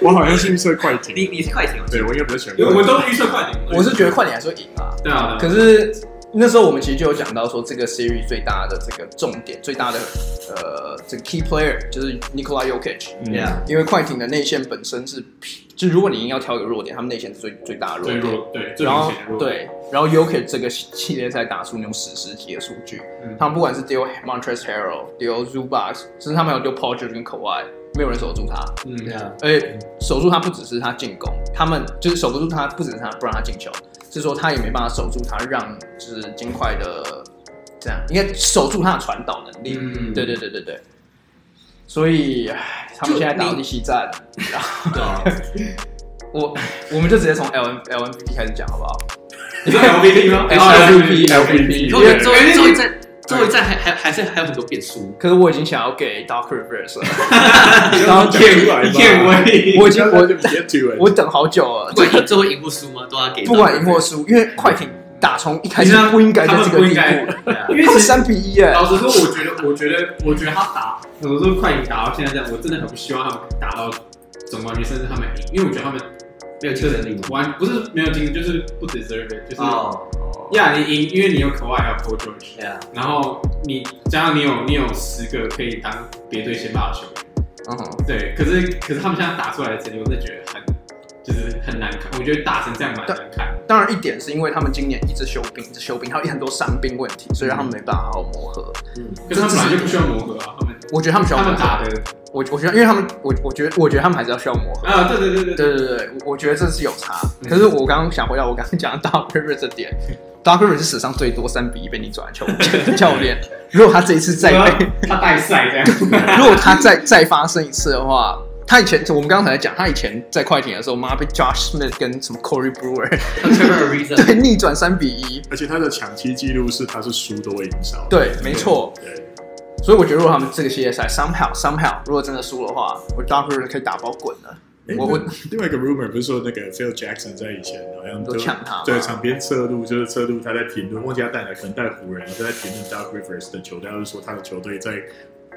Speaker 4: 我好像是预测快艇，
Speaker 3: 你你是快艇吗？哦
Speaker 4: 对我应该比较喜欢。
Speaker 2: 因为我们都预测快点。
Speaker 1: 我是觉得快艇还是会赢啊，
Speaker 2: 对啊，对
Speaker 1: 可
Speaker 2: 啊
Speaker 1: 是那时候我们其实就有讲到说，这个 series 最大的这个重点，最大的呃这个 key player 就是 Nikola Jokic，、
Speaker 4: 嗯
Speaker 3: Yeah
Speaker 1: 因为快艇的内线本身是，就如果你硬要挑一个弱点，他们内线是最最大的弱
Speaker 2: 最
Speaker 1: 点。
Speaker 2: 弱，对，最
Speaker 1: 然
Speaker 2: 明
Speaker 1: 后
Speaker 2: 显的弱。，
Speaker 1: 对，然后 Jokic 这个系列赛打出那种史诗级的数据，
Speaker 2: 嗯
Speaker 1: 他们不管是丢 Montrezl Harrell、丢 Zubac，甚至他们有丢 Paul George 跟 Kawhi，没有人守住他。
Speaker 2: 嗯，
Speaker 3: 对啊，
Speaker 1: 而且守住他不只是他进攻，他们就是守不住他，不只是他不让他进球，是说他也没办法守住他，让就是金块的这样应该守住他的传导能力。
Speaker 2: 嗯
Speaker 1: 对对对对对。所以唉他们
Speaker 3: 就
Speaker 1: 现在打到
Speaker 3: 你
Speaker 1: 第七战，(laughs)
Speaker 3: 对啊，
Speaker 1: 我我们就直接从 L N L N P 开始讲好不好
Speaker 2: 你是 LVP 吗
Speaker 1: ？LVP
Speaker 4: LVP
Speaker 3: 因为
Speaker 1: 哎
Speaker 3: 最后最后一站最后一站还还还是还有很多变数，
Speaker 1: 可是我已经想要给 Dark Reverse 了，
Speaker 4: 然后
Speaker 2: 威
Speaker 1: 我已经我
Speaker 4: 别提了，
Speaker 1: 我等好久了
Speaker 3: 不，管你最后赢或输吗，都要给。
Speaker 1: 不管赢或输，因为快艇打从一开始不应该在这
Speaker 2: 他
Speaker 1: 个
Speaker 2: 们不
Speaker 1: 地
Speaker 2: 应该
Speaker 1: 步，， (laughs)
Speaker 2: 因为
Speaker 1: 他
Speaker 2: 其
Speaker 1: 们
Speaker 2: 实
Speaker 1: 三比一哎，
Speaker 2: 老实说，我觉得，我觉得，我觉得他打，我说快艇打到现在这样，我真的很不希望他们打到总冠军，甚至他们赢，因为我觉得他们
Speaker 3: 没有竞争力
Speaker 2: 完不是没有竞争，就是不 deserve it，就是
Speaker 3: 哦，
Speaker 2: 呀，你赢，因为你有 Kawhi 还有 Paul George，
Speaker 3: 对啊，
Speaker 2: 然后你加上你有你有十个可以当别队先发的球员，
Speaker 1: 嗯哼。
Speaker 2: 对，可是可是他们现在打出来的成绩，我真的觉得很就是很难看，我觉得打成这样蛮难看。
Speaker 1: 当然，一点是因为他们今年一直休兵，一直休兵，还有很多伤病问题，所以让他们没办法好好磨合。
Speaker 2: 可是他们本来就不需要磨合啊，他们
Speaker 1: 我觉得他们需要
Speaker 2: 他
Speaker 1: 磨
Speaker 2: 们
Speaker 1: 合，
Speaker 2: 打的
Speaker 1: 我我觉得，因为他们，我我觉得，我觉得他们还是要需要磨合。
Speaker 2: 啊，对对对对
Speaker 1: 对
Speaker 2: 对，
Speaker 1: 对对，我我觉得这是有差。
Speaker 2: 嗯
Speaker 1: 可是我刚刚想回到我刚刚讲的 Dark River 这点，Dark River 是史上最多三比一被你转球的教练。如果他这一次再 (laughs) 被，
Speaker 2: 啊他带赛这样，
Speaker 1: 如果他再再发生一次的话，他以前我们刚才讲，他以前在快艇的时候，妈被 Josh Smith 跟什么 Corey (laughs) Brewer
Speaker 3: 他 Trevor Ariza
Speaker 1: 对逆转三比一，
Speaker 4: 而且他的抢七记录是他是输都会赢少。
Speaker 1: 对，没错。
Speaker 4: 对，
Speaker 1: 所以我觉得，如果他们这个系列赛 somehow somehow 如果真的输的话，我 d o c t o r 可以打包滚了。
Speaker 4: 对
Speaker 1: 我我
Speaker 4: 诶另外一个 rumor 不是说那个 Phil Jackson 在以前好像
Speaker 1: 都抢他嘛
Speaker 4: 对场边侧录，就是侧录他在评论，忘记他带哪，可能带湖人，然后他在评论 Doc Rivers 的球队，他就说他的球队在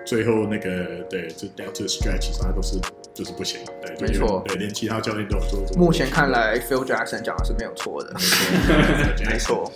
Speaker 4: 最后那个对就 down to the stretch 上，他都是就是不行，对，就
Speaker 1: 没错
Speaker 4: 对，连其他教练都有说，
Speaker 1: 目前看来，Phil Jackson 讲的是没有错的，没
Speaker 4: 没错，
Speaker 1: 错，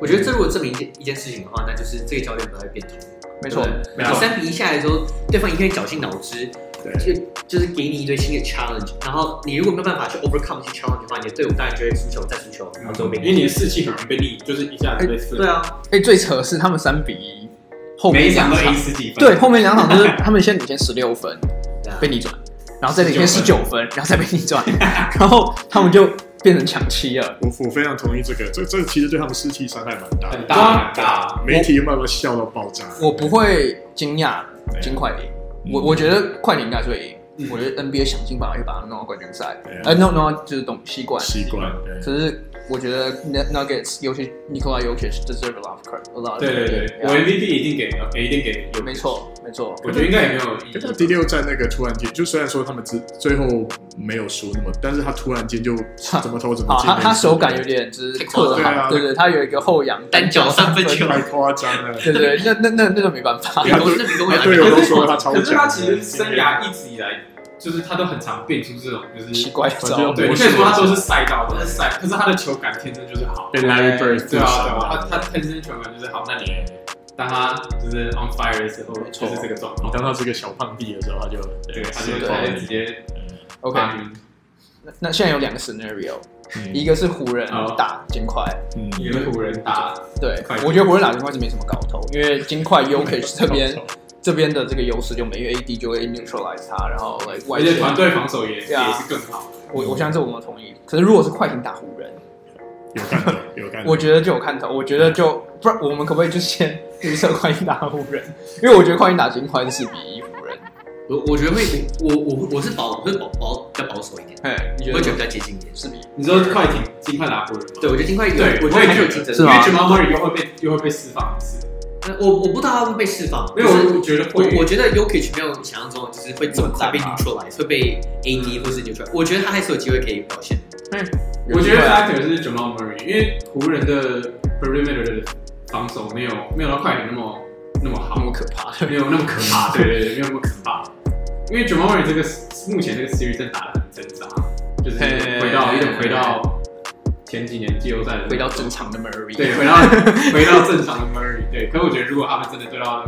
Speaker 3: 我觉得这如果证明一件一件事情的话，那就是这个教练不太变通。
Speaker 1: 没错
Speaker 3: 对，
Speaker 2: 没错
Speaker 3: 三比一下来之后，对方一定会绞尽脑汁，
Speaker 4: 对
Speaker 3: 就就是给你一堆新的 challenge，然后你如果没有办法去 overcome 这些 challenge 的话，你的队伍当然就会输球再输球，然后最后被
Speaker 2: 因为你的士气很容易被利，就是一下子被撕
Speaker 3: 对啊，
Speaker 1: 哎，最扯是他们三比一，后
Speaker 2: 每
Speaker 1: 面
Speaker 2: 一场
Speaker 1: 两
Speaker 2: 都赢
Speaker 1: 场，
Speaker 2: 十几分，
Speaker 1: 对，后面两场就是他们先领先十六分
Speaker 3: 对啊
Speaker 1: 被逆转，然后再领先十
Speaker 2: 19
Speaker 1: 九分，然后再被逆转，然后他们就变成抢七了。
Speaker 4: 我我非常同意这个，这这其实对他们士气伤害蛮大的，
Speaker 2: 很大很大。
Speaker 4: 媒体有没有笑到爆炸？
Speaker 1: 我不会惊讶
Speaker 4: 对
Speaker 1: 金快赢，
Speaker 4: 嗯
Speaker 1: 我我觉得快艇应该是会赢，
Speaker 2: 嗯
Speaker 1: 我觉得 NBA 想尽办法去把他们弄到冠军赛
Speaker 4: 对啊，
Speaker 1: 呃，弄弄到就是东西冠。
Speaker 4: 习惯，对
Speaker 1: 只是我觉得 Nug- Nuggets 尤其 Nikola Jokic deserve a lot of credit，a lot of
Speaker 2: 对对对，啊我
Speaker 1: yeah
Speaker 2: MVP 一定给，给一定给有，
Speaker 1: 没，错没错，
Speaker 2: 我觉得应该也没有异
Speaker 4: 可是他
Speaker 2: 议。
Speaker 4: 第六站那个突然间，就虽然说他们之最后没有输那么，但是他突然间就怎么投怎么
Speaker 1: 啊，
Speaker 4: 进，
Speaker 1: 他他手感有点就是
Speaker 3: 太
Speaker 1: 特
Speaker 4: 对啊
Speaker 1: 好，对对，他有一个后仰
Speaker 3: 单脚三分 (laughs) 球
Speaker 4: 太夸张了。
Speaker 1: 对对，对那那那那个没办法
Speaker 4: 对，他
Speaker 3: 迷宫是迷宫
Speaker 4: 他队友都说他超
Speaker 2: 可
Speaker 4: 强，
Speaker 2: 是他其实生涯一直以来，就是他都很常变出这种，就是
Speaker 1: 奇怪的招
Speaker 4: 反
Speaker 1: 对
Speaker 2: 对，你可以说他都是赛道，都是赛，可是他的球感天生就是好。
Speaker 4: 被 Larry Bird
Speaker 2: 对啊，对啊，他他天生球感就是好，那你当他就是 on fire 的时候，
Speaker 1: 没
Speaker 2: 就
Speaker 1: 错
Speaker 2: 是这个状
Speaker 4: 你
Speaker 2: 况。
Speaker 4: 当他是个小胖弟的时候，他就
Speaker 2: 对，他
Speaker 1: 是
Speaker 2: 就
Speaker 1: 的
Speaker 2: 他就直接
Speaker 1: ，OK，
Speaker 2: 把你
Speaker 1: 那那现在有两个 scenario，一
Speaker 4: 嗯
Speaker 1: 个是湖人
Speaker 2: 好
Speaker 1: 打金块，
Speaker 4: 嗯
Speaker 2: 一个湖人打，
Speaker 1: 对
Speaker 2: 快，
Speaker 1: 我觉得湖人打金块是没什么搞头，因为金块 Jokic 这边这边的这个优势就没，因为 AD 就会 neutralize 他，然后 like 外
Speaker 2: 而且
Speaker 1: 线
Speaker 2: 团队防守也也
Speaker 3: 啊
Speaker 1: Yeah
Speaker 2: 是更好。
Speaker 1: 我我相信这我们同意。可是如果是快艇打湖人，
Speaker 4: (laughs) 有看头，有看头。
Speaker 1: 我觉得就有看头。我觉得就不然，我们可不可以就先 (laughs) 预测快艇打湖人？因为我觉得快艇打金块是四比一湖人。
Speaker 3: 我我觉得会，我我我是保，我是保保比较保守一点，
Speaker 1: 哎，你觉
Speaker 3: 我会觉得
Speaker 1: 得
Speaker 3: 比较接近一点。
Speaker 1: 四比一？
Speaker 2: 你说快艇尽快打湖人吗？
Speaker 3: 对，我觉得尽快一点，
Speaker 2: 对，
Speaker 3: 我觉
Speaker 2: 我
Speaker 3: 得
Speaker 2: 也
Speaker 3: 还是
Speaker 2: 觉
Speaker 3: 啊有
Speaker 2: 得
Speaker 3: 竞争
Speaker 1: 是
Speaker 3: 力。
Speaker 1: 吗
Speaker 2: 因为 Jamal Murray 又会被又会被释放一次，
Speaker 3: 呃我我不知道他会不会被释放，
Speaker 2: 因为
Speaker 3: 可是
Speaker 2: 我我觉得
Speaker 3: 我
Speaker 2: 会
Speaker 3: 我觉得 Yokic 没有想象中就是会这么快被
Speaker 1: 那么
Speaker 3: neutralize，会被 AD 或是 neutralize。我觉得他还是有机会可以表现。
Speaker 2: 我
Speaker 1: 有机
Speaker 2: 觉得
Speaker 1: 会啊
Speaker 2: factor 是 Jamal Murray，因为湖人的 perimeter 的防守没有没有到快艇那么那么好，
Speaker 1: 那么可怕。
Speaker 2: 没有那么可怕，对对对，没有那么可怕。因为 Jamal Murray 这个目前这个 series 真的打得很挣扎，就是
Speaker 1: 嘿
Speaker 2: 回到有点回到前几年季后赛的那种
Speaker 1: 回到正常的 Murray，
Speaker 2: 对，回到回到正常的 Murray，对。可我觉得如果他们真的对到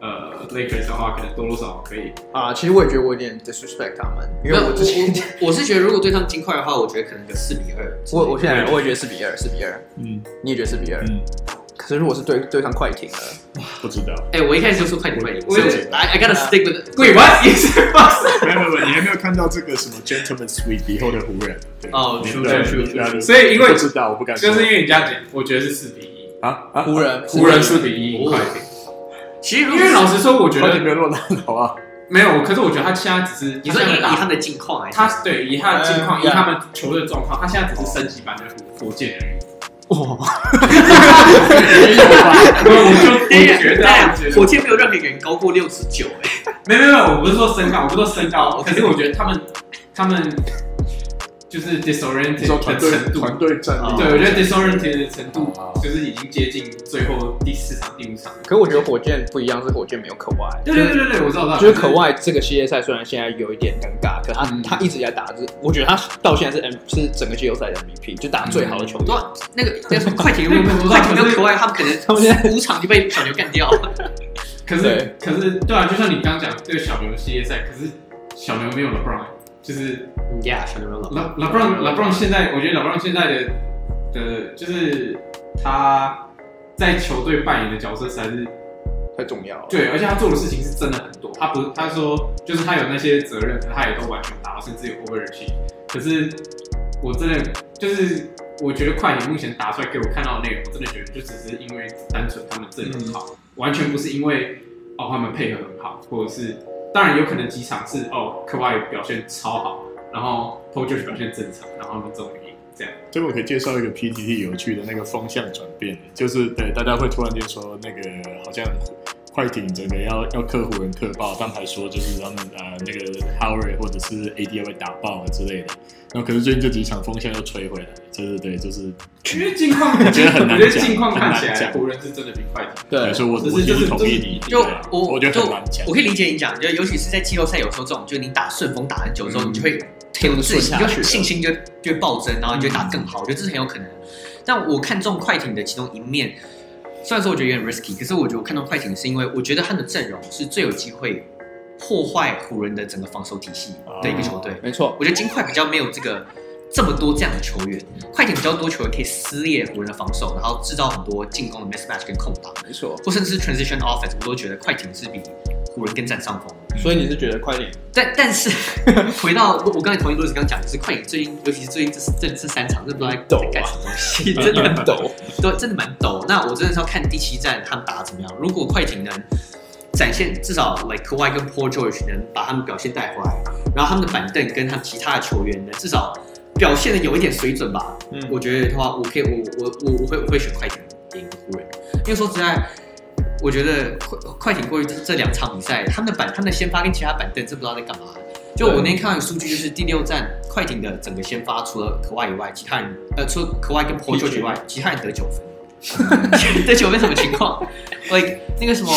Speaker 2: 呃 Lakers 的话，可能多多少少可以
Speaker 1: 啊，其实我也觉得我有点 disrespect 他们，因为
Speaker 3: 那
Speaker 1: 我之前
Speaker 3: 我我是觉得如果对上金块的话，我觉得可能有四比二。
Speaker 1: 我我现在我也觉得四比二，四比二，
Speaker 4: 嗯
Speaker 1: 你也觉得四比二。
Speaker 4: 嗯，
Speaker 1: 可是如果是对对上快艇呢？
Speaker 4: 不知道。
Speaker 3: 哎，我一开始就说快点快点，
Speaker 2: 我
Speaker 3: 所以
Speaker 2: 也觉
Speaker 4: 得
Speaker 3: I I gotta stick with it。
Speaker 2: Wait, what is it?
Speaker 4: 没有没有，没有你还没有看到这个什么 Gentleman Sweep 以后的湖人对
Speaker 3: 哦
Speaker 4: 你
Speaker 3: true，
Speaker 4: 对
Speaker 2: true，
Speaker 4: 对啊
Speaker 2: 所以因为
Speaker 4: 不知道，我不敢说，
Speaker 2: 就是因为你这样讲，我觉得是四比一，
Speaker 4: 啊啊，
Speaker 1: 湖人，
Speaker 2: 湖人四比一
Speaker 3: 哦
Speaker 2: 快艇。
Speaker 3: 其实如
Speaker 2: 因
Speaker 3: 果
Speaker 2: 为老实说，我觉
Speaker 4: 快
Speaker 2: 得
Speaker 4: 点不要乱烂，好吧？
Speaker 2: 没有，可是我觉得他现在只是
Speaker 3: 你说以以
Speaker 2: 打
Speaker 3: 他们的近况来看，
Speaker 2: 他对以他的情况，
Speaker 1: 嗯
Speaker 2: 以他们球队的状况，他现在只是升级版的火箭而已。 (laughs)
Speaker 1: 哇，
Speaker 4: 没有吧？
Speaker 2: 我就
Speaker 3: 第一
Speaker 2: 我觉得啊，我觉得
Speaker 3: 火箭没有任何一个人高过六尺九，哎，
Speaker 2: 没有没有没有，我不是说身高，我不是说身高，
Speaker 3: 哦
Speaker 2: 可是我觉得他们他们就是 disoriented
Speaker 4: 你说团
Speaker 2: 的
Speaker 4: 队
Speaker 2: 程度，
Speaker 4: 团队战力，
Speaker 2: 对我觉得 disoriented 的程度
Speaker 4: 哦
Speaker 2: 就是已经接近最后第四场第五场。
Speaker 1: 可我觉得火箭不一样，是火箭没有可外。
Speaker 2: 对对对对对，我知道我知道，
Speaker 1: 就是可外这个系列赛虽然现在有一点尴尬，可他、
Speaker 2: 嗯
Speaker 1: 他一直在打，这我觉得他到现在是 M 是整个季后赛的 MVP，就打最好的球队。
Speaker 3: 多那个那个快艇如
Speaker 2: 那个
Speaker 3: 果快艇跟国外，他们可
Speaker 1: 他们现在
Speaker 3: 能五场就被小牛干掉。
Speaker 2: 可是
Speaker 1: 对
Speaker 2: 可是对啊，就像你刚讲这个小牛系列赛，可是小牛没有 LeBron，就是
Speaker 3: 嗯 Yeah，小牛没有老。
Speaker 2: 拉拉布朗拉布朗现在，我觉得拉布朗现在的的，就是他在球队扮演的角色实在是
Speaker 1: 太重要了。
Speaker 2: 对，而且他做的事情是真的很多。他不，他说就是他有那些责任，可是他也都完全达到，甚至有 over 去。可是我真的就是，我觉得快艇目前打出来给我看到的内容，我真的觉得就只是因为单纯他们阵容好，
Speaker 4: 嗯
Speaker 2: 完全不是因为哦他们配合很好，或者是当然有可能几场是哦科外表现超好，然后 p o j 表现正常，然后他们终于赢这样。
Speaker 4: 这个我可以介绍一个 PTT 有趣的那个风向转变，就是对大家会突然间说那个好像快艇整个要要克湖人克爆，但还说就是他们呃那个 Howard 或者是 AD 要被打爆了之类的。然后可是最近这几场风向又吹回来，就是对，就是
Speaker 2: 因为近况，
Speaker 4: 我觉得很难
Speaker 2: 我觉得
Speaker 4: 讲
Speaker 2: 近况
Speaker 4: 很
Speaker 2: 看
Speaker 4: 难
Speaker 2: 起来
Speaker 4: 讲
Speaker 2: 湖人是真的比快艇。
Speaker 1: 对
Speaker 4: 所以我
Speaker 2: 这是
Speaker 4: 我其
Speaker 2: 这
Speaker 4: 实
Speaker 2: 是
Speaker 4: 同意你，
Speaker 2: 这是
Speaker 3: 就
Speaker 4: 对啊
Speaker 3: 我
Speaker 4: 我觉得
Speaker 3: 就
Speaker 4: 很难讲
Speaker 3: 我。可以理解你讲，就尤其是在季后赛，有时候这种，就你打顺风打很久之后，
Speaker 2: 嗯
Speaker 3: 你就会很有自信，
Speaker 1: 就
Speaker 3: 就
Speaker 1: 顺下
Speaker 3: 是
Speaker 1: 去了
Speaker 3: 信心就就暴增，然后你就
Speaker 4: 嗯
Speaker 3: 打更好。我觉得这是很有可能的。但我看中快艇的其中一面，虽然说我觉得有点 risky，可是我觉得我看中快艇是因为我觉得他的阵容是最有机会破坏湖人的整个防守体系的一个球队。
Speaker 4: 哦
Speaker 1: 没错，
Speaker 3: 我觉得金块比较没有这个这么多这样的球员，快艇比较多球员可以撕裂湖人的防守，然后制造很多进攻的 mismatch 跟空档。
Speaker 1: 没错。
Speaker 3: 或甚至是 transition offense，我都觉得快艇是比湖人更占上风。
Speaker 1: 所以你是觉得快点
Speaker 3: 但但是 (laughs) 回到我我刚才同意路易斯刚讲，就是快艇最近，尤其是最近这这这三场，真的不知道在干什么东西， (laughs) 真的很
Speaker 1: 抖？
Speaker 3: 对，真的蛮抖。那我真的是要看第七站他们打得怎么样。如果快艇能展现至少 like Kawhi 跟 Paul George 能把他们表现带回来，然后他们的板凳跟他们其他的球员呢，至少表现的有一点水准吧，
Speaker 1: 嗯
Speaker 3: 我觉得的话，我可以，我我我我会我会选快艇赢湖人，因为说实在，我觉得快快艇过于这这两场比赛，他们的板他们的先发跟其他板凳真不知道在干嘛。就我
Speaker 1: 对
Speaker 3: 那天看到的数据，就是第六站快艇的整个先发，除了科外以外，其他人呃，除了科外跟 p o 以外，其他人得九分。 (laughs) 得九分什么情况？Like (laughs) 那个什么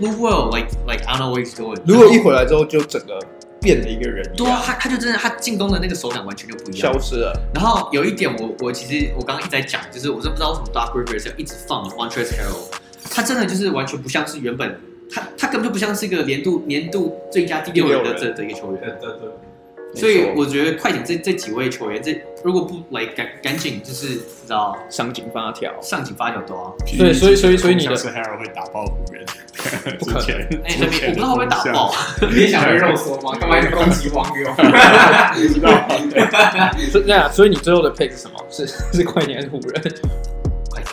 Speaker 3: Move World，like like I don't know what he's doing。
Speaker 1: 如果一回来之后就整个变了一个人一样，
Speaker 3: 对啊，他他就真的他进攻的那个手感完全就不一样
Speaker 1: 消。失了。
Speaker 3: 然后有一点我，我其实我刚刚一直在讲，就是我真不知道为什么 Doc Rivers 要一直放 One Tree Hill，他真的就是完全不像是原本他他根本就不像是一个年度年度最佳第六人的
Speaker 1: 第六
Speaker 3: 这这一个球员，
Speaker 2: 对对对，
Speaker 3: 所以
Speaker 1: 没错
Speaker 3: 我觉得快艇这这几位球员，这如果不来赶赶紧就是你知道
Speaker 1: 上紧发条，
Speaker 3: 上紧发条多啊，
Speaker 1: 对所以所以所以你的
Speaker 4: 像是 h a r r o 会打爆湖人，
Speaker 1: 不可能
Speaker 4: 之前
Speaker 3: 哎，那边我不知道会不会打爆，
Speaker 2: 你也想被肉缩吗？干嘛一直攻击网
Speaker 1: (laughs)
Speaker 2: 友？
Speaker 1: 所以那样所以你最后的 pick 是什么？ (laughs) 是是快艇还是湖人？
Speaker 3: 快艇，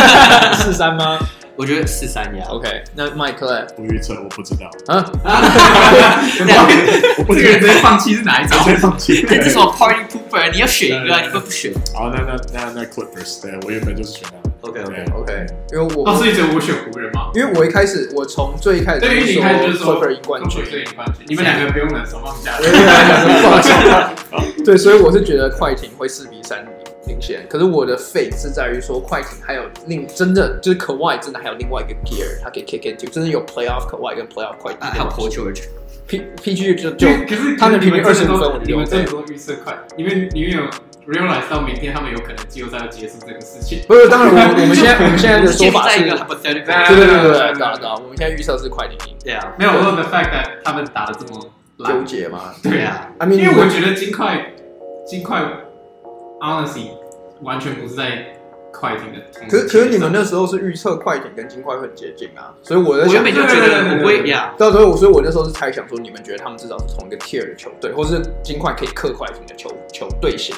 Speaker 1: (laughs) 四三吗
Speaker 3: 我觉得四三呀，
Speaker 1: ？OK，那麦克嘞？
Speaker 4: 我预测我不知道，
Speaker 1: 啊，
Speaker 4: 我不
Speaker 2: 这
Speaker 4: 知
Speaker 2: 个人
Speaker 4: 道
Speaker 2: 直接放弃是哪一招？
Speaker 4: 直接放弃。
Speaker 3: 这这种 Party Pooper，你要选一个啊，你会不选
Speaker 4: 好，那那那那 Clippers，对我原本就是选他们。
Speaker 3: ？OK OK，
Speaker 4: 对
Speaker 1: OK，因为 (laughs) 我、
Speaker 2: 哦，所以只有我选湖人吗？
Speaker 1: 因为我一开始我从最一开始
Speaker 2: 对，因为你一开始就是说
Speaker 1: Clipper 赢冠军，
Speaker 2: 对赢冠军，你们两个不用冷手放下。
Speaker 1: 对，所以我是觉得快艇会四比三领先。可是我的 fate 是在于说，快艇还有另真的就是可外真的还有另外一个 peer，他可以 kick into，真的有 playoff 可外跟 playoff 快
Speaker 3: 啊还有
Speaker 1: 艇。
Speaker 3: Paul George。
Speaker 1: P P G 就就
Speaker 2: 就可是
Speaker 1: 他们
Speaker 2: 你
Speaker 1: 平均
Speaker 2: 们真的
Speaker 1: 25
Speaker 2: 都
Speaker 1: 分我觉得
Speaker 2: 你们
Speaker 1: OK
Speaker 2: 真的都预测快，你们你们有 realize 到明天他们有可能季后赛要结束这个事情？
Speaker 1: 不是，当然我们我们现在我们现在的说
Speaker 3: 建立
Speaker 1: 法
Speaker 3: 在
Speaker 1: 是，
Speaker 3: 一
Speaker 1: 对
Speaker 3: 个
Speaker 1: 对
Speaker 3: hypothetical，
Speaker 1: 对对对对，对啊对啊我们现在预测是快艇赢，
Speaker 3: 对啊，
Speaker 2: 没有，我说 the fact that 他们打的这么
Speaker 1: 纠
Speaker 2: 烂，
Speaker 1: 结嘛。
Speaker 3: 对啊，
Speaker 1: I
Speaker 2: 因
Speaker 1: mean，
Speaker 2: 为我觉得金块金块 honestly 完全不是在快艇的同
Speaker 1: 可
Speaker 2: 时
Speaker 1: 是
Speaker 2: 期上。
Speaker 1: 可是你们那时候是预测快艇跟金块会很接近啊，所以我在
Speaker 3: 我
Speaker 1: 想
Speaker 3: 原本就觉得我不会呀，
Speaker 1: 到时候，所以我那时候是猜想说，你们觉得他们至少是同一个 tier 的球队，或是金块可以克快艇的球球队型。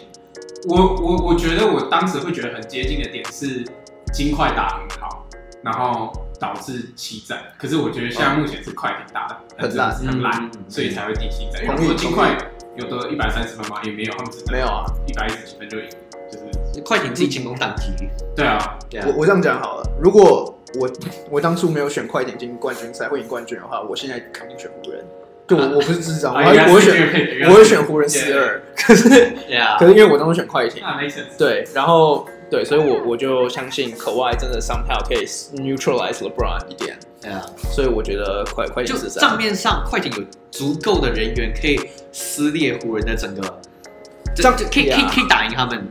Speaker 2: 我我我觉得我当时会觉得很接近的点是金块打很好，然后导致七战。可是我觉得现在目前是快艇打的
Speaker 1: 哦很烂
Speaker 2: 很烂，
Speaker 3: 嗯
Speaker 2: 所以才会第七战。
Speaker 1: 同意
Speaker 2: 因为金块有得一百三十分吗？也没有，他们只
Speaker 1: 没有啊，
Speaker 2: 一百一十几分就赢，就是
Speaker 3: 快艇自己进攻当机，
Speaker 2: 对啊，
Speaker 3: 对啊
Speaker 1: 我，我这样讲好了，如果我我当初没有选快艇进冠军赛会赢冠军的话，我现在肯定选湖人。就我我不是智障，我
Speaker 2: 啊应该
Speaker 1: 还
Speaker 2: 是
Speaker 1: 我会选
Speaker 2: 这个配置
Speaker 1: 我会选湖人四二，可是
Speaker 3: 对啊
Speaker 1: 可，是因为我当初选快艇，
Speaker 2: 那 make sense。
Speaker 1: 对，然后对，所以我我就相信可外真的 somehow 可以 neutralize LeBron 一点，
Speaker 3: 对啊，
Speaker 1: 所以我觉得快快艇
Speaker 3: 就
Speaker 1: 四
Speaker 3: 账
Speaker 1: 三。
Speaker 3: 面上快艇有足够的人员可以撕裂湖人的整个，这
Speaker 1: 账
Speaker 3: 这可以可以可以打赢他们，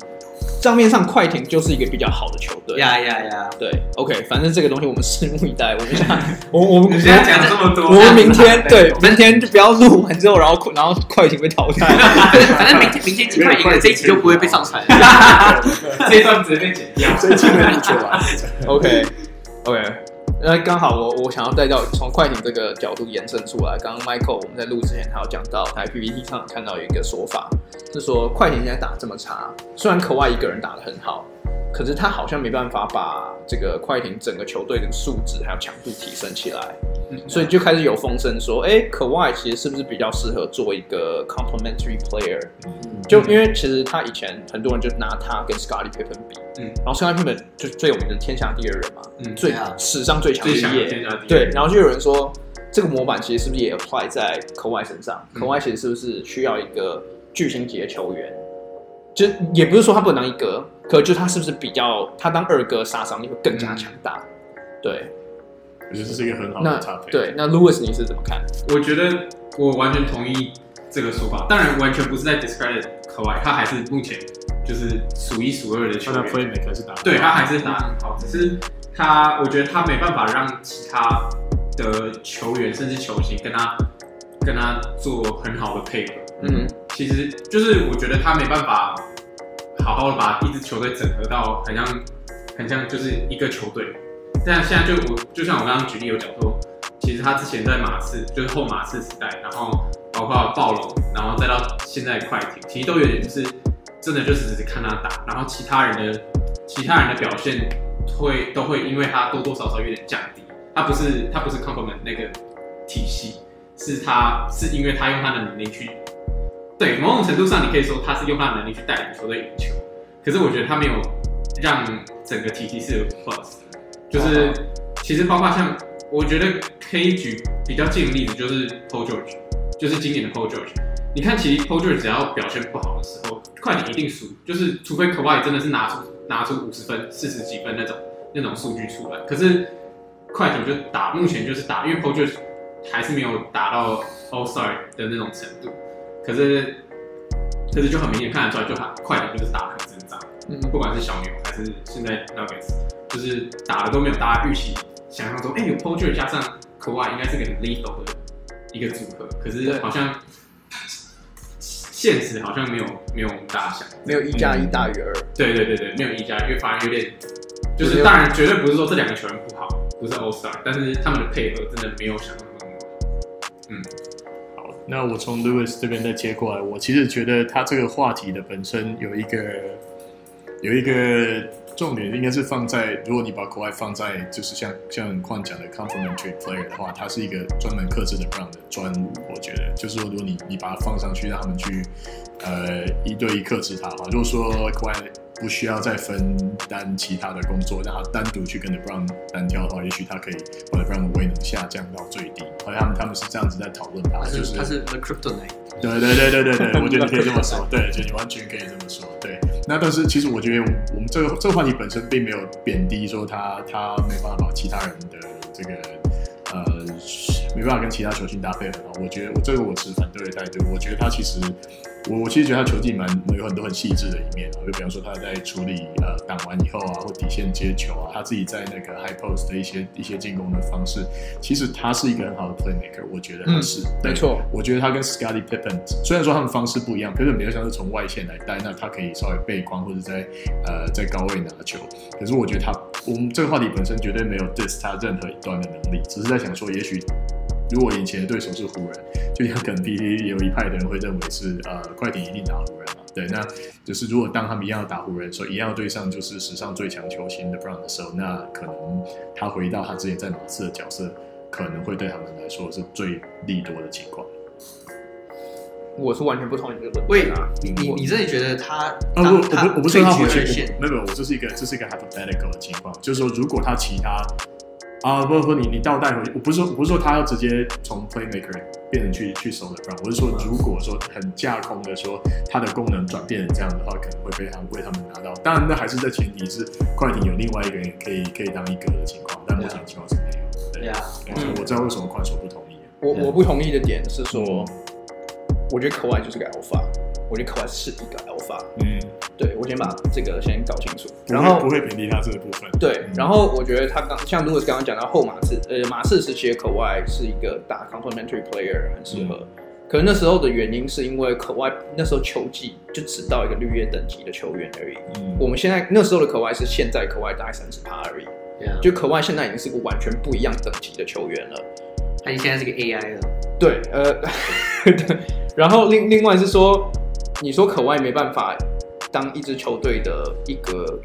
Speaker 1: 账面上快艇就是一个比较好的球队。
Speaker 3: 呀呀呀，
Speaker 1: 对，OK，反正这个东西我们拭目以待。我们 (laughs) 下，我我们
Speaker 2: 你现在讲这么多，
Speaker 1: 我们明
Speaker 2: (laughs)
Speaker 1: 天对，
Speaker 2: 我
Speaker 1: 明天就不要录完之后，然后然后快艇被淘 (laughs) 汰。
Speaker 3: 反正明天明天尽快赢了这一集就不会被上传，
Speaker 2: 们这一段直接被剪掉。
Speaker 4: 所以基本不出来。
Speaker 1: OK OK，那刚好我我想要带到从快艇这个角度延伸出来。刚刚 Michael 我们在录之前他有讲到，在 PPT 上看到有一个说法，是说快艇现在打得这么差，虽然可外一个人打得很好，可是他好像没办法把这个快艇整个球队的素质还有强度提升起来。
Speaker 2: 嗯
Speaker 1: 所以就开始有风声说，哎、可外其实是不是比较适合做一个 complementary player？就
Speaker 2: 嗯
Speaker 1: 因为其实他以前很多人就拿他跟 Scottie Pippen 比，
Speaker 2: 嗯
Speaker 1: 然后 Scottie Pippen 就是最有名的天下第二人嘛，
Speaker 2: 嗯
Speaker 1: 最
Speaker 3: 对啊
Speaker 1: 史上最强
Speaker 2: 最
Speaker 1: 的
Speaker 2: 想
Speaker 1: 一
Speaker 2: 的
Speaker 1: 页，
Speaker 2: 天下第一，
Speaker 1: 对，然后就有人说这个模板其实是不是也 apply 在可外身上？
Speaker 2: 嗯
Speaker 1: 可外其实是不是需要一个巨星级的球员？就也不是说他不能当一哥，可就他是不是比较他当二哥杀伤力会更加强大？对，
Speaker 4: 我觉得这是一个很好
Speaker 1: 那
Speaker 4: 的 topic。
Speaker 1: 对，那 Louis 你是怎么看？
Speaker 2: 我觉得我完全同意这个说法，当然完全不是在 discredit 可外，他还是目前就是数一数二的球
Speaker 4: 他的
Speaker 2: 员，
Speaker 4: playmaker 是打得
Speaker 2: 对他还是打得很好，只是他我觉得他没办法让其他的球员甚至球星跟他跟他做很好的配合，
Speaker 1: 嗯，
Speaker 2: 其实就是我觉得他没办法好好的把一支球队整合到很像很像就是一个球队。但现在就我就像我刚刚举例有讲说，其实他之前在马刺就是后马刺时代，然后包括暴龙，然后再到现在快艇，其实都有点就是真的就是只是看他打，然后其他人的其他人的表现会都会因为他多多少少有点降低。他不是他不是 complement 那个体系，是他是因为他用他的能力去对，某种程度上你可以说他是用他的能力去带领球队赢球，可是我觉得他没有让整个体系是有 plus 的，就是其实包括像我觉得可以举比较近的例子就是 Paul George，就是今年的 Paul George。你看，其实 Paul George 只要表现不好的时候，快艇一定输，就是除非 k a 真的是拿出拿出五十分、四十几分那种那种数据出来，可是快艇就打，目前就是打，因为 Paul George 还是没有达到 All Star 的那种程度，可是可是就很明显看得出来，就他快艇就是打得很挣扎，
Speaker 1: 嗯
Speaker 2: 不管是小牛还是现在 Nuggets，就是打的都没有大家预期想象中，哎、有 Paul George 加上 k a 应该是个很 lethal 的一个组合，可是
Speaker 1: 对
Speaker 2: 好像现实好像没有没有大家想。
Speaker 1: 没有一加一大于二，
Speaker 2: 对对对对，没有一家，因为反而有点，就
Speaker 1: 有
Speaker 2: 是
Speaker 1: 点
Speaker 2: 当然绝对不是说这两个球员不好，不是 All Star，但是他们的配合真的没有想象中的
Speaker 4: 好，那我从 Lewis 这边再接过来，我其实觉得他这个话题的本身有一个有一个重点，应该是放在如果你把国外放在就是像像矿讲的 complementary player 的话，它是一个专门克制的 round 的专武，我觉得就是说如果你你把它放上去，让他们去呃一对一克制它的话，如果说国外。不需要再分担其他的工作，让他单独去跟 The Brown 单挑的话，也许他可以把 The Brown 的威能下降到最低。好像他们他们是这样子在讨论吧，
Speaker 3: 他
Speaker 4: 就是
Speaker 3: 他是 The Kryptonite，
Speaker 4: 对对对对对
Speaker 1: (laughs)
Speaker 4: 对，我觉得你可以这么说，对，就你完全可以这么说，对。那但是其实我觉得我们这个这个话题本身并没有贬低说他他没办法把其他人的这个呃没办法跟其他球星搭配很好，我觉得我这个我持反对的态度，我觉得他其实我我其实觉得他球技蛮有很多很细致的一面啊，就比方说他在处理呃挡完以后啊，或底线接球啊，他自己在那
Speaker 1: 嗯
Speaker 4: 个 high post 的一些一些进攻的方式，其实他是一个很好的 playmaker，我觉得他
Speaker 1: 嗯
Speaker 4: 是、对
Speaker 1: 没错，
Speaker 4: 我觉得他跟 Scotty Pippen 虽然说他们方式不一样，Pippen 比较像是从外线来带，那他可以稍微背框或者在呃在高位拿球。可是我觉得他，我们这个话题本身绝对没有 diss 他任何一端的能力，只是在想说，也许如果以前的对手是湖人，就像可能 PT 也有一派的人会认为是呃快艇一定打湖人嘛，对，那就是如果当他们一样要打湖人的时候，一样要对上就是史上最强球星的 Brown 的时候，那可能他回到他之前在马刺的角色。可能会对他们来说是最利多的情况。
Speaker 1: 我是完全不同意这个论
Speaker 3: 喂
Speaker 1: 点啊。，
Speaker 3: 你你你真的觉得他
Speaker 4: 啊，我
Speaker 3: 当
Speaker 4: 我不
Speaker 3: 他
Speaker 4: 我不是说他回
Speaker 3: 退居
Speaker 4: 去
Speaker 3: 二线，，
Speaker 4: 没有没有，我这是一个这是一个 hypothetical 的情况，就是说如果他其他啊不不你你倒带回去，我不是说我不是说他要直接从 playmaker 变成去去守的 b r o w 我是说如果说很架空的说它的功能转变成这样的话，可能会被他为他们拿到，当然那还是在前提是快艇有另外一个人可以可以当一格的情况，但目前情况是没有。对
Speaker 3: 对啊，
Speaker 4: 对所以我知道为什么快手不同意。啊
Speaker 1: 我
Speaker 3: 嗯
Speaker 1: 我不同意的点是说，
Speaker 4: 嗯
Speaker 1: 我觉得可爱就是个 alpha，我觉得可爱是一个 alpha。
Speaker 4: 嗯，
Speaker 1: 对，我先把这个先搞清楚。
Speaker 4: 不会
Speaker 1: 然后
Speaker 4: 不会贬低他这个部分。
Speaker 1: 对
Speaker 4: 嗯，
Speaker 1: 然后我觉得他刚像如果刚刚讲到后马刺，呃，马刺时期的可外是一个打 complementary player 很适合，可能那时候的原因是因为可外那时候球技就只到一个绿叶等级的球员而已。
Speaker 4: 嗯
Speaker 1: 我们现在那时候的可外是现在可外大概三十趴而已，
Speaker 3: 对啊，
Speaker 1: 就可外现在已经是个完全不一样等级的球员了。
Speaker 3: 他现在是个 AI 了，
Speaker 1: 对，呃， (laughs) 对。然后另另外是说，你说可外没办法当一支球队的一个，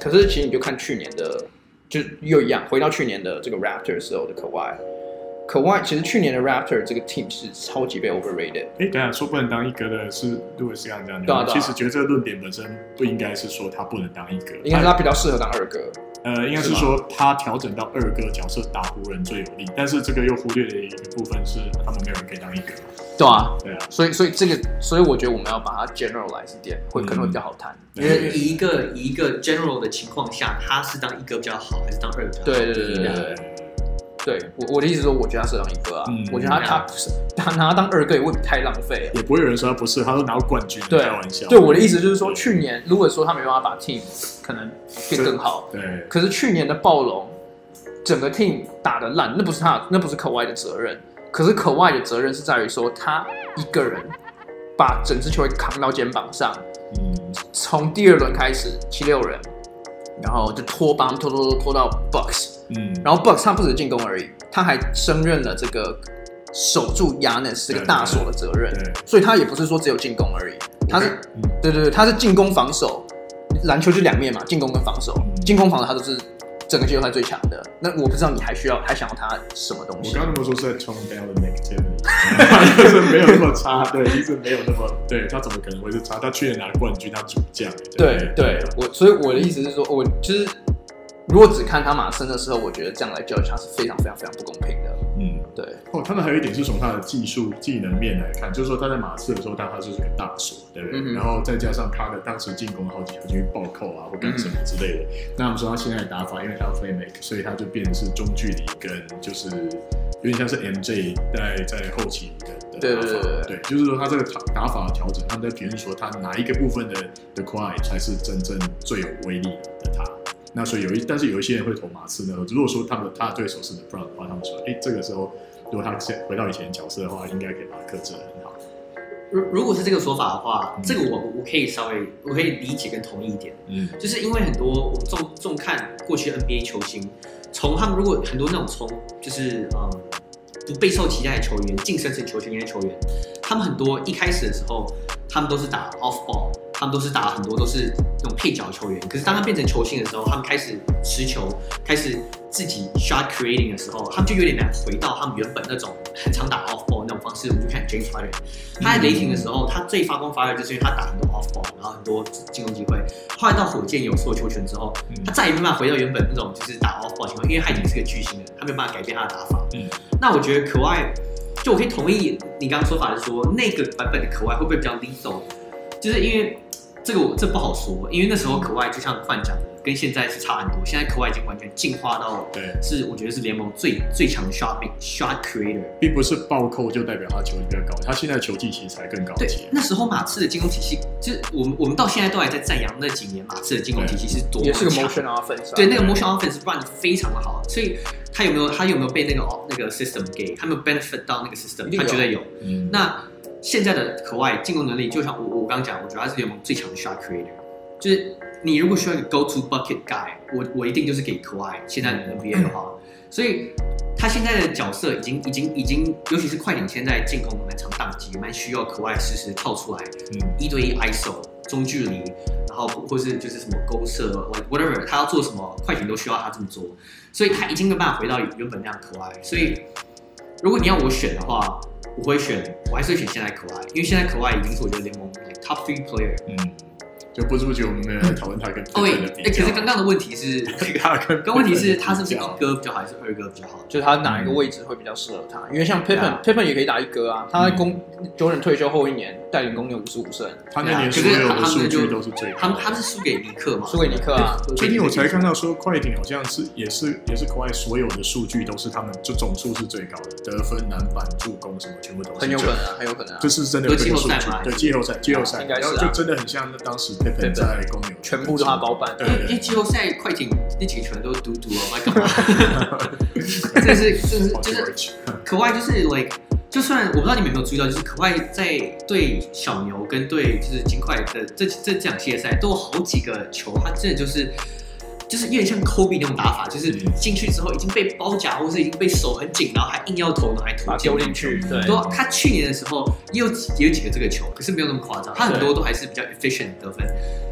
Speaker 1: 可是其实你就看去年的，就又一样，回到去年的这个 Raptor 时候的可外，可外其实去年的 Raptor 这个 team 是超级被 overrated。
Speaker 4: 哎，等一下说不能当一哥的是，如果是这样讲，
Speaker 1: 对啊对啊
Speaker 4: 其实觉得这个论点本身不应该是说他不能当一哥，
Speaker 1: 应该是他比较适合当二哥，
Speaker 4: 呃，应该是说他调整到二哥角色打湖人最有利，但是这个又忽略了一个部分是他们没有人可以当一哥，
Speaker 1: 对啊，
Speaker 4: 对啊，
Speaker 1: 所以所以这个，所以我觉得我们要把它 generalize 一点，会可能会比较好谈。
Speaker 3: 嗯因为以一个以一个 general 的情况下，他是当一个比较好，还是当二个比较好？
Speaker 1: 对对对对对对，对我我的意思是说，我觉得他适合当一哥啊，
Speaker 4: 嗯
Speaker 1: 我觉得他他他拿他当二哥也未必太浪费啊。
Speaker 4: 也不会有人说他不是，他都拿到冠军，
Speaker 1: 对
Speaker 4: 开玩笑，
Speaker 1: 对我的意思就是说，去年如果说他没办法把 team 可能变更好，
Speaker 4: 对，
Speaker 1: 可是去年的暴龙整个 team 打得烂，那不是他，那不是可外的责任。可是可外的责任是在于说他一个人把整支球队扛到肩膀上，
Speaker 4: 嗯，
Speaker 1: 从第二轮开始七六人，然后就拖帮拖拖拖拖到 Bucks，
Speaker 4: 嗯，
Speaker 1: 然后 Bucks 他不止进攻而已，他还胜任了这个守住 Yanis 这个大锁的责任
Speaker 4: 对对，
Speaker 1: 所以他也不是说只有进攻而已，他是
Speaker 4: 嗯
Speaker 1: 对对对，他是进攻防守，篮球就两面嘛，进攻跟防守
Speaker 4: 嗯，
Speaker 1: 进攻防守他都是整个季后赛最强的。那我不知道你还需要还想要他什么东
Speaker 4: 我
Speaker 1: 西
Speaker 4: 刚？刚那么说是在冲 down the negativity， (laughs) 就是没有那么差，对，就是没有那么对他怎么可能会是差？他去年拿冠军，他主将，
Speaker 1: 对
Speaker 4: 不
Speaker 1: 对，我所以我的意思是说，我就是如果只看他马身的时候，我觉得这样来 judge 他是非常非常非常不公平的。
Speaker 4: 嗯。
Speaker 1: 对，
Speaker 4: 哦，他们还有一点是从他的技术技能面来看，就是说他在马刺的时候，当他就是个大锁，对不对？
Speaker 1: 嗯哼
Speaker 4: 然后再加上他的当时进攻好几条进去暴扣啊，或干什么之类的。
Speaker 1: 嗯
Speaker 4: 那我们说他现在的打法，因为他要 play make，所以他就变成是中距离跟就是有点像是 MJ 在在后期的的打法，
Speaker 1: 对对对对
Speaker 4: 对，就是说他这个打打法的调整，他们在评论说他哪一个部分的的 cry 才是真正最有威力的他。那所以有一，但是有一些人会投马刺呢。如果说他们的他的对手是 LeBron 的话，他们说，哎，这个时候如果他现回到以前的角色的话，应该可以把他克制的很好。
Speaker 3: 如如果是这个说法的话
Speaker 4: 嗯，
Speaker 3: 这个我我可以稍微我可以理解跟同意一点，
Speaker 4: 嗯
Speaker 3: 就是因为很多我们重重看过去 NBA 球星，从他们如果很多那种从就是嗯不备受期待的球员晋升成球星的球员，他们很多一开始的时候，他们都是打 off ball，他们都是打很多都是那种配角球员。可是当他变成球星的时候，他们开始持球，开始自己 shot creating 的时候，他们就有点难回到他们原本那种很常打 off ball 那种方式。我们就看 James Harden，他在雷霆的时候，他最发光发热就是因为他打很多 off ball，然后很多进攻机会。后来到火箭有所球权之后，他
Speaker 4: 嗯
Speaker 3: 再也没办法回到原本那种就是打 off ball 情况，因为他已经是个巨星了，他没有办法改变他的打法。
Speaker 4: 嗯
Speaker 3: 那我觉得可外，就我可以同意你刚刚说法，是说那个版本的可外会不会比较 lethal？就是因为这个我这不好说，因为那时候可外就像幻讲的，跟现在是差很多。现在可外已经完全进化到
Speaker 4: 对，
Speaker 3: 是我觉得是联盟最最强的 shot make- shot creator。
Speaker 4: 并不是暴扣就代表他球技比较高，他现在球技其实才更高
Speaker 3: 对
Speaker 4: 级，。
Speaker 3: 那时候马刺的进攻体系，就是我们我们到现在都还在赞扬那几年马刺的进攻体系是多么
Speaker 1: 也是个
Speaker 3: 强
Speaker 1: motion offense 啊。
Speaker 3: 对，那个 motion offense run 得非常的好，所以他有没有他有没有被那个那个 system 给他有没有 benefit 到那个
Speaker 1: 一
Speaker 3: system？
Speaker 1: 定
Speaker 3: 他
Speaker 1: 有
Speaker 3: 绝对有。
Speaker 4: 嗯，
Speaker 3: 那现在的可外进攻能力，就像我我刚刚讲，我觉得他是联盟最强的 shot creator，就是你如果需要一个 go to bucket guy，我我一定就是给可外。现在的 NBA 的话，所以他现在的角色已经已经已经，尤其是快艇现在进攻蛮常宕机，蛮需要可外时时跳出来
Speaker 4: 嗯
Speaker 3: 一对一 ISO 中距离，然后或是就是什么勾射 whatever，他要做什么快艇都需要他这么做，所以他已经没有办法回到原本那样可爱。所以如果你要我选的话，我会选，我还是会选现在可爱，因为现在可爱已经是我觉得联盟 like, top three player。
Speaker 4: 嗯，就不知不觉我们没有在讨论他跟
Speaker 3: 哦喂，
Speaker 4: Pippen 的
Speaker 3: 哎、
Speaker 4: 比
Speaker 3: 可
Speaker 4: 较
Speaker 3: 是刚刚的问题
Speaker 4: (laughs)
Speaker 3: 是，
Speaker 4: 他跟
Speaker 3: 刚问题是
Speaker 4: Pippen 的
Speaker 3: 他是不是
Speaker 4: 比较
Speaker 3: 一哥比较好，还是二哥比较好？
Speaker 1: 就是他哪一个位置会比较适合他？因为像 Pippen，Pippen
Speaker 3: Yeah、
Speaker 1: 也可以打一哥啊。他在公 Jordan 退休后一年，带领公牛五十五胜，
Speaker 4: 他那年
Speaker 3: 可
Speaker 4: 所
Speaker 3: 是
Speaker 4: 有
Speaker 3: 他
Speaker 4: 的
Speaker 3: 他
Speaker 4: 数
Speaker 3: 们就
Speaker 4: 据都是最
Speaker 3: 他
Speaker 4: 高
Speaker 3: 们
Speaker 4: 的。
Speaker 3: 他们是输给尼克嘛？
Speaker 1: 输给尼克啊。
Speaker 4: 最近我才看到说，快艇好像是也是也是国外所有的数据都是他们就总数是最高的，得分、篮板、助攻什么全部都是
Speaker 1: 很有
Speaker 4: 最
Speaker 1: 可
Speaker 4: 高
Speaker 1: 能啊，很有可能啊
Speaker 4: 这。是真的有这个数
Speaker 3: 有季后
Speaker 4: 据
Speaker 3: 赛吗，
Speaker 4: 对季后赛，季后赛，
Speaker 1: 应该是
Speaker 4: 然
Speaker 1: 啊
Speaker 4: 后就真的很像当时 Pippen 在公牛，
Speaker 1: 全部都他包办。
Speaker 4: 对
Speaker 3: 因为因为季后赛快艇那几个球员都啊嘟嘟了，我在干嘛？
Speaker 4: (laughs)
Speaker 3: (laughs) 这是这是就是
Speaker 4: 是
Speaker 3: 可外就是 like，就算我不知道你们有没有注意到，就是可外在对小牛跟对就是金块的这这这场系列赛都有好几个球，他真的就是就是有点像 Kobe 那种打法，就是
Speaker 4: 嗯
Speaker 3: 进去之后已经被包夹，或是已经被手很紧，然后还硬要投，然后还投
Speaker 1: 把它
Speaker 3: 进
Speaker 1: 丢进去，对，
Speaker 3: 多他去年的时候也有几也有几个这个球，可是没有那么夸张，他很多
Speaker 1: 对
Speaker 3: 都还是比较 efficient 的得分。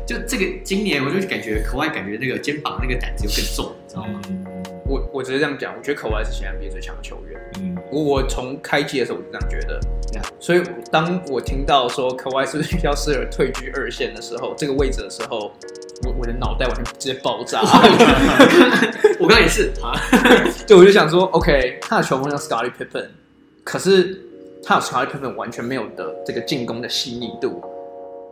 Speaker 3: 就这个今年，我就感觉可外感觉那个肩膀那个胆子又更重，你知道吗？
Speaker 1: 我我直接这样讲，我觉得可怀是现在 NBA 最强的球员。
Speaker 4: 嗯，
Speaker 1: 我我从开季的时候我就这样觉得
Speaker 3: Yeah
Speaker 1: 所以当我听到说可怀是不是比较适合退居二线的时候，这个位置的时候，我我的脑袋完全直接爆炸。
Speaker 3: 我刚刚
Speaker 1: (laughs)
Speaker 3: 也是啊，
Speaker 1: 就我就想说，OK，他的球风像 Scottie Pippen，可是他有 Scottie Pippen 完全没有的这个进攻的细腻度，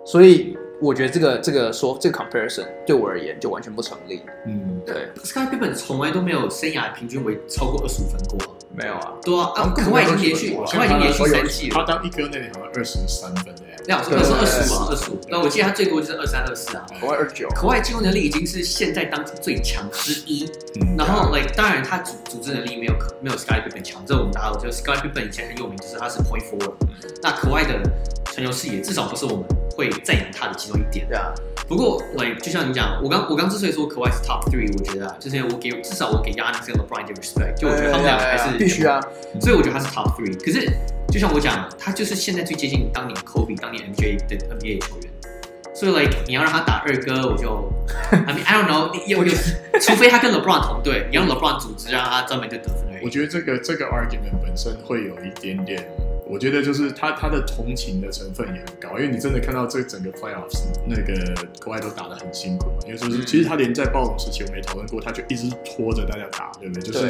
Speaker 1: 所以我觉得这个这个说这个 comparison 对我而言就完全不成立。
Speaker 4: 嗯
Speaker 1: 对，
Speaker 3: Scott Pippen 从来都没有生涯平均为超过二十五分过，
Speaker 1: 没有啊，
Speaker 3: 对啊，啊，可外已经连续，可外已经连续三季
Speaker 4: 他
Speaker 3: 了。
Speaker 4: 当一哥那年好像二十三分诶，
Speaker 3: 那我说
Speaker 1: 对
Speaker 3: 那时候二
Speaker 1: 对
Speaker 3: 十五啊
Speaker 4: 对啊
Speaker 3: 二十五，那我记得他最多就是二三二四啊。
Speaker 1: 国外二九，
Speaker 3: 可外进攻能力已经是现在当今最强之一，
Speaker 4: 嗯
Speaker 3: 然后 like 当然他组组织能力没有没有 Scottie Pippen 强，这我们大家都知道。Scottie Pippen 以前很有名，就是他是 point forward，那可外的传球视野至少不是我们会赞扬他的其中一点。
Speaker 1: 对啊，
Speaker 3: 不过，like 就像你讲，我刚我刚之所以说 Kawhi 是 top three，我觉得啊，就是我给至少我给 Yanis 跟 LeBron 一点 respect，就我觉
Speaker 1: 哎
Speaker 3: 得他们两个还是
Speaker 1: 必须啊，，
Speaker 3: 所以我觉得他是 top three。可是就像我讲，他就是现在最接近当年 Kobe、当年 MJ 的 NBA 球员，所以 like 你要让他打二哥，我就 I mean I don't know，你有有，除非他跟 LeBron 同队，你让 LeBron 组织让他专门就得分而
Speaker 4: 我
Speaker 3: 已。
Speaker 4: 觉得这个这个 argument 本身会有一点点，我我觉得就是他他的同情的成分也很高，因为你真的看到这整个 playoffs 那个国外都打得很辛苦嘛，因为就是
Speaker 2: 嗯
Speaker 4: 其实他连在暴龙时期我们也讨论过，他就一直拖着大家打，对不对？就是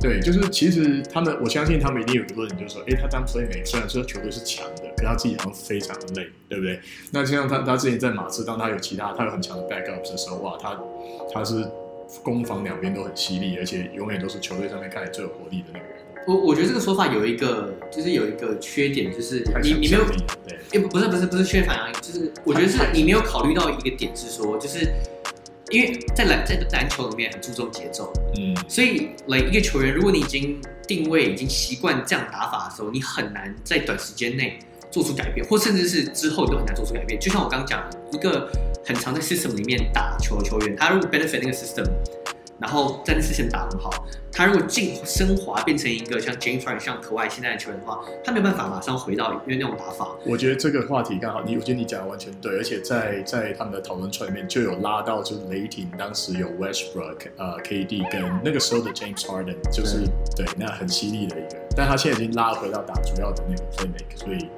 Speaker 1: 对
Speaker 4: 对，就是其实他们，我相信他们一定有一个论点，就是说，哎，他当 playmaker 虽然说球队是强的，可他自己好像非常的累，对不对？那就像他他之前在马刺，当他有其他他有很强的 backups 的时候，哇，他他是攻防两边都很犀利，而且永远都是球队上面看起来最有活力的那个人。
Speaker 3: 我我觉得这个说法有一个，就是有一个缺点，就是
Speaker 4: 太
Speaker 3: 你
Speaker 4: 想
Speaker 3: 你没有
Speaker 4: 象力了对，
Speaker 3: 也不不是不是不是缺乏啊，就是我觉得是你没有考虑到一个点是说，就是因为在篮在篮球里面很注重节奏，
Speaker 4: 嗯，
Speaker 3: 所以来一个球员，如果你已经定位已经习惯这样打法的时候，你很难在短时间内做出改变，或甚至是之后你都很难做出改变。就像我刚刚讲，一个很常在 system 里面打球的球员，他如果 benefit 那个 system，然后在那 system 打很好，他如果进升华变成一个像 James Harden、像可外现在的球员的话，他没有办法马上回到因为那种打法。
Speaker 4: 我觉得这个话题刚好，你我觉得你讲的完全对，而且在在他们的讨论串里面就有拉到，就是雷霆当时有 Westbrook、呃 KD 跟那个时候的 James Harden，就是对那很犀利的一个人，但他现在已经拉回到打主要的那个 playmaker，所以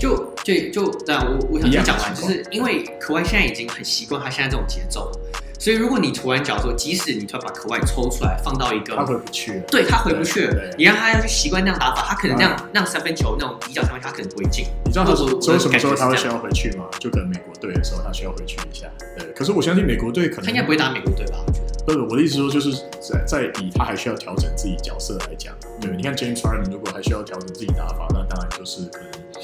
Speaker 3: 就就就那我我想先
Speaker 4: 一样的
Speaker 3: 讲完，
Speaker 4: 情
Speaker 3: 就
Speaker 4: 况
Speaker 3: 是因为可外现在已经很习惯他现在这种节奏了，所以如果你突然讲说，即使你突然把可外抽出来放到一
Speaker 4: 他
Speaker 3: 个，
Speaker 4: 回不去了。
Speaker 3: 对他回不去
Speaker 4: 对嗯
Speaker 3: 了
Speaker 4: 对，
Speaker 3: 你让他要去习惯那样打法，他可能那样那样三分球那种底角三分球他可能不会进。
Speaker 4: 你知道他
Speaker 3: 我我
Speaker 4: 只有什么时候
Speaker 3: 我的感觉是
Speaker 4: 他会
Speaker 3: 这样
Speaker 4: 需要回去吗？就可能美国队的时候他需要回去一下。对，可是我相信美国队可能
Speaker 3: 他应该不会打美国队吧？我觉得。
Speaker 4: 不是我的意思说，就是在在以他还需要调整自己角色来讲，对，你看 James Harden 如果还需要调整自己打法，那当然就是可能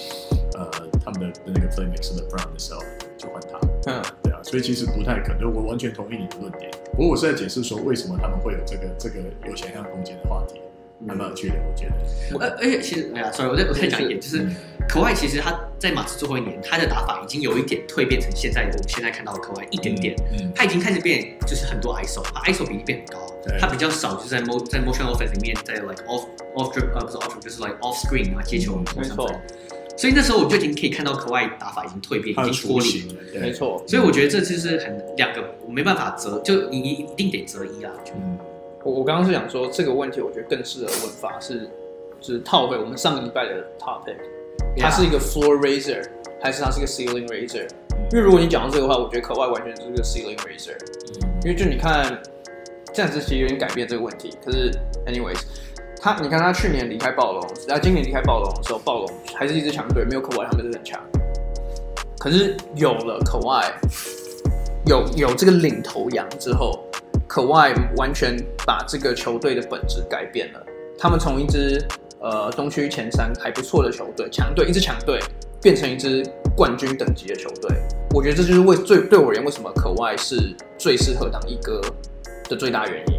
Speaker 4: 呃他们的的那个 playmaker 的 Brown 的时候就换他，
Speaker 1: 嗯，
Speaker 4: 对啊，所以其实不太可能。我完全同意你的论点，不过我是在解释说为什么他们会有这个这个有想象空间的话题，还蛮有趣的，我觉得。
Speaker 3: 而而且其实，哎呀，sorry，我再我再讲一点，就是
Speaker 4: 嗯
Speaker 3: 可外其实他在马刺最后一年，他的打法已经有一点蜕变成现在我们现在看到的可外一点点。
Speaker 4: 嗯，
Speaker 3: 他已经开始变，就是很多 ISO，他 ISO 比例变很高
Speaker 4: 对，
Speaker 3: 他比较少就是在 mo 在 motion offense 里面，在 like off off dribble 呃不是 off dribble 就是 like off screen 啊接球
Speaker 4: 嗯
Speaker 3: 投
Speaker 1: 没
Speaker 3: 三
Speaker 1: 错
Speaker 3: 分。所以那时候我就已经可以看到可外打法已经蜕变，
Speaker 4: 他的
Speaker 3: 已经
Speaker 4: 雏
Speaker 3: 脱离。
Speaker 4: 形了，对
Speaker 1: 没。错。
Speaker 3: 所以我觉得这就是很两个，我没办法择，就你一定得择一啊。我觉得
Speaker 4: 嗯
Speaker 1: 我我刚刚是想说这个问题，我觉得更适合问法是，就是套回我们上个礼拜的 topic，它是一个 floor raiser 还是它是一个 ceiling raiser？因为如果你讲到这个话，我觉得可外完全就是个 ceiling raiser，因为就你看，这样子其实有点改变这个问题。可是，anyways，他你看他去年离开暴龙，然后今年离开暴龙的时候，暴龙还是一支强队，没有可外他们就是很强。可是有了可外，有有这个领头羊之后，可外完全把这个球队的本质改变了。他们从一支呃东区前三还不错的球队，强队，一支强队，变成一支冠军等级的球队。我觉得这就是为最对我而言，为什么可外是最适合当一哥的最大原因。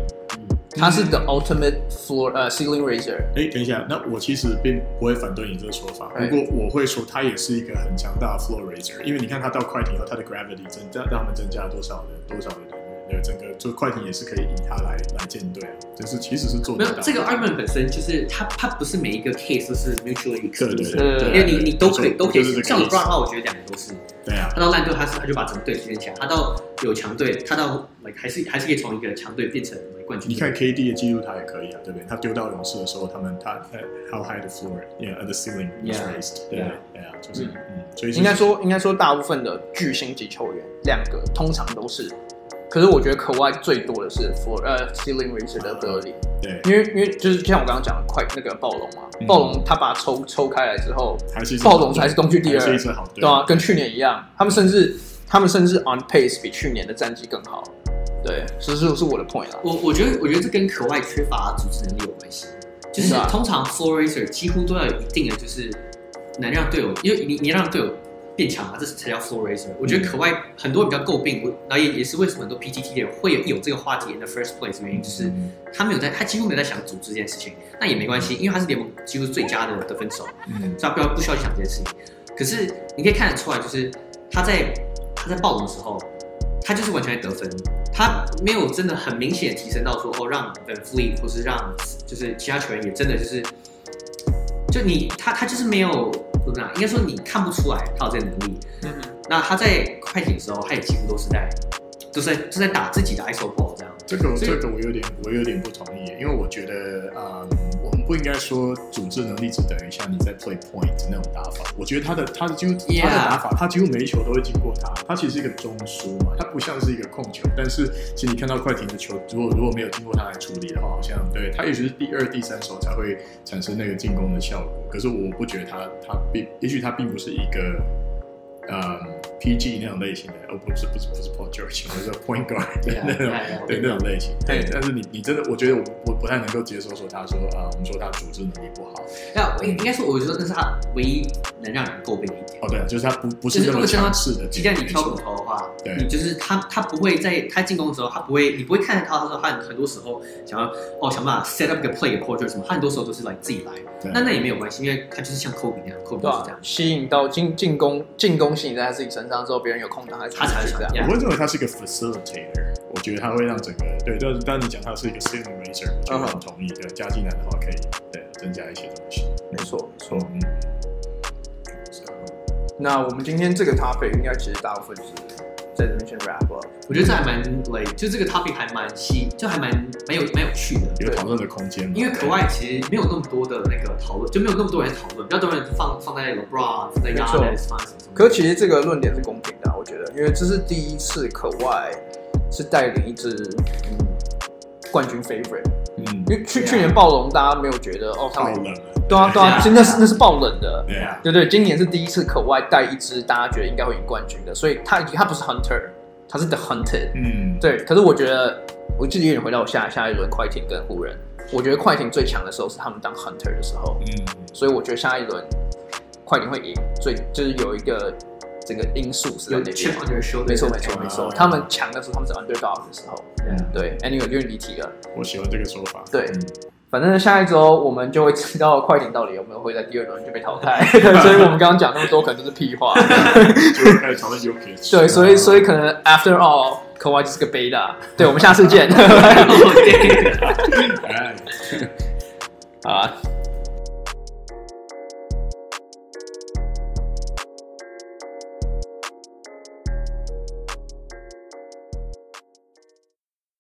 Speaker 1: 他是 the ultimate floor 呃 ceiling raiser，
Speaker 4: 哎，等一下，那我其实并不会反对你这个说法，
Speaker 1: 哎
Speaker 4: 不过我会说他也是一个很强大的 floor raiser，因为你看他到快艇以后，他的 gravity 增加，让他们增加了多少的多少的人员，对，整个就快艇也是可以以他来来建队啊，就是其实是做
Speaker 3: 没
Speaker 4: 得
Speaker 3: 有
Speaker 4: 到的。啊
Speaker 3: 这个 argument 本身就是它，它不是每一个 case 都是 mutually
Speaker 4: 对对
Speaker 3: exclusive，
Speaker 4: 对对，
Speaker 3: 因为你
Speaker 4: 对
Speaker 3: 你都可以都可
Speaker 4: 就是这
Speaker 3: 以，
Speaker 4: 个
Speaker 3: 像
Speaker 4: 意
Speaker 3: l e
Speaker 4: 思
Speaker 3: b r 的话，我觉得两个都是。
Speaker 4: 对啊，
Speaker 3: 他到烂队，他是他就把整个队训练起来。他到有强队，他到 like 还是还是可以从一个强队变成 like 冠军。
Speaker 4: 你看 KD 的记录他也可以啊，对不对？他丢到勇士的时候，他们他他 how high the floor，yeah the ceiling was
Speaker 3: Yeah
Speaker 4: raised，对
Speaker 3: Yeah
Speaker 4: 对啊，就是嗯，所以
Speaker 1: 应该说应该说大部分的巨星级球员两个通常都是，可是我觉得可外最多的是 floor 呃 ceiling raiser 的得力。
Speaker 4: 对，
Speaker 1: 因为因为就是像我刚刚讲的快那个暴龙嘛
Speaker 4: 嗯，
Speaker 1: 暴龙他把它抽抽开来之后，
Speaker 4: 还是一支
Speaker 1: 暴
Speaker 4: 好
Speaker 1: 龙才
Speaker 4: 队
Speaker 1: 是东区第
Speaker 4: 还是一
Speaker 1: 二，
Speaker 4: 支好队，
Speaker 1: 对啊，跟去年一样，他们甚至他们甚至 on pace 比去年的战绩更好，对，这是是我的 point 啦。
Speaker 3: 我我觉得我觉得这跟可外缺乏组织能力有关系。就是
Speaker 1: 是啊
Speaker 3: 通常 floor racer 几乎都要有一定的，就是能让队友，因为你你让队友变强嘛，这才叫 floor racer。我觉
Speaker 4: 嗯
Speaker 3: 得可外很多人比较诟病，我然后也也是为什么很多 PTT 的人会有有这个话题 in the first place 原因，就是
Speaker 4: 嗯
Speaker 3: 他没有在他几乎没有在想组织这件事情。那也没关系，因为他是联盟几乎最佳的得分手。
Speaker 4: 嗯
Speaker 3: 所以他不要不需要去想这些事情。可是你可以看得出来，就是他在他在暴龙的时候，他就是完全在得分，他没有真的很明显地提升到说哦，让 Van Fleet 或是让就是其他球员也真的就是，就你他他就是没有怎么讲，应该说你看不出来他有这个能力。那他在快艇的时候，他也几乎都是在都是在都是在打自己的 ISO ball 这样。
Speaker 4: 这个
Speaker 3: 所以
Speaker 4: 这个我有点我有点不同意，因为我觉得，嗯，我不应该说组织能力只等于像你在 play point 那种打法。我觉得他的他的几乎他的
Speaker 3: Yeah
Speaker 4: 打法，他几乎每一球都会经过他。他其实是一个中枢嘛，他不像是一个控球，但是其实你看到快艇的球，如果如果没有经过他来处理的话，好像对他也许是第二、第三手才会产生那个进攻的效果。可是我不觉得他他并也许他并不是一个。呃 PG 那种类型的，哦，不是不是不是 Paul George，我是 Point Guard
Speaker 3: (laughs) 对啊
Speaker 4: 那种
Speaker 3: 对啊
Speaker 4: 对那种类型。
Speaker 1: 对
Speaker 4: 对，但是你你真的，我觉得我我不太能够接受说他说啊，我们说他组织能力不好。
Speaker 3: 那我应应该说，我觉得那是他唯一能让人诟病的一点。
Speaker 4: 哦，对，就是他不不
Speaker 3: 就是是
Speaker 4: 那
Speaker 3: 如
Speaker 4: 么
Speaker 3: 果像他
Speaker 4: 强势的
Speaker 3: 鸡
Speaker 4: 进
Speaker 3: 蛋
Speaker 4: 攻，
Speaker 3: 你
Speaker 4: 没
Speaker 3: 挑骨
Speaker 4: 错。
Speaker 3: 头的话，
Speaker 4: 对
Speaker 3: 你就是他，他不会在他进攻的时候，他不会，你不会看得到他说他很很多时候想要哦想办法 set up 个 play 给 Porter 什么，他很多时候都是来自己来。
Speaker 4: 对啊
Speaker 3: 那那也没有关系，因为他就是像 Kobe 那样，Kobe
Speaker 1: 对啊
Speaker 3: 就是
Speaker 1: 吧
Speaker 3: 这样？，
Speaker 1: 吸引到进进攻进攻吸引在他自己身上之后，别人有空档还
Speaker 3: 他才会
Speaker 1: 是
Speaker 3: 想
Speaker 1: 这样。
Speaker 4: 我
Speaker 3: 呀。
Speaker 4: 会认为他是一个 facilitator，我觉得他会让整个对，但是当你讲他是一个 sim racer，我觉
Speaker 1: 嗯
Speaker 4: 得
Speaker 1: 哼
Speaker 4: 很同意。对，加进来的话可以对增加一些东西。
Speaker 1: 没错，没错。
Speaker 4: 嗯，
Speaker 1: 那我们今天这个 topic 应该其实大部分就是在这边先 wrap up。
Speaker 3: 我觉得这还蛮 like 就这个 topic 还蛮新，就还蛮蛮有蛮有趣的。
Speaker 4: 有讨论的空间嘛。
Speaker 3: 因为可外其实没有那么多的那个讨论，就没有那么多人讨论，比较多人放放在 LeBron 放在 y a
Speaker 1: 没
Speaker 3: n
Speaker 1: 错
Speaker 3: i s 放在什么什么。
Speaker 1: 可是其实这个论点是公平的啊，我觉得，因为这是第一次可外是带领一支嗯冠军 favorite，
Speaker 4: 嗯，
Speaker 1: 因为去
Speaker 3: Yeah.
Speaker 1: 去年暴龙大家没有觉得哦，他
Speaker 4: 爆
Speaker 1: 们
Speaker 4: 冷了。
Speaker 1: 对啊对啊，
Speaker 3: Yeah.
Speaker 1: 其实那是那是爆冷的，
Speaker 4: 对啊，
Speaker 1: 对对，今年是第一次可外带一支大家觉得应该会赢冠军的，所以他他不是 hunter，他是 the hunted，
Speaker 4: 嗯，
Speaker 1: 对，可是我觉得我自己有点回到我下下一轮快艇跟湖人，我觉得快艇最强的时候是他们当 hunter 的时候，
Speaker 4: 嗯，
Speaker 1: 所以我觉得下一轮快艇会赢，所以就是有一个这个因素是在
Speaker 3: 有
Speaker 1: 那
Speaker 3: chip
Speaker 1: 边。
Speaker 3: on your shoulder，
Speaker 1: 没错，没错，没错。
Speaker 4: 啊
Speaker 1: 他们强的时候，他们是 underdog 的时候。
Speaker 3: 哦 Yeah
Speaker 1: 对，anyway 就是离题了。
Speaker 4: 我喜欢这个说法。
Speaker 1: 对
Speaker 4: 嗯
Speaker 1: 反正下一周我们就会知道快艇到底有没有会在第二轮就被淘
Speaker 3: (laughs)
Speaker 1: 汰。对所以我们刚刚讲那么多，可能就是屁话。
Speaker 4: 就开始讨论 UK。
Speaker 1: 对，所以所以可能 after all，可外就是个 beta。对，
Speaker 3: (laughs)
Speaker 1: 我们下次见。
Speaker 3: 对。
Speaker 4: 哎。
Speaker 1: (laughs) 好啊，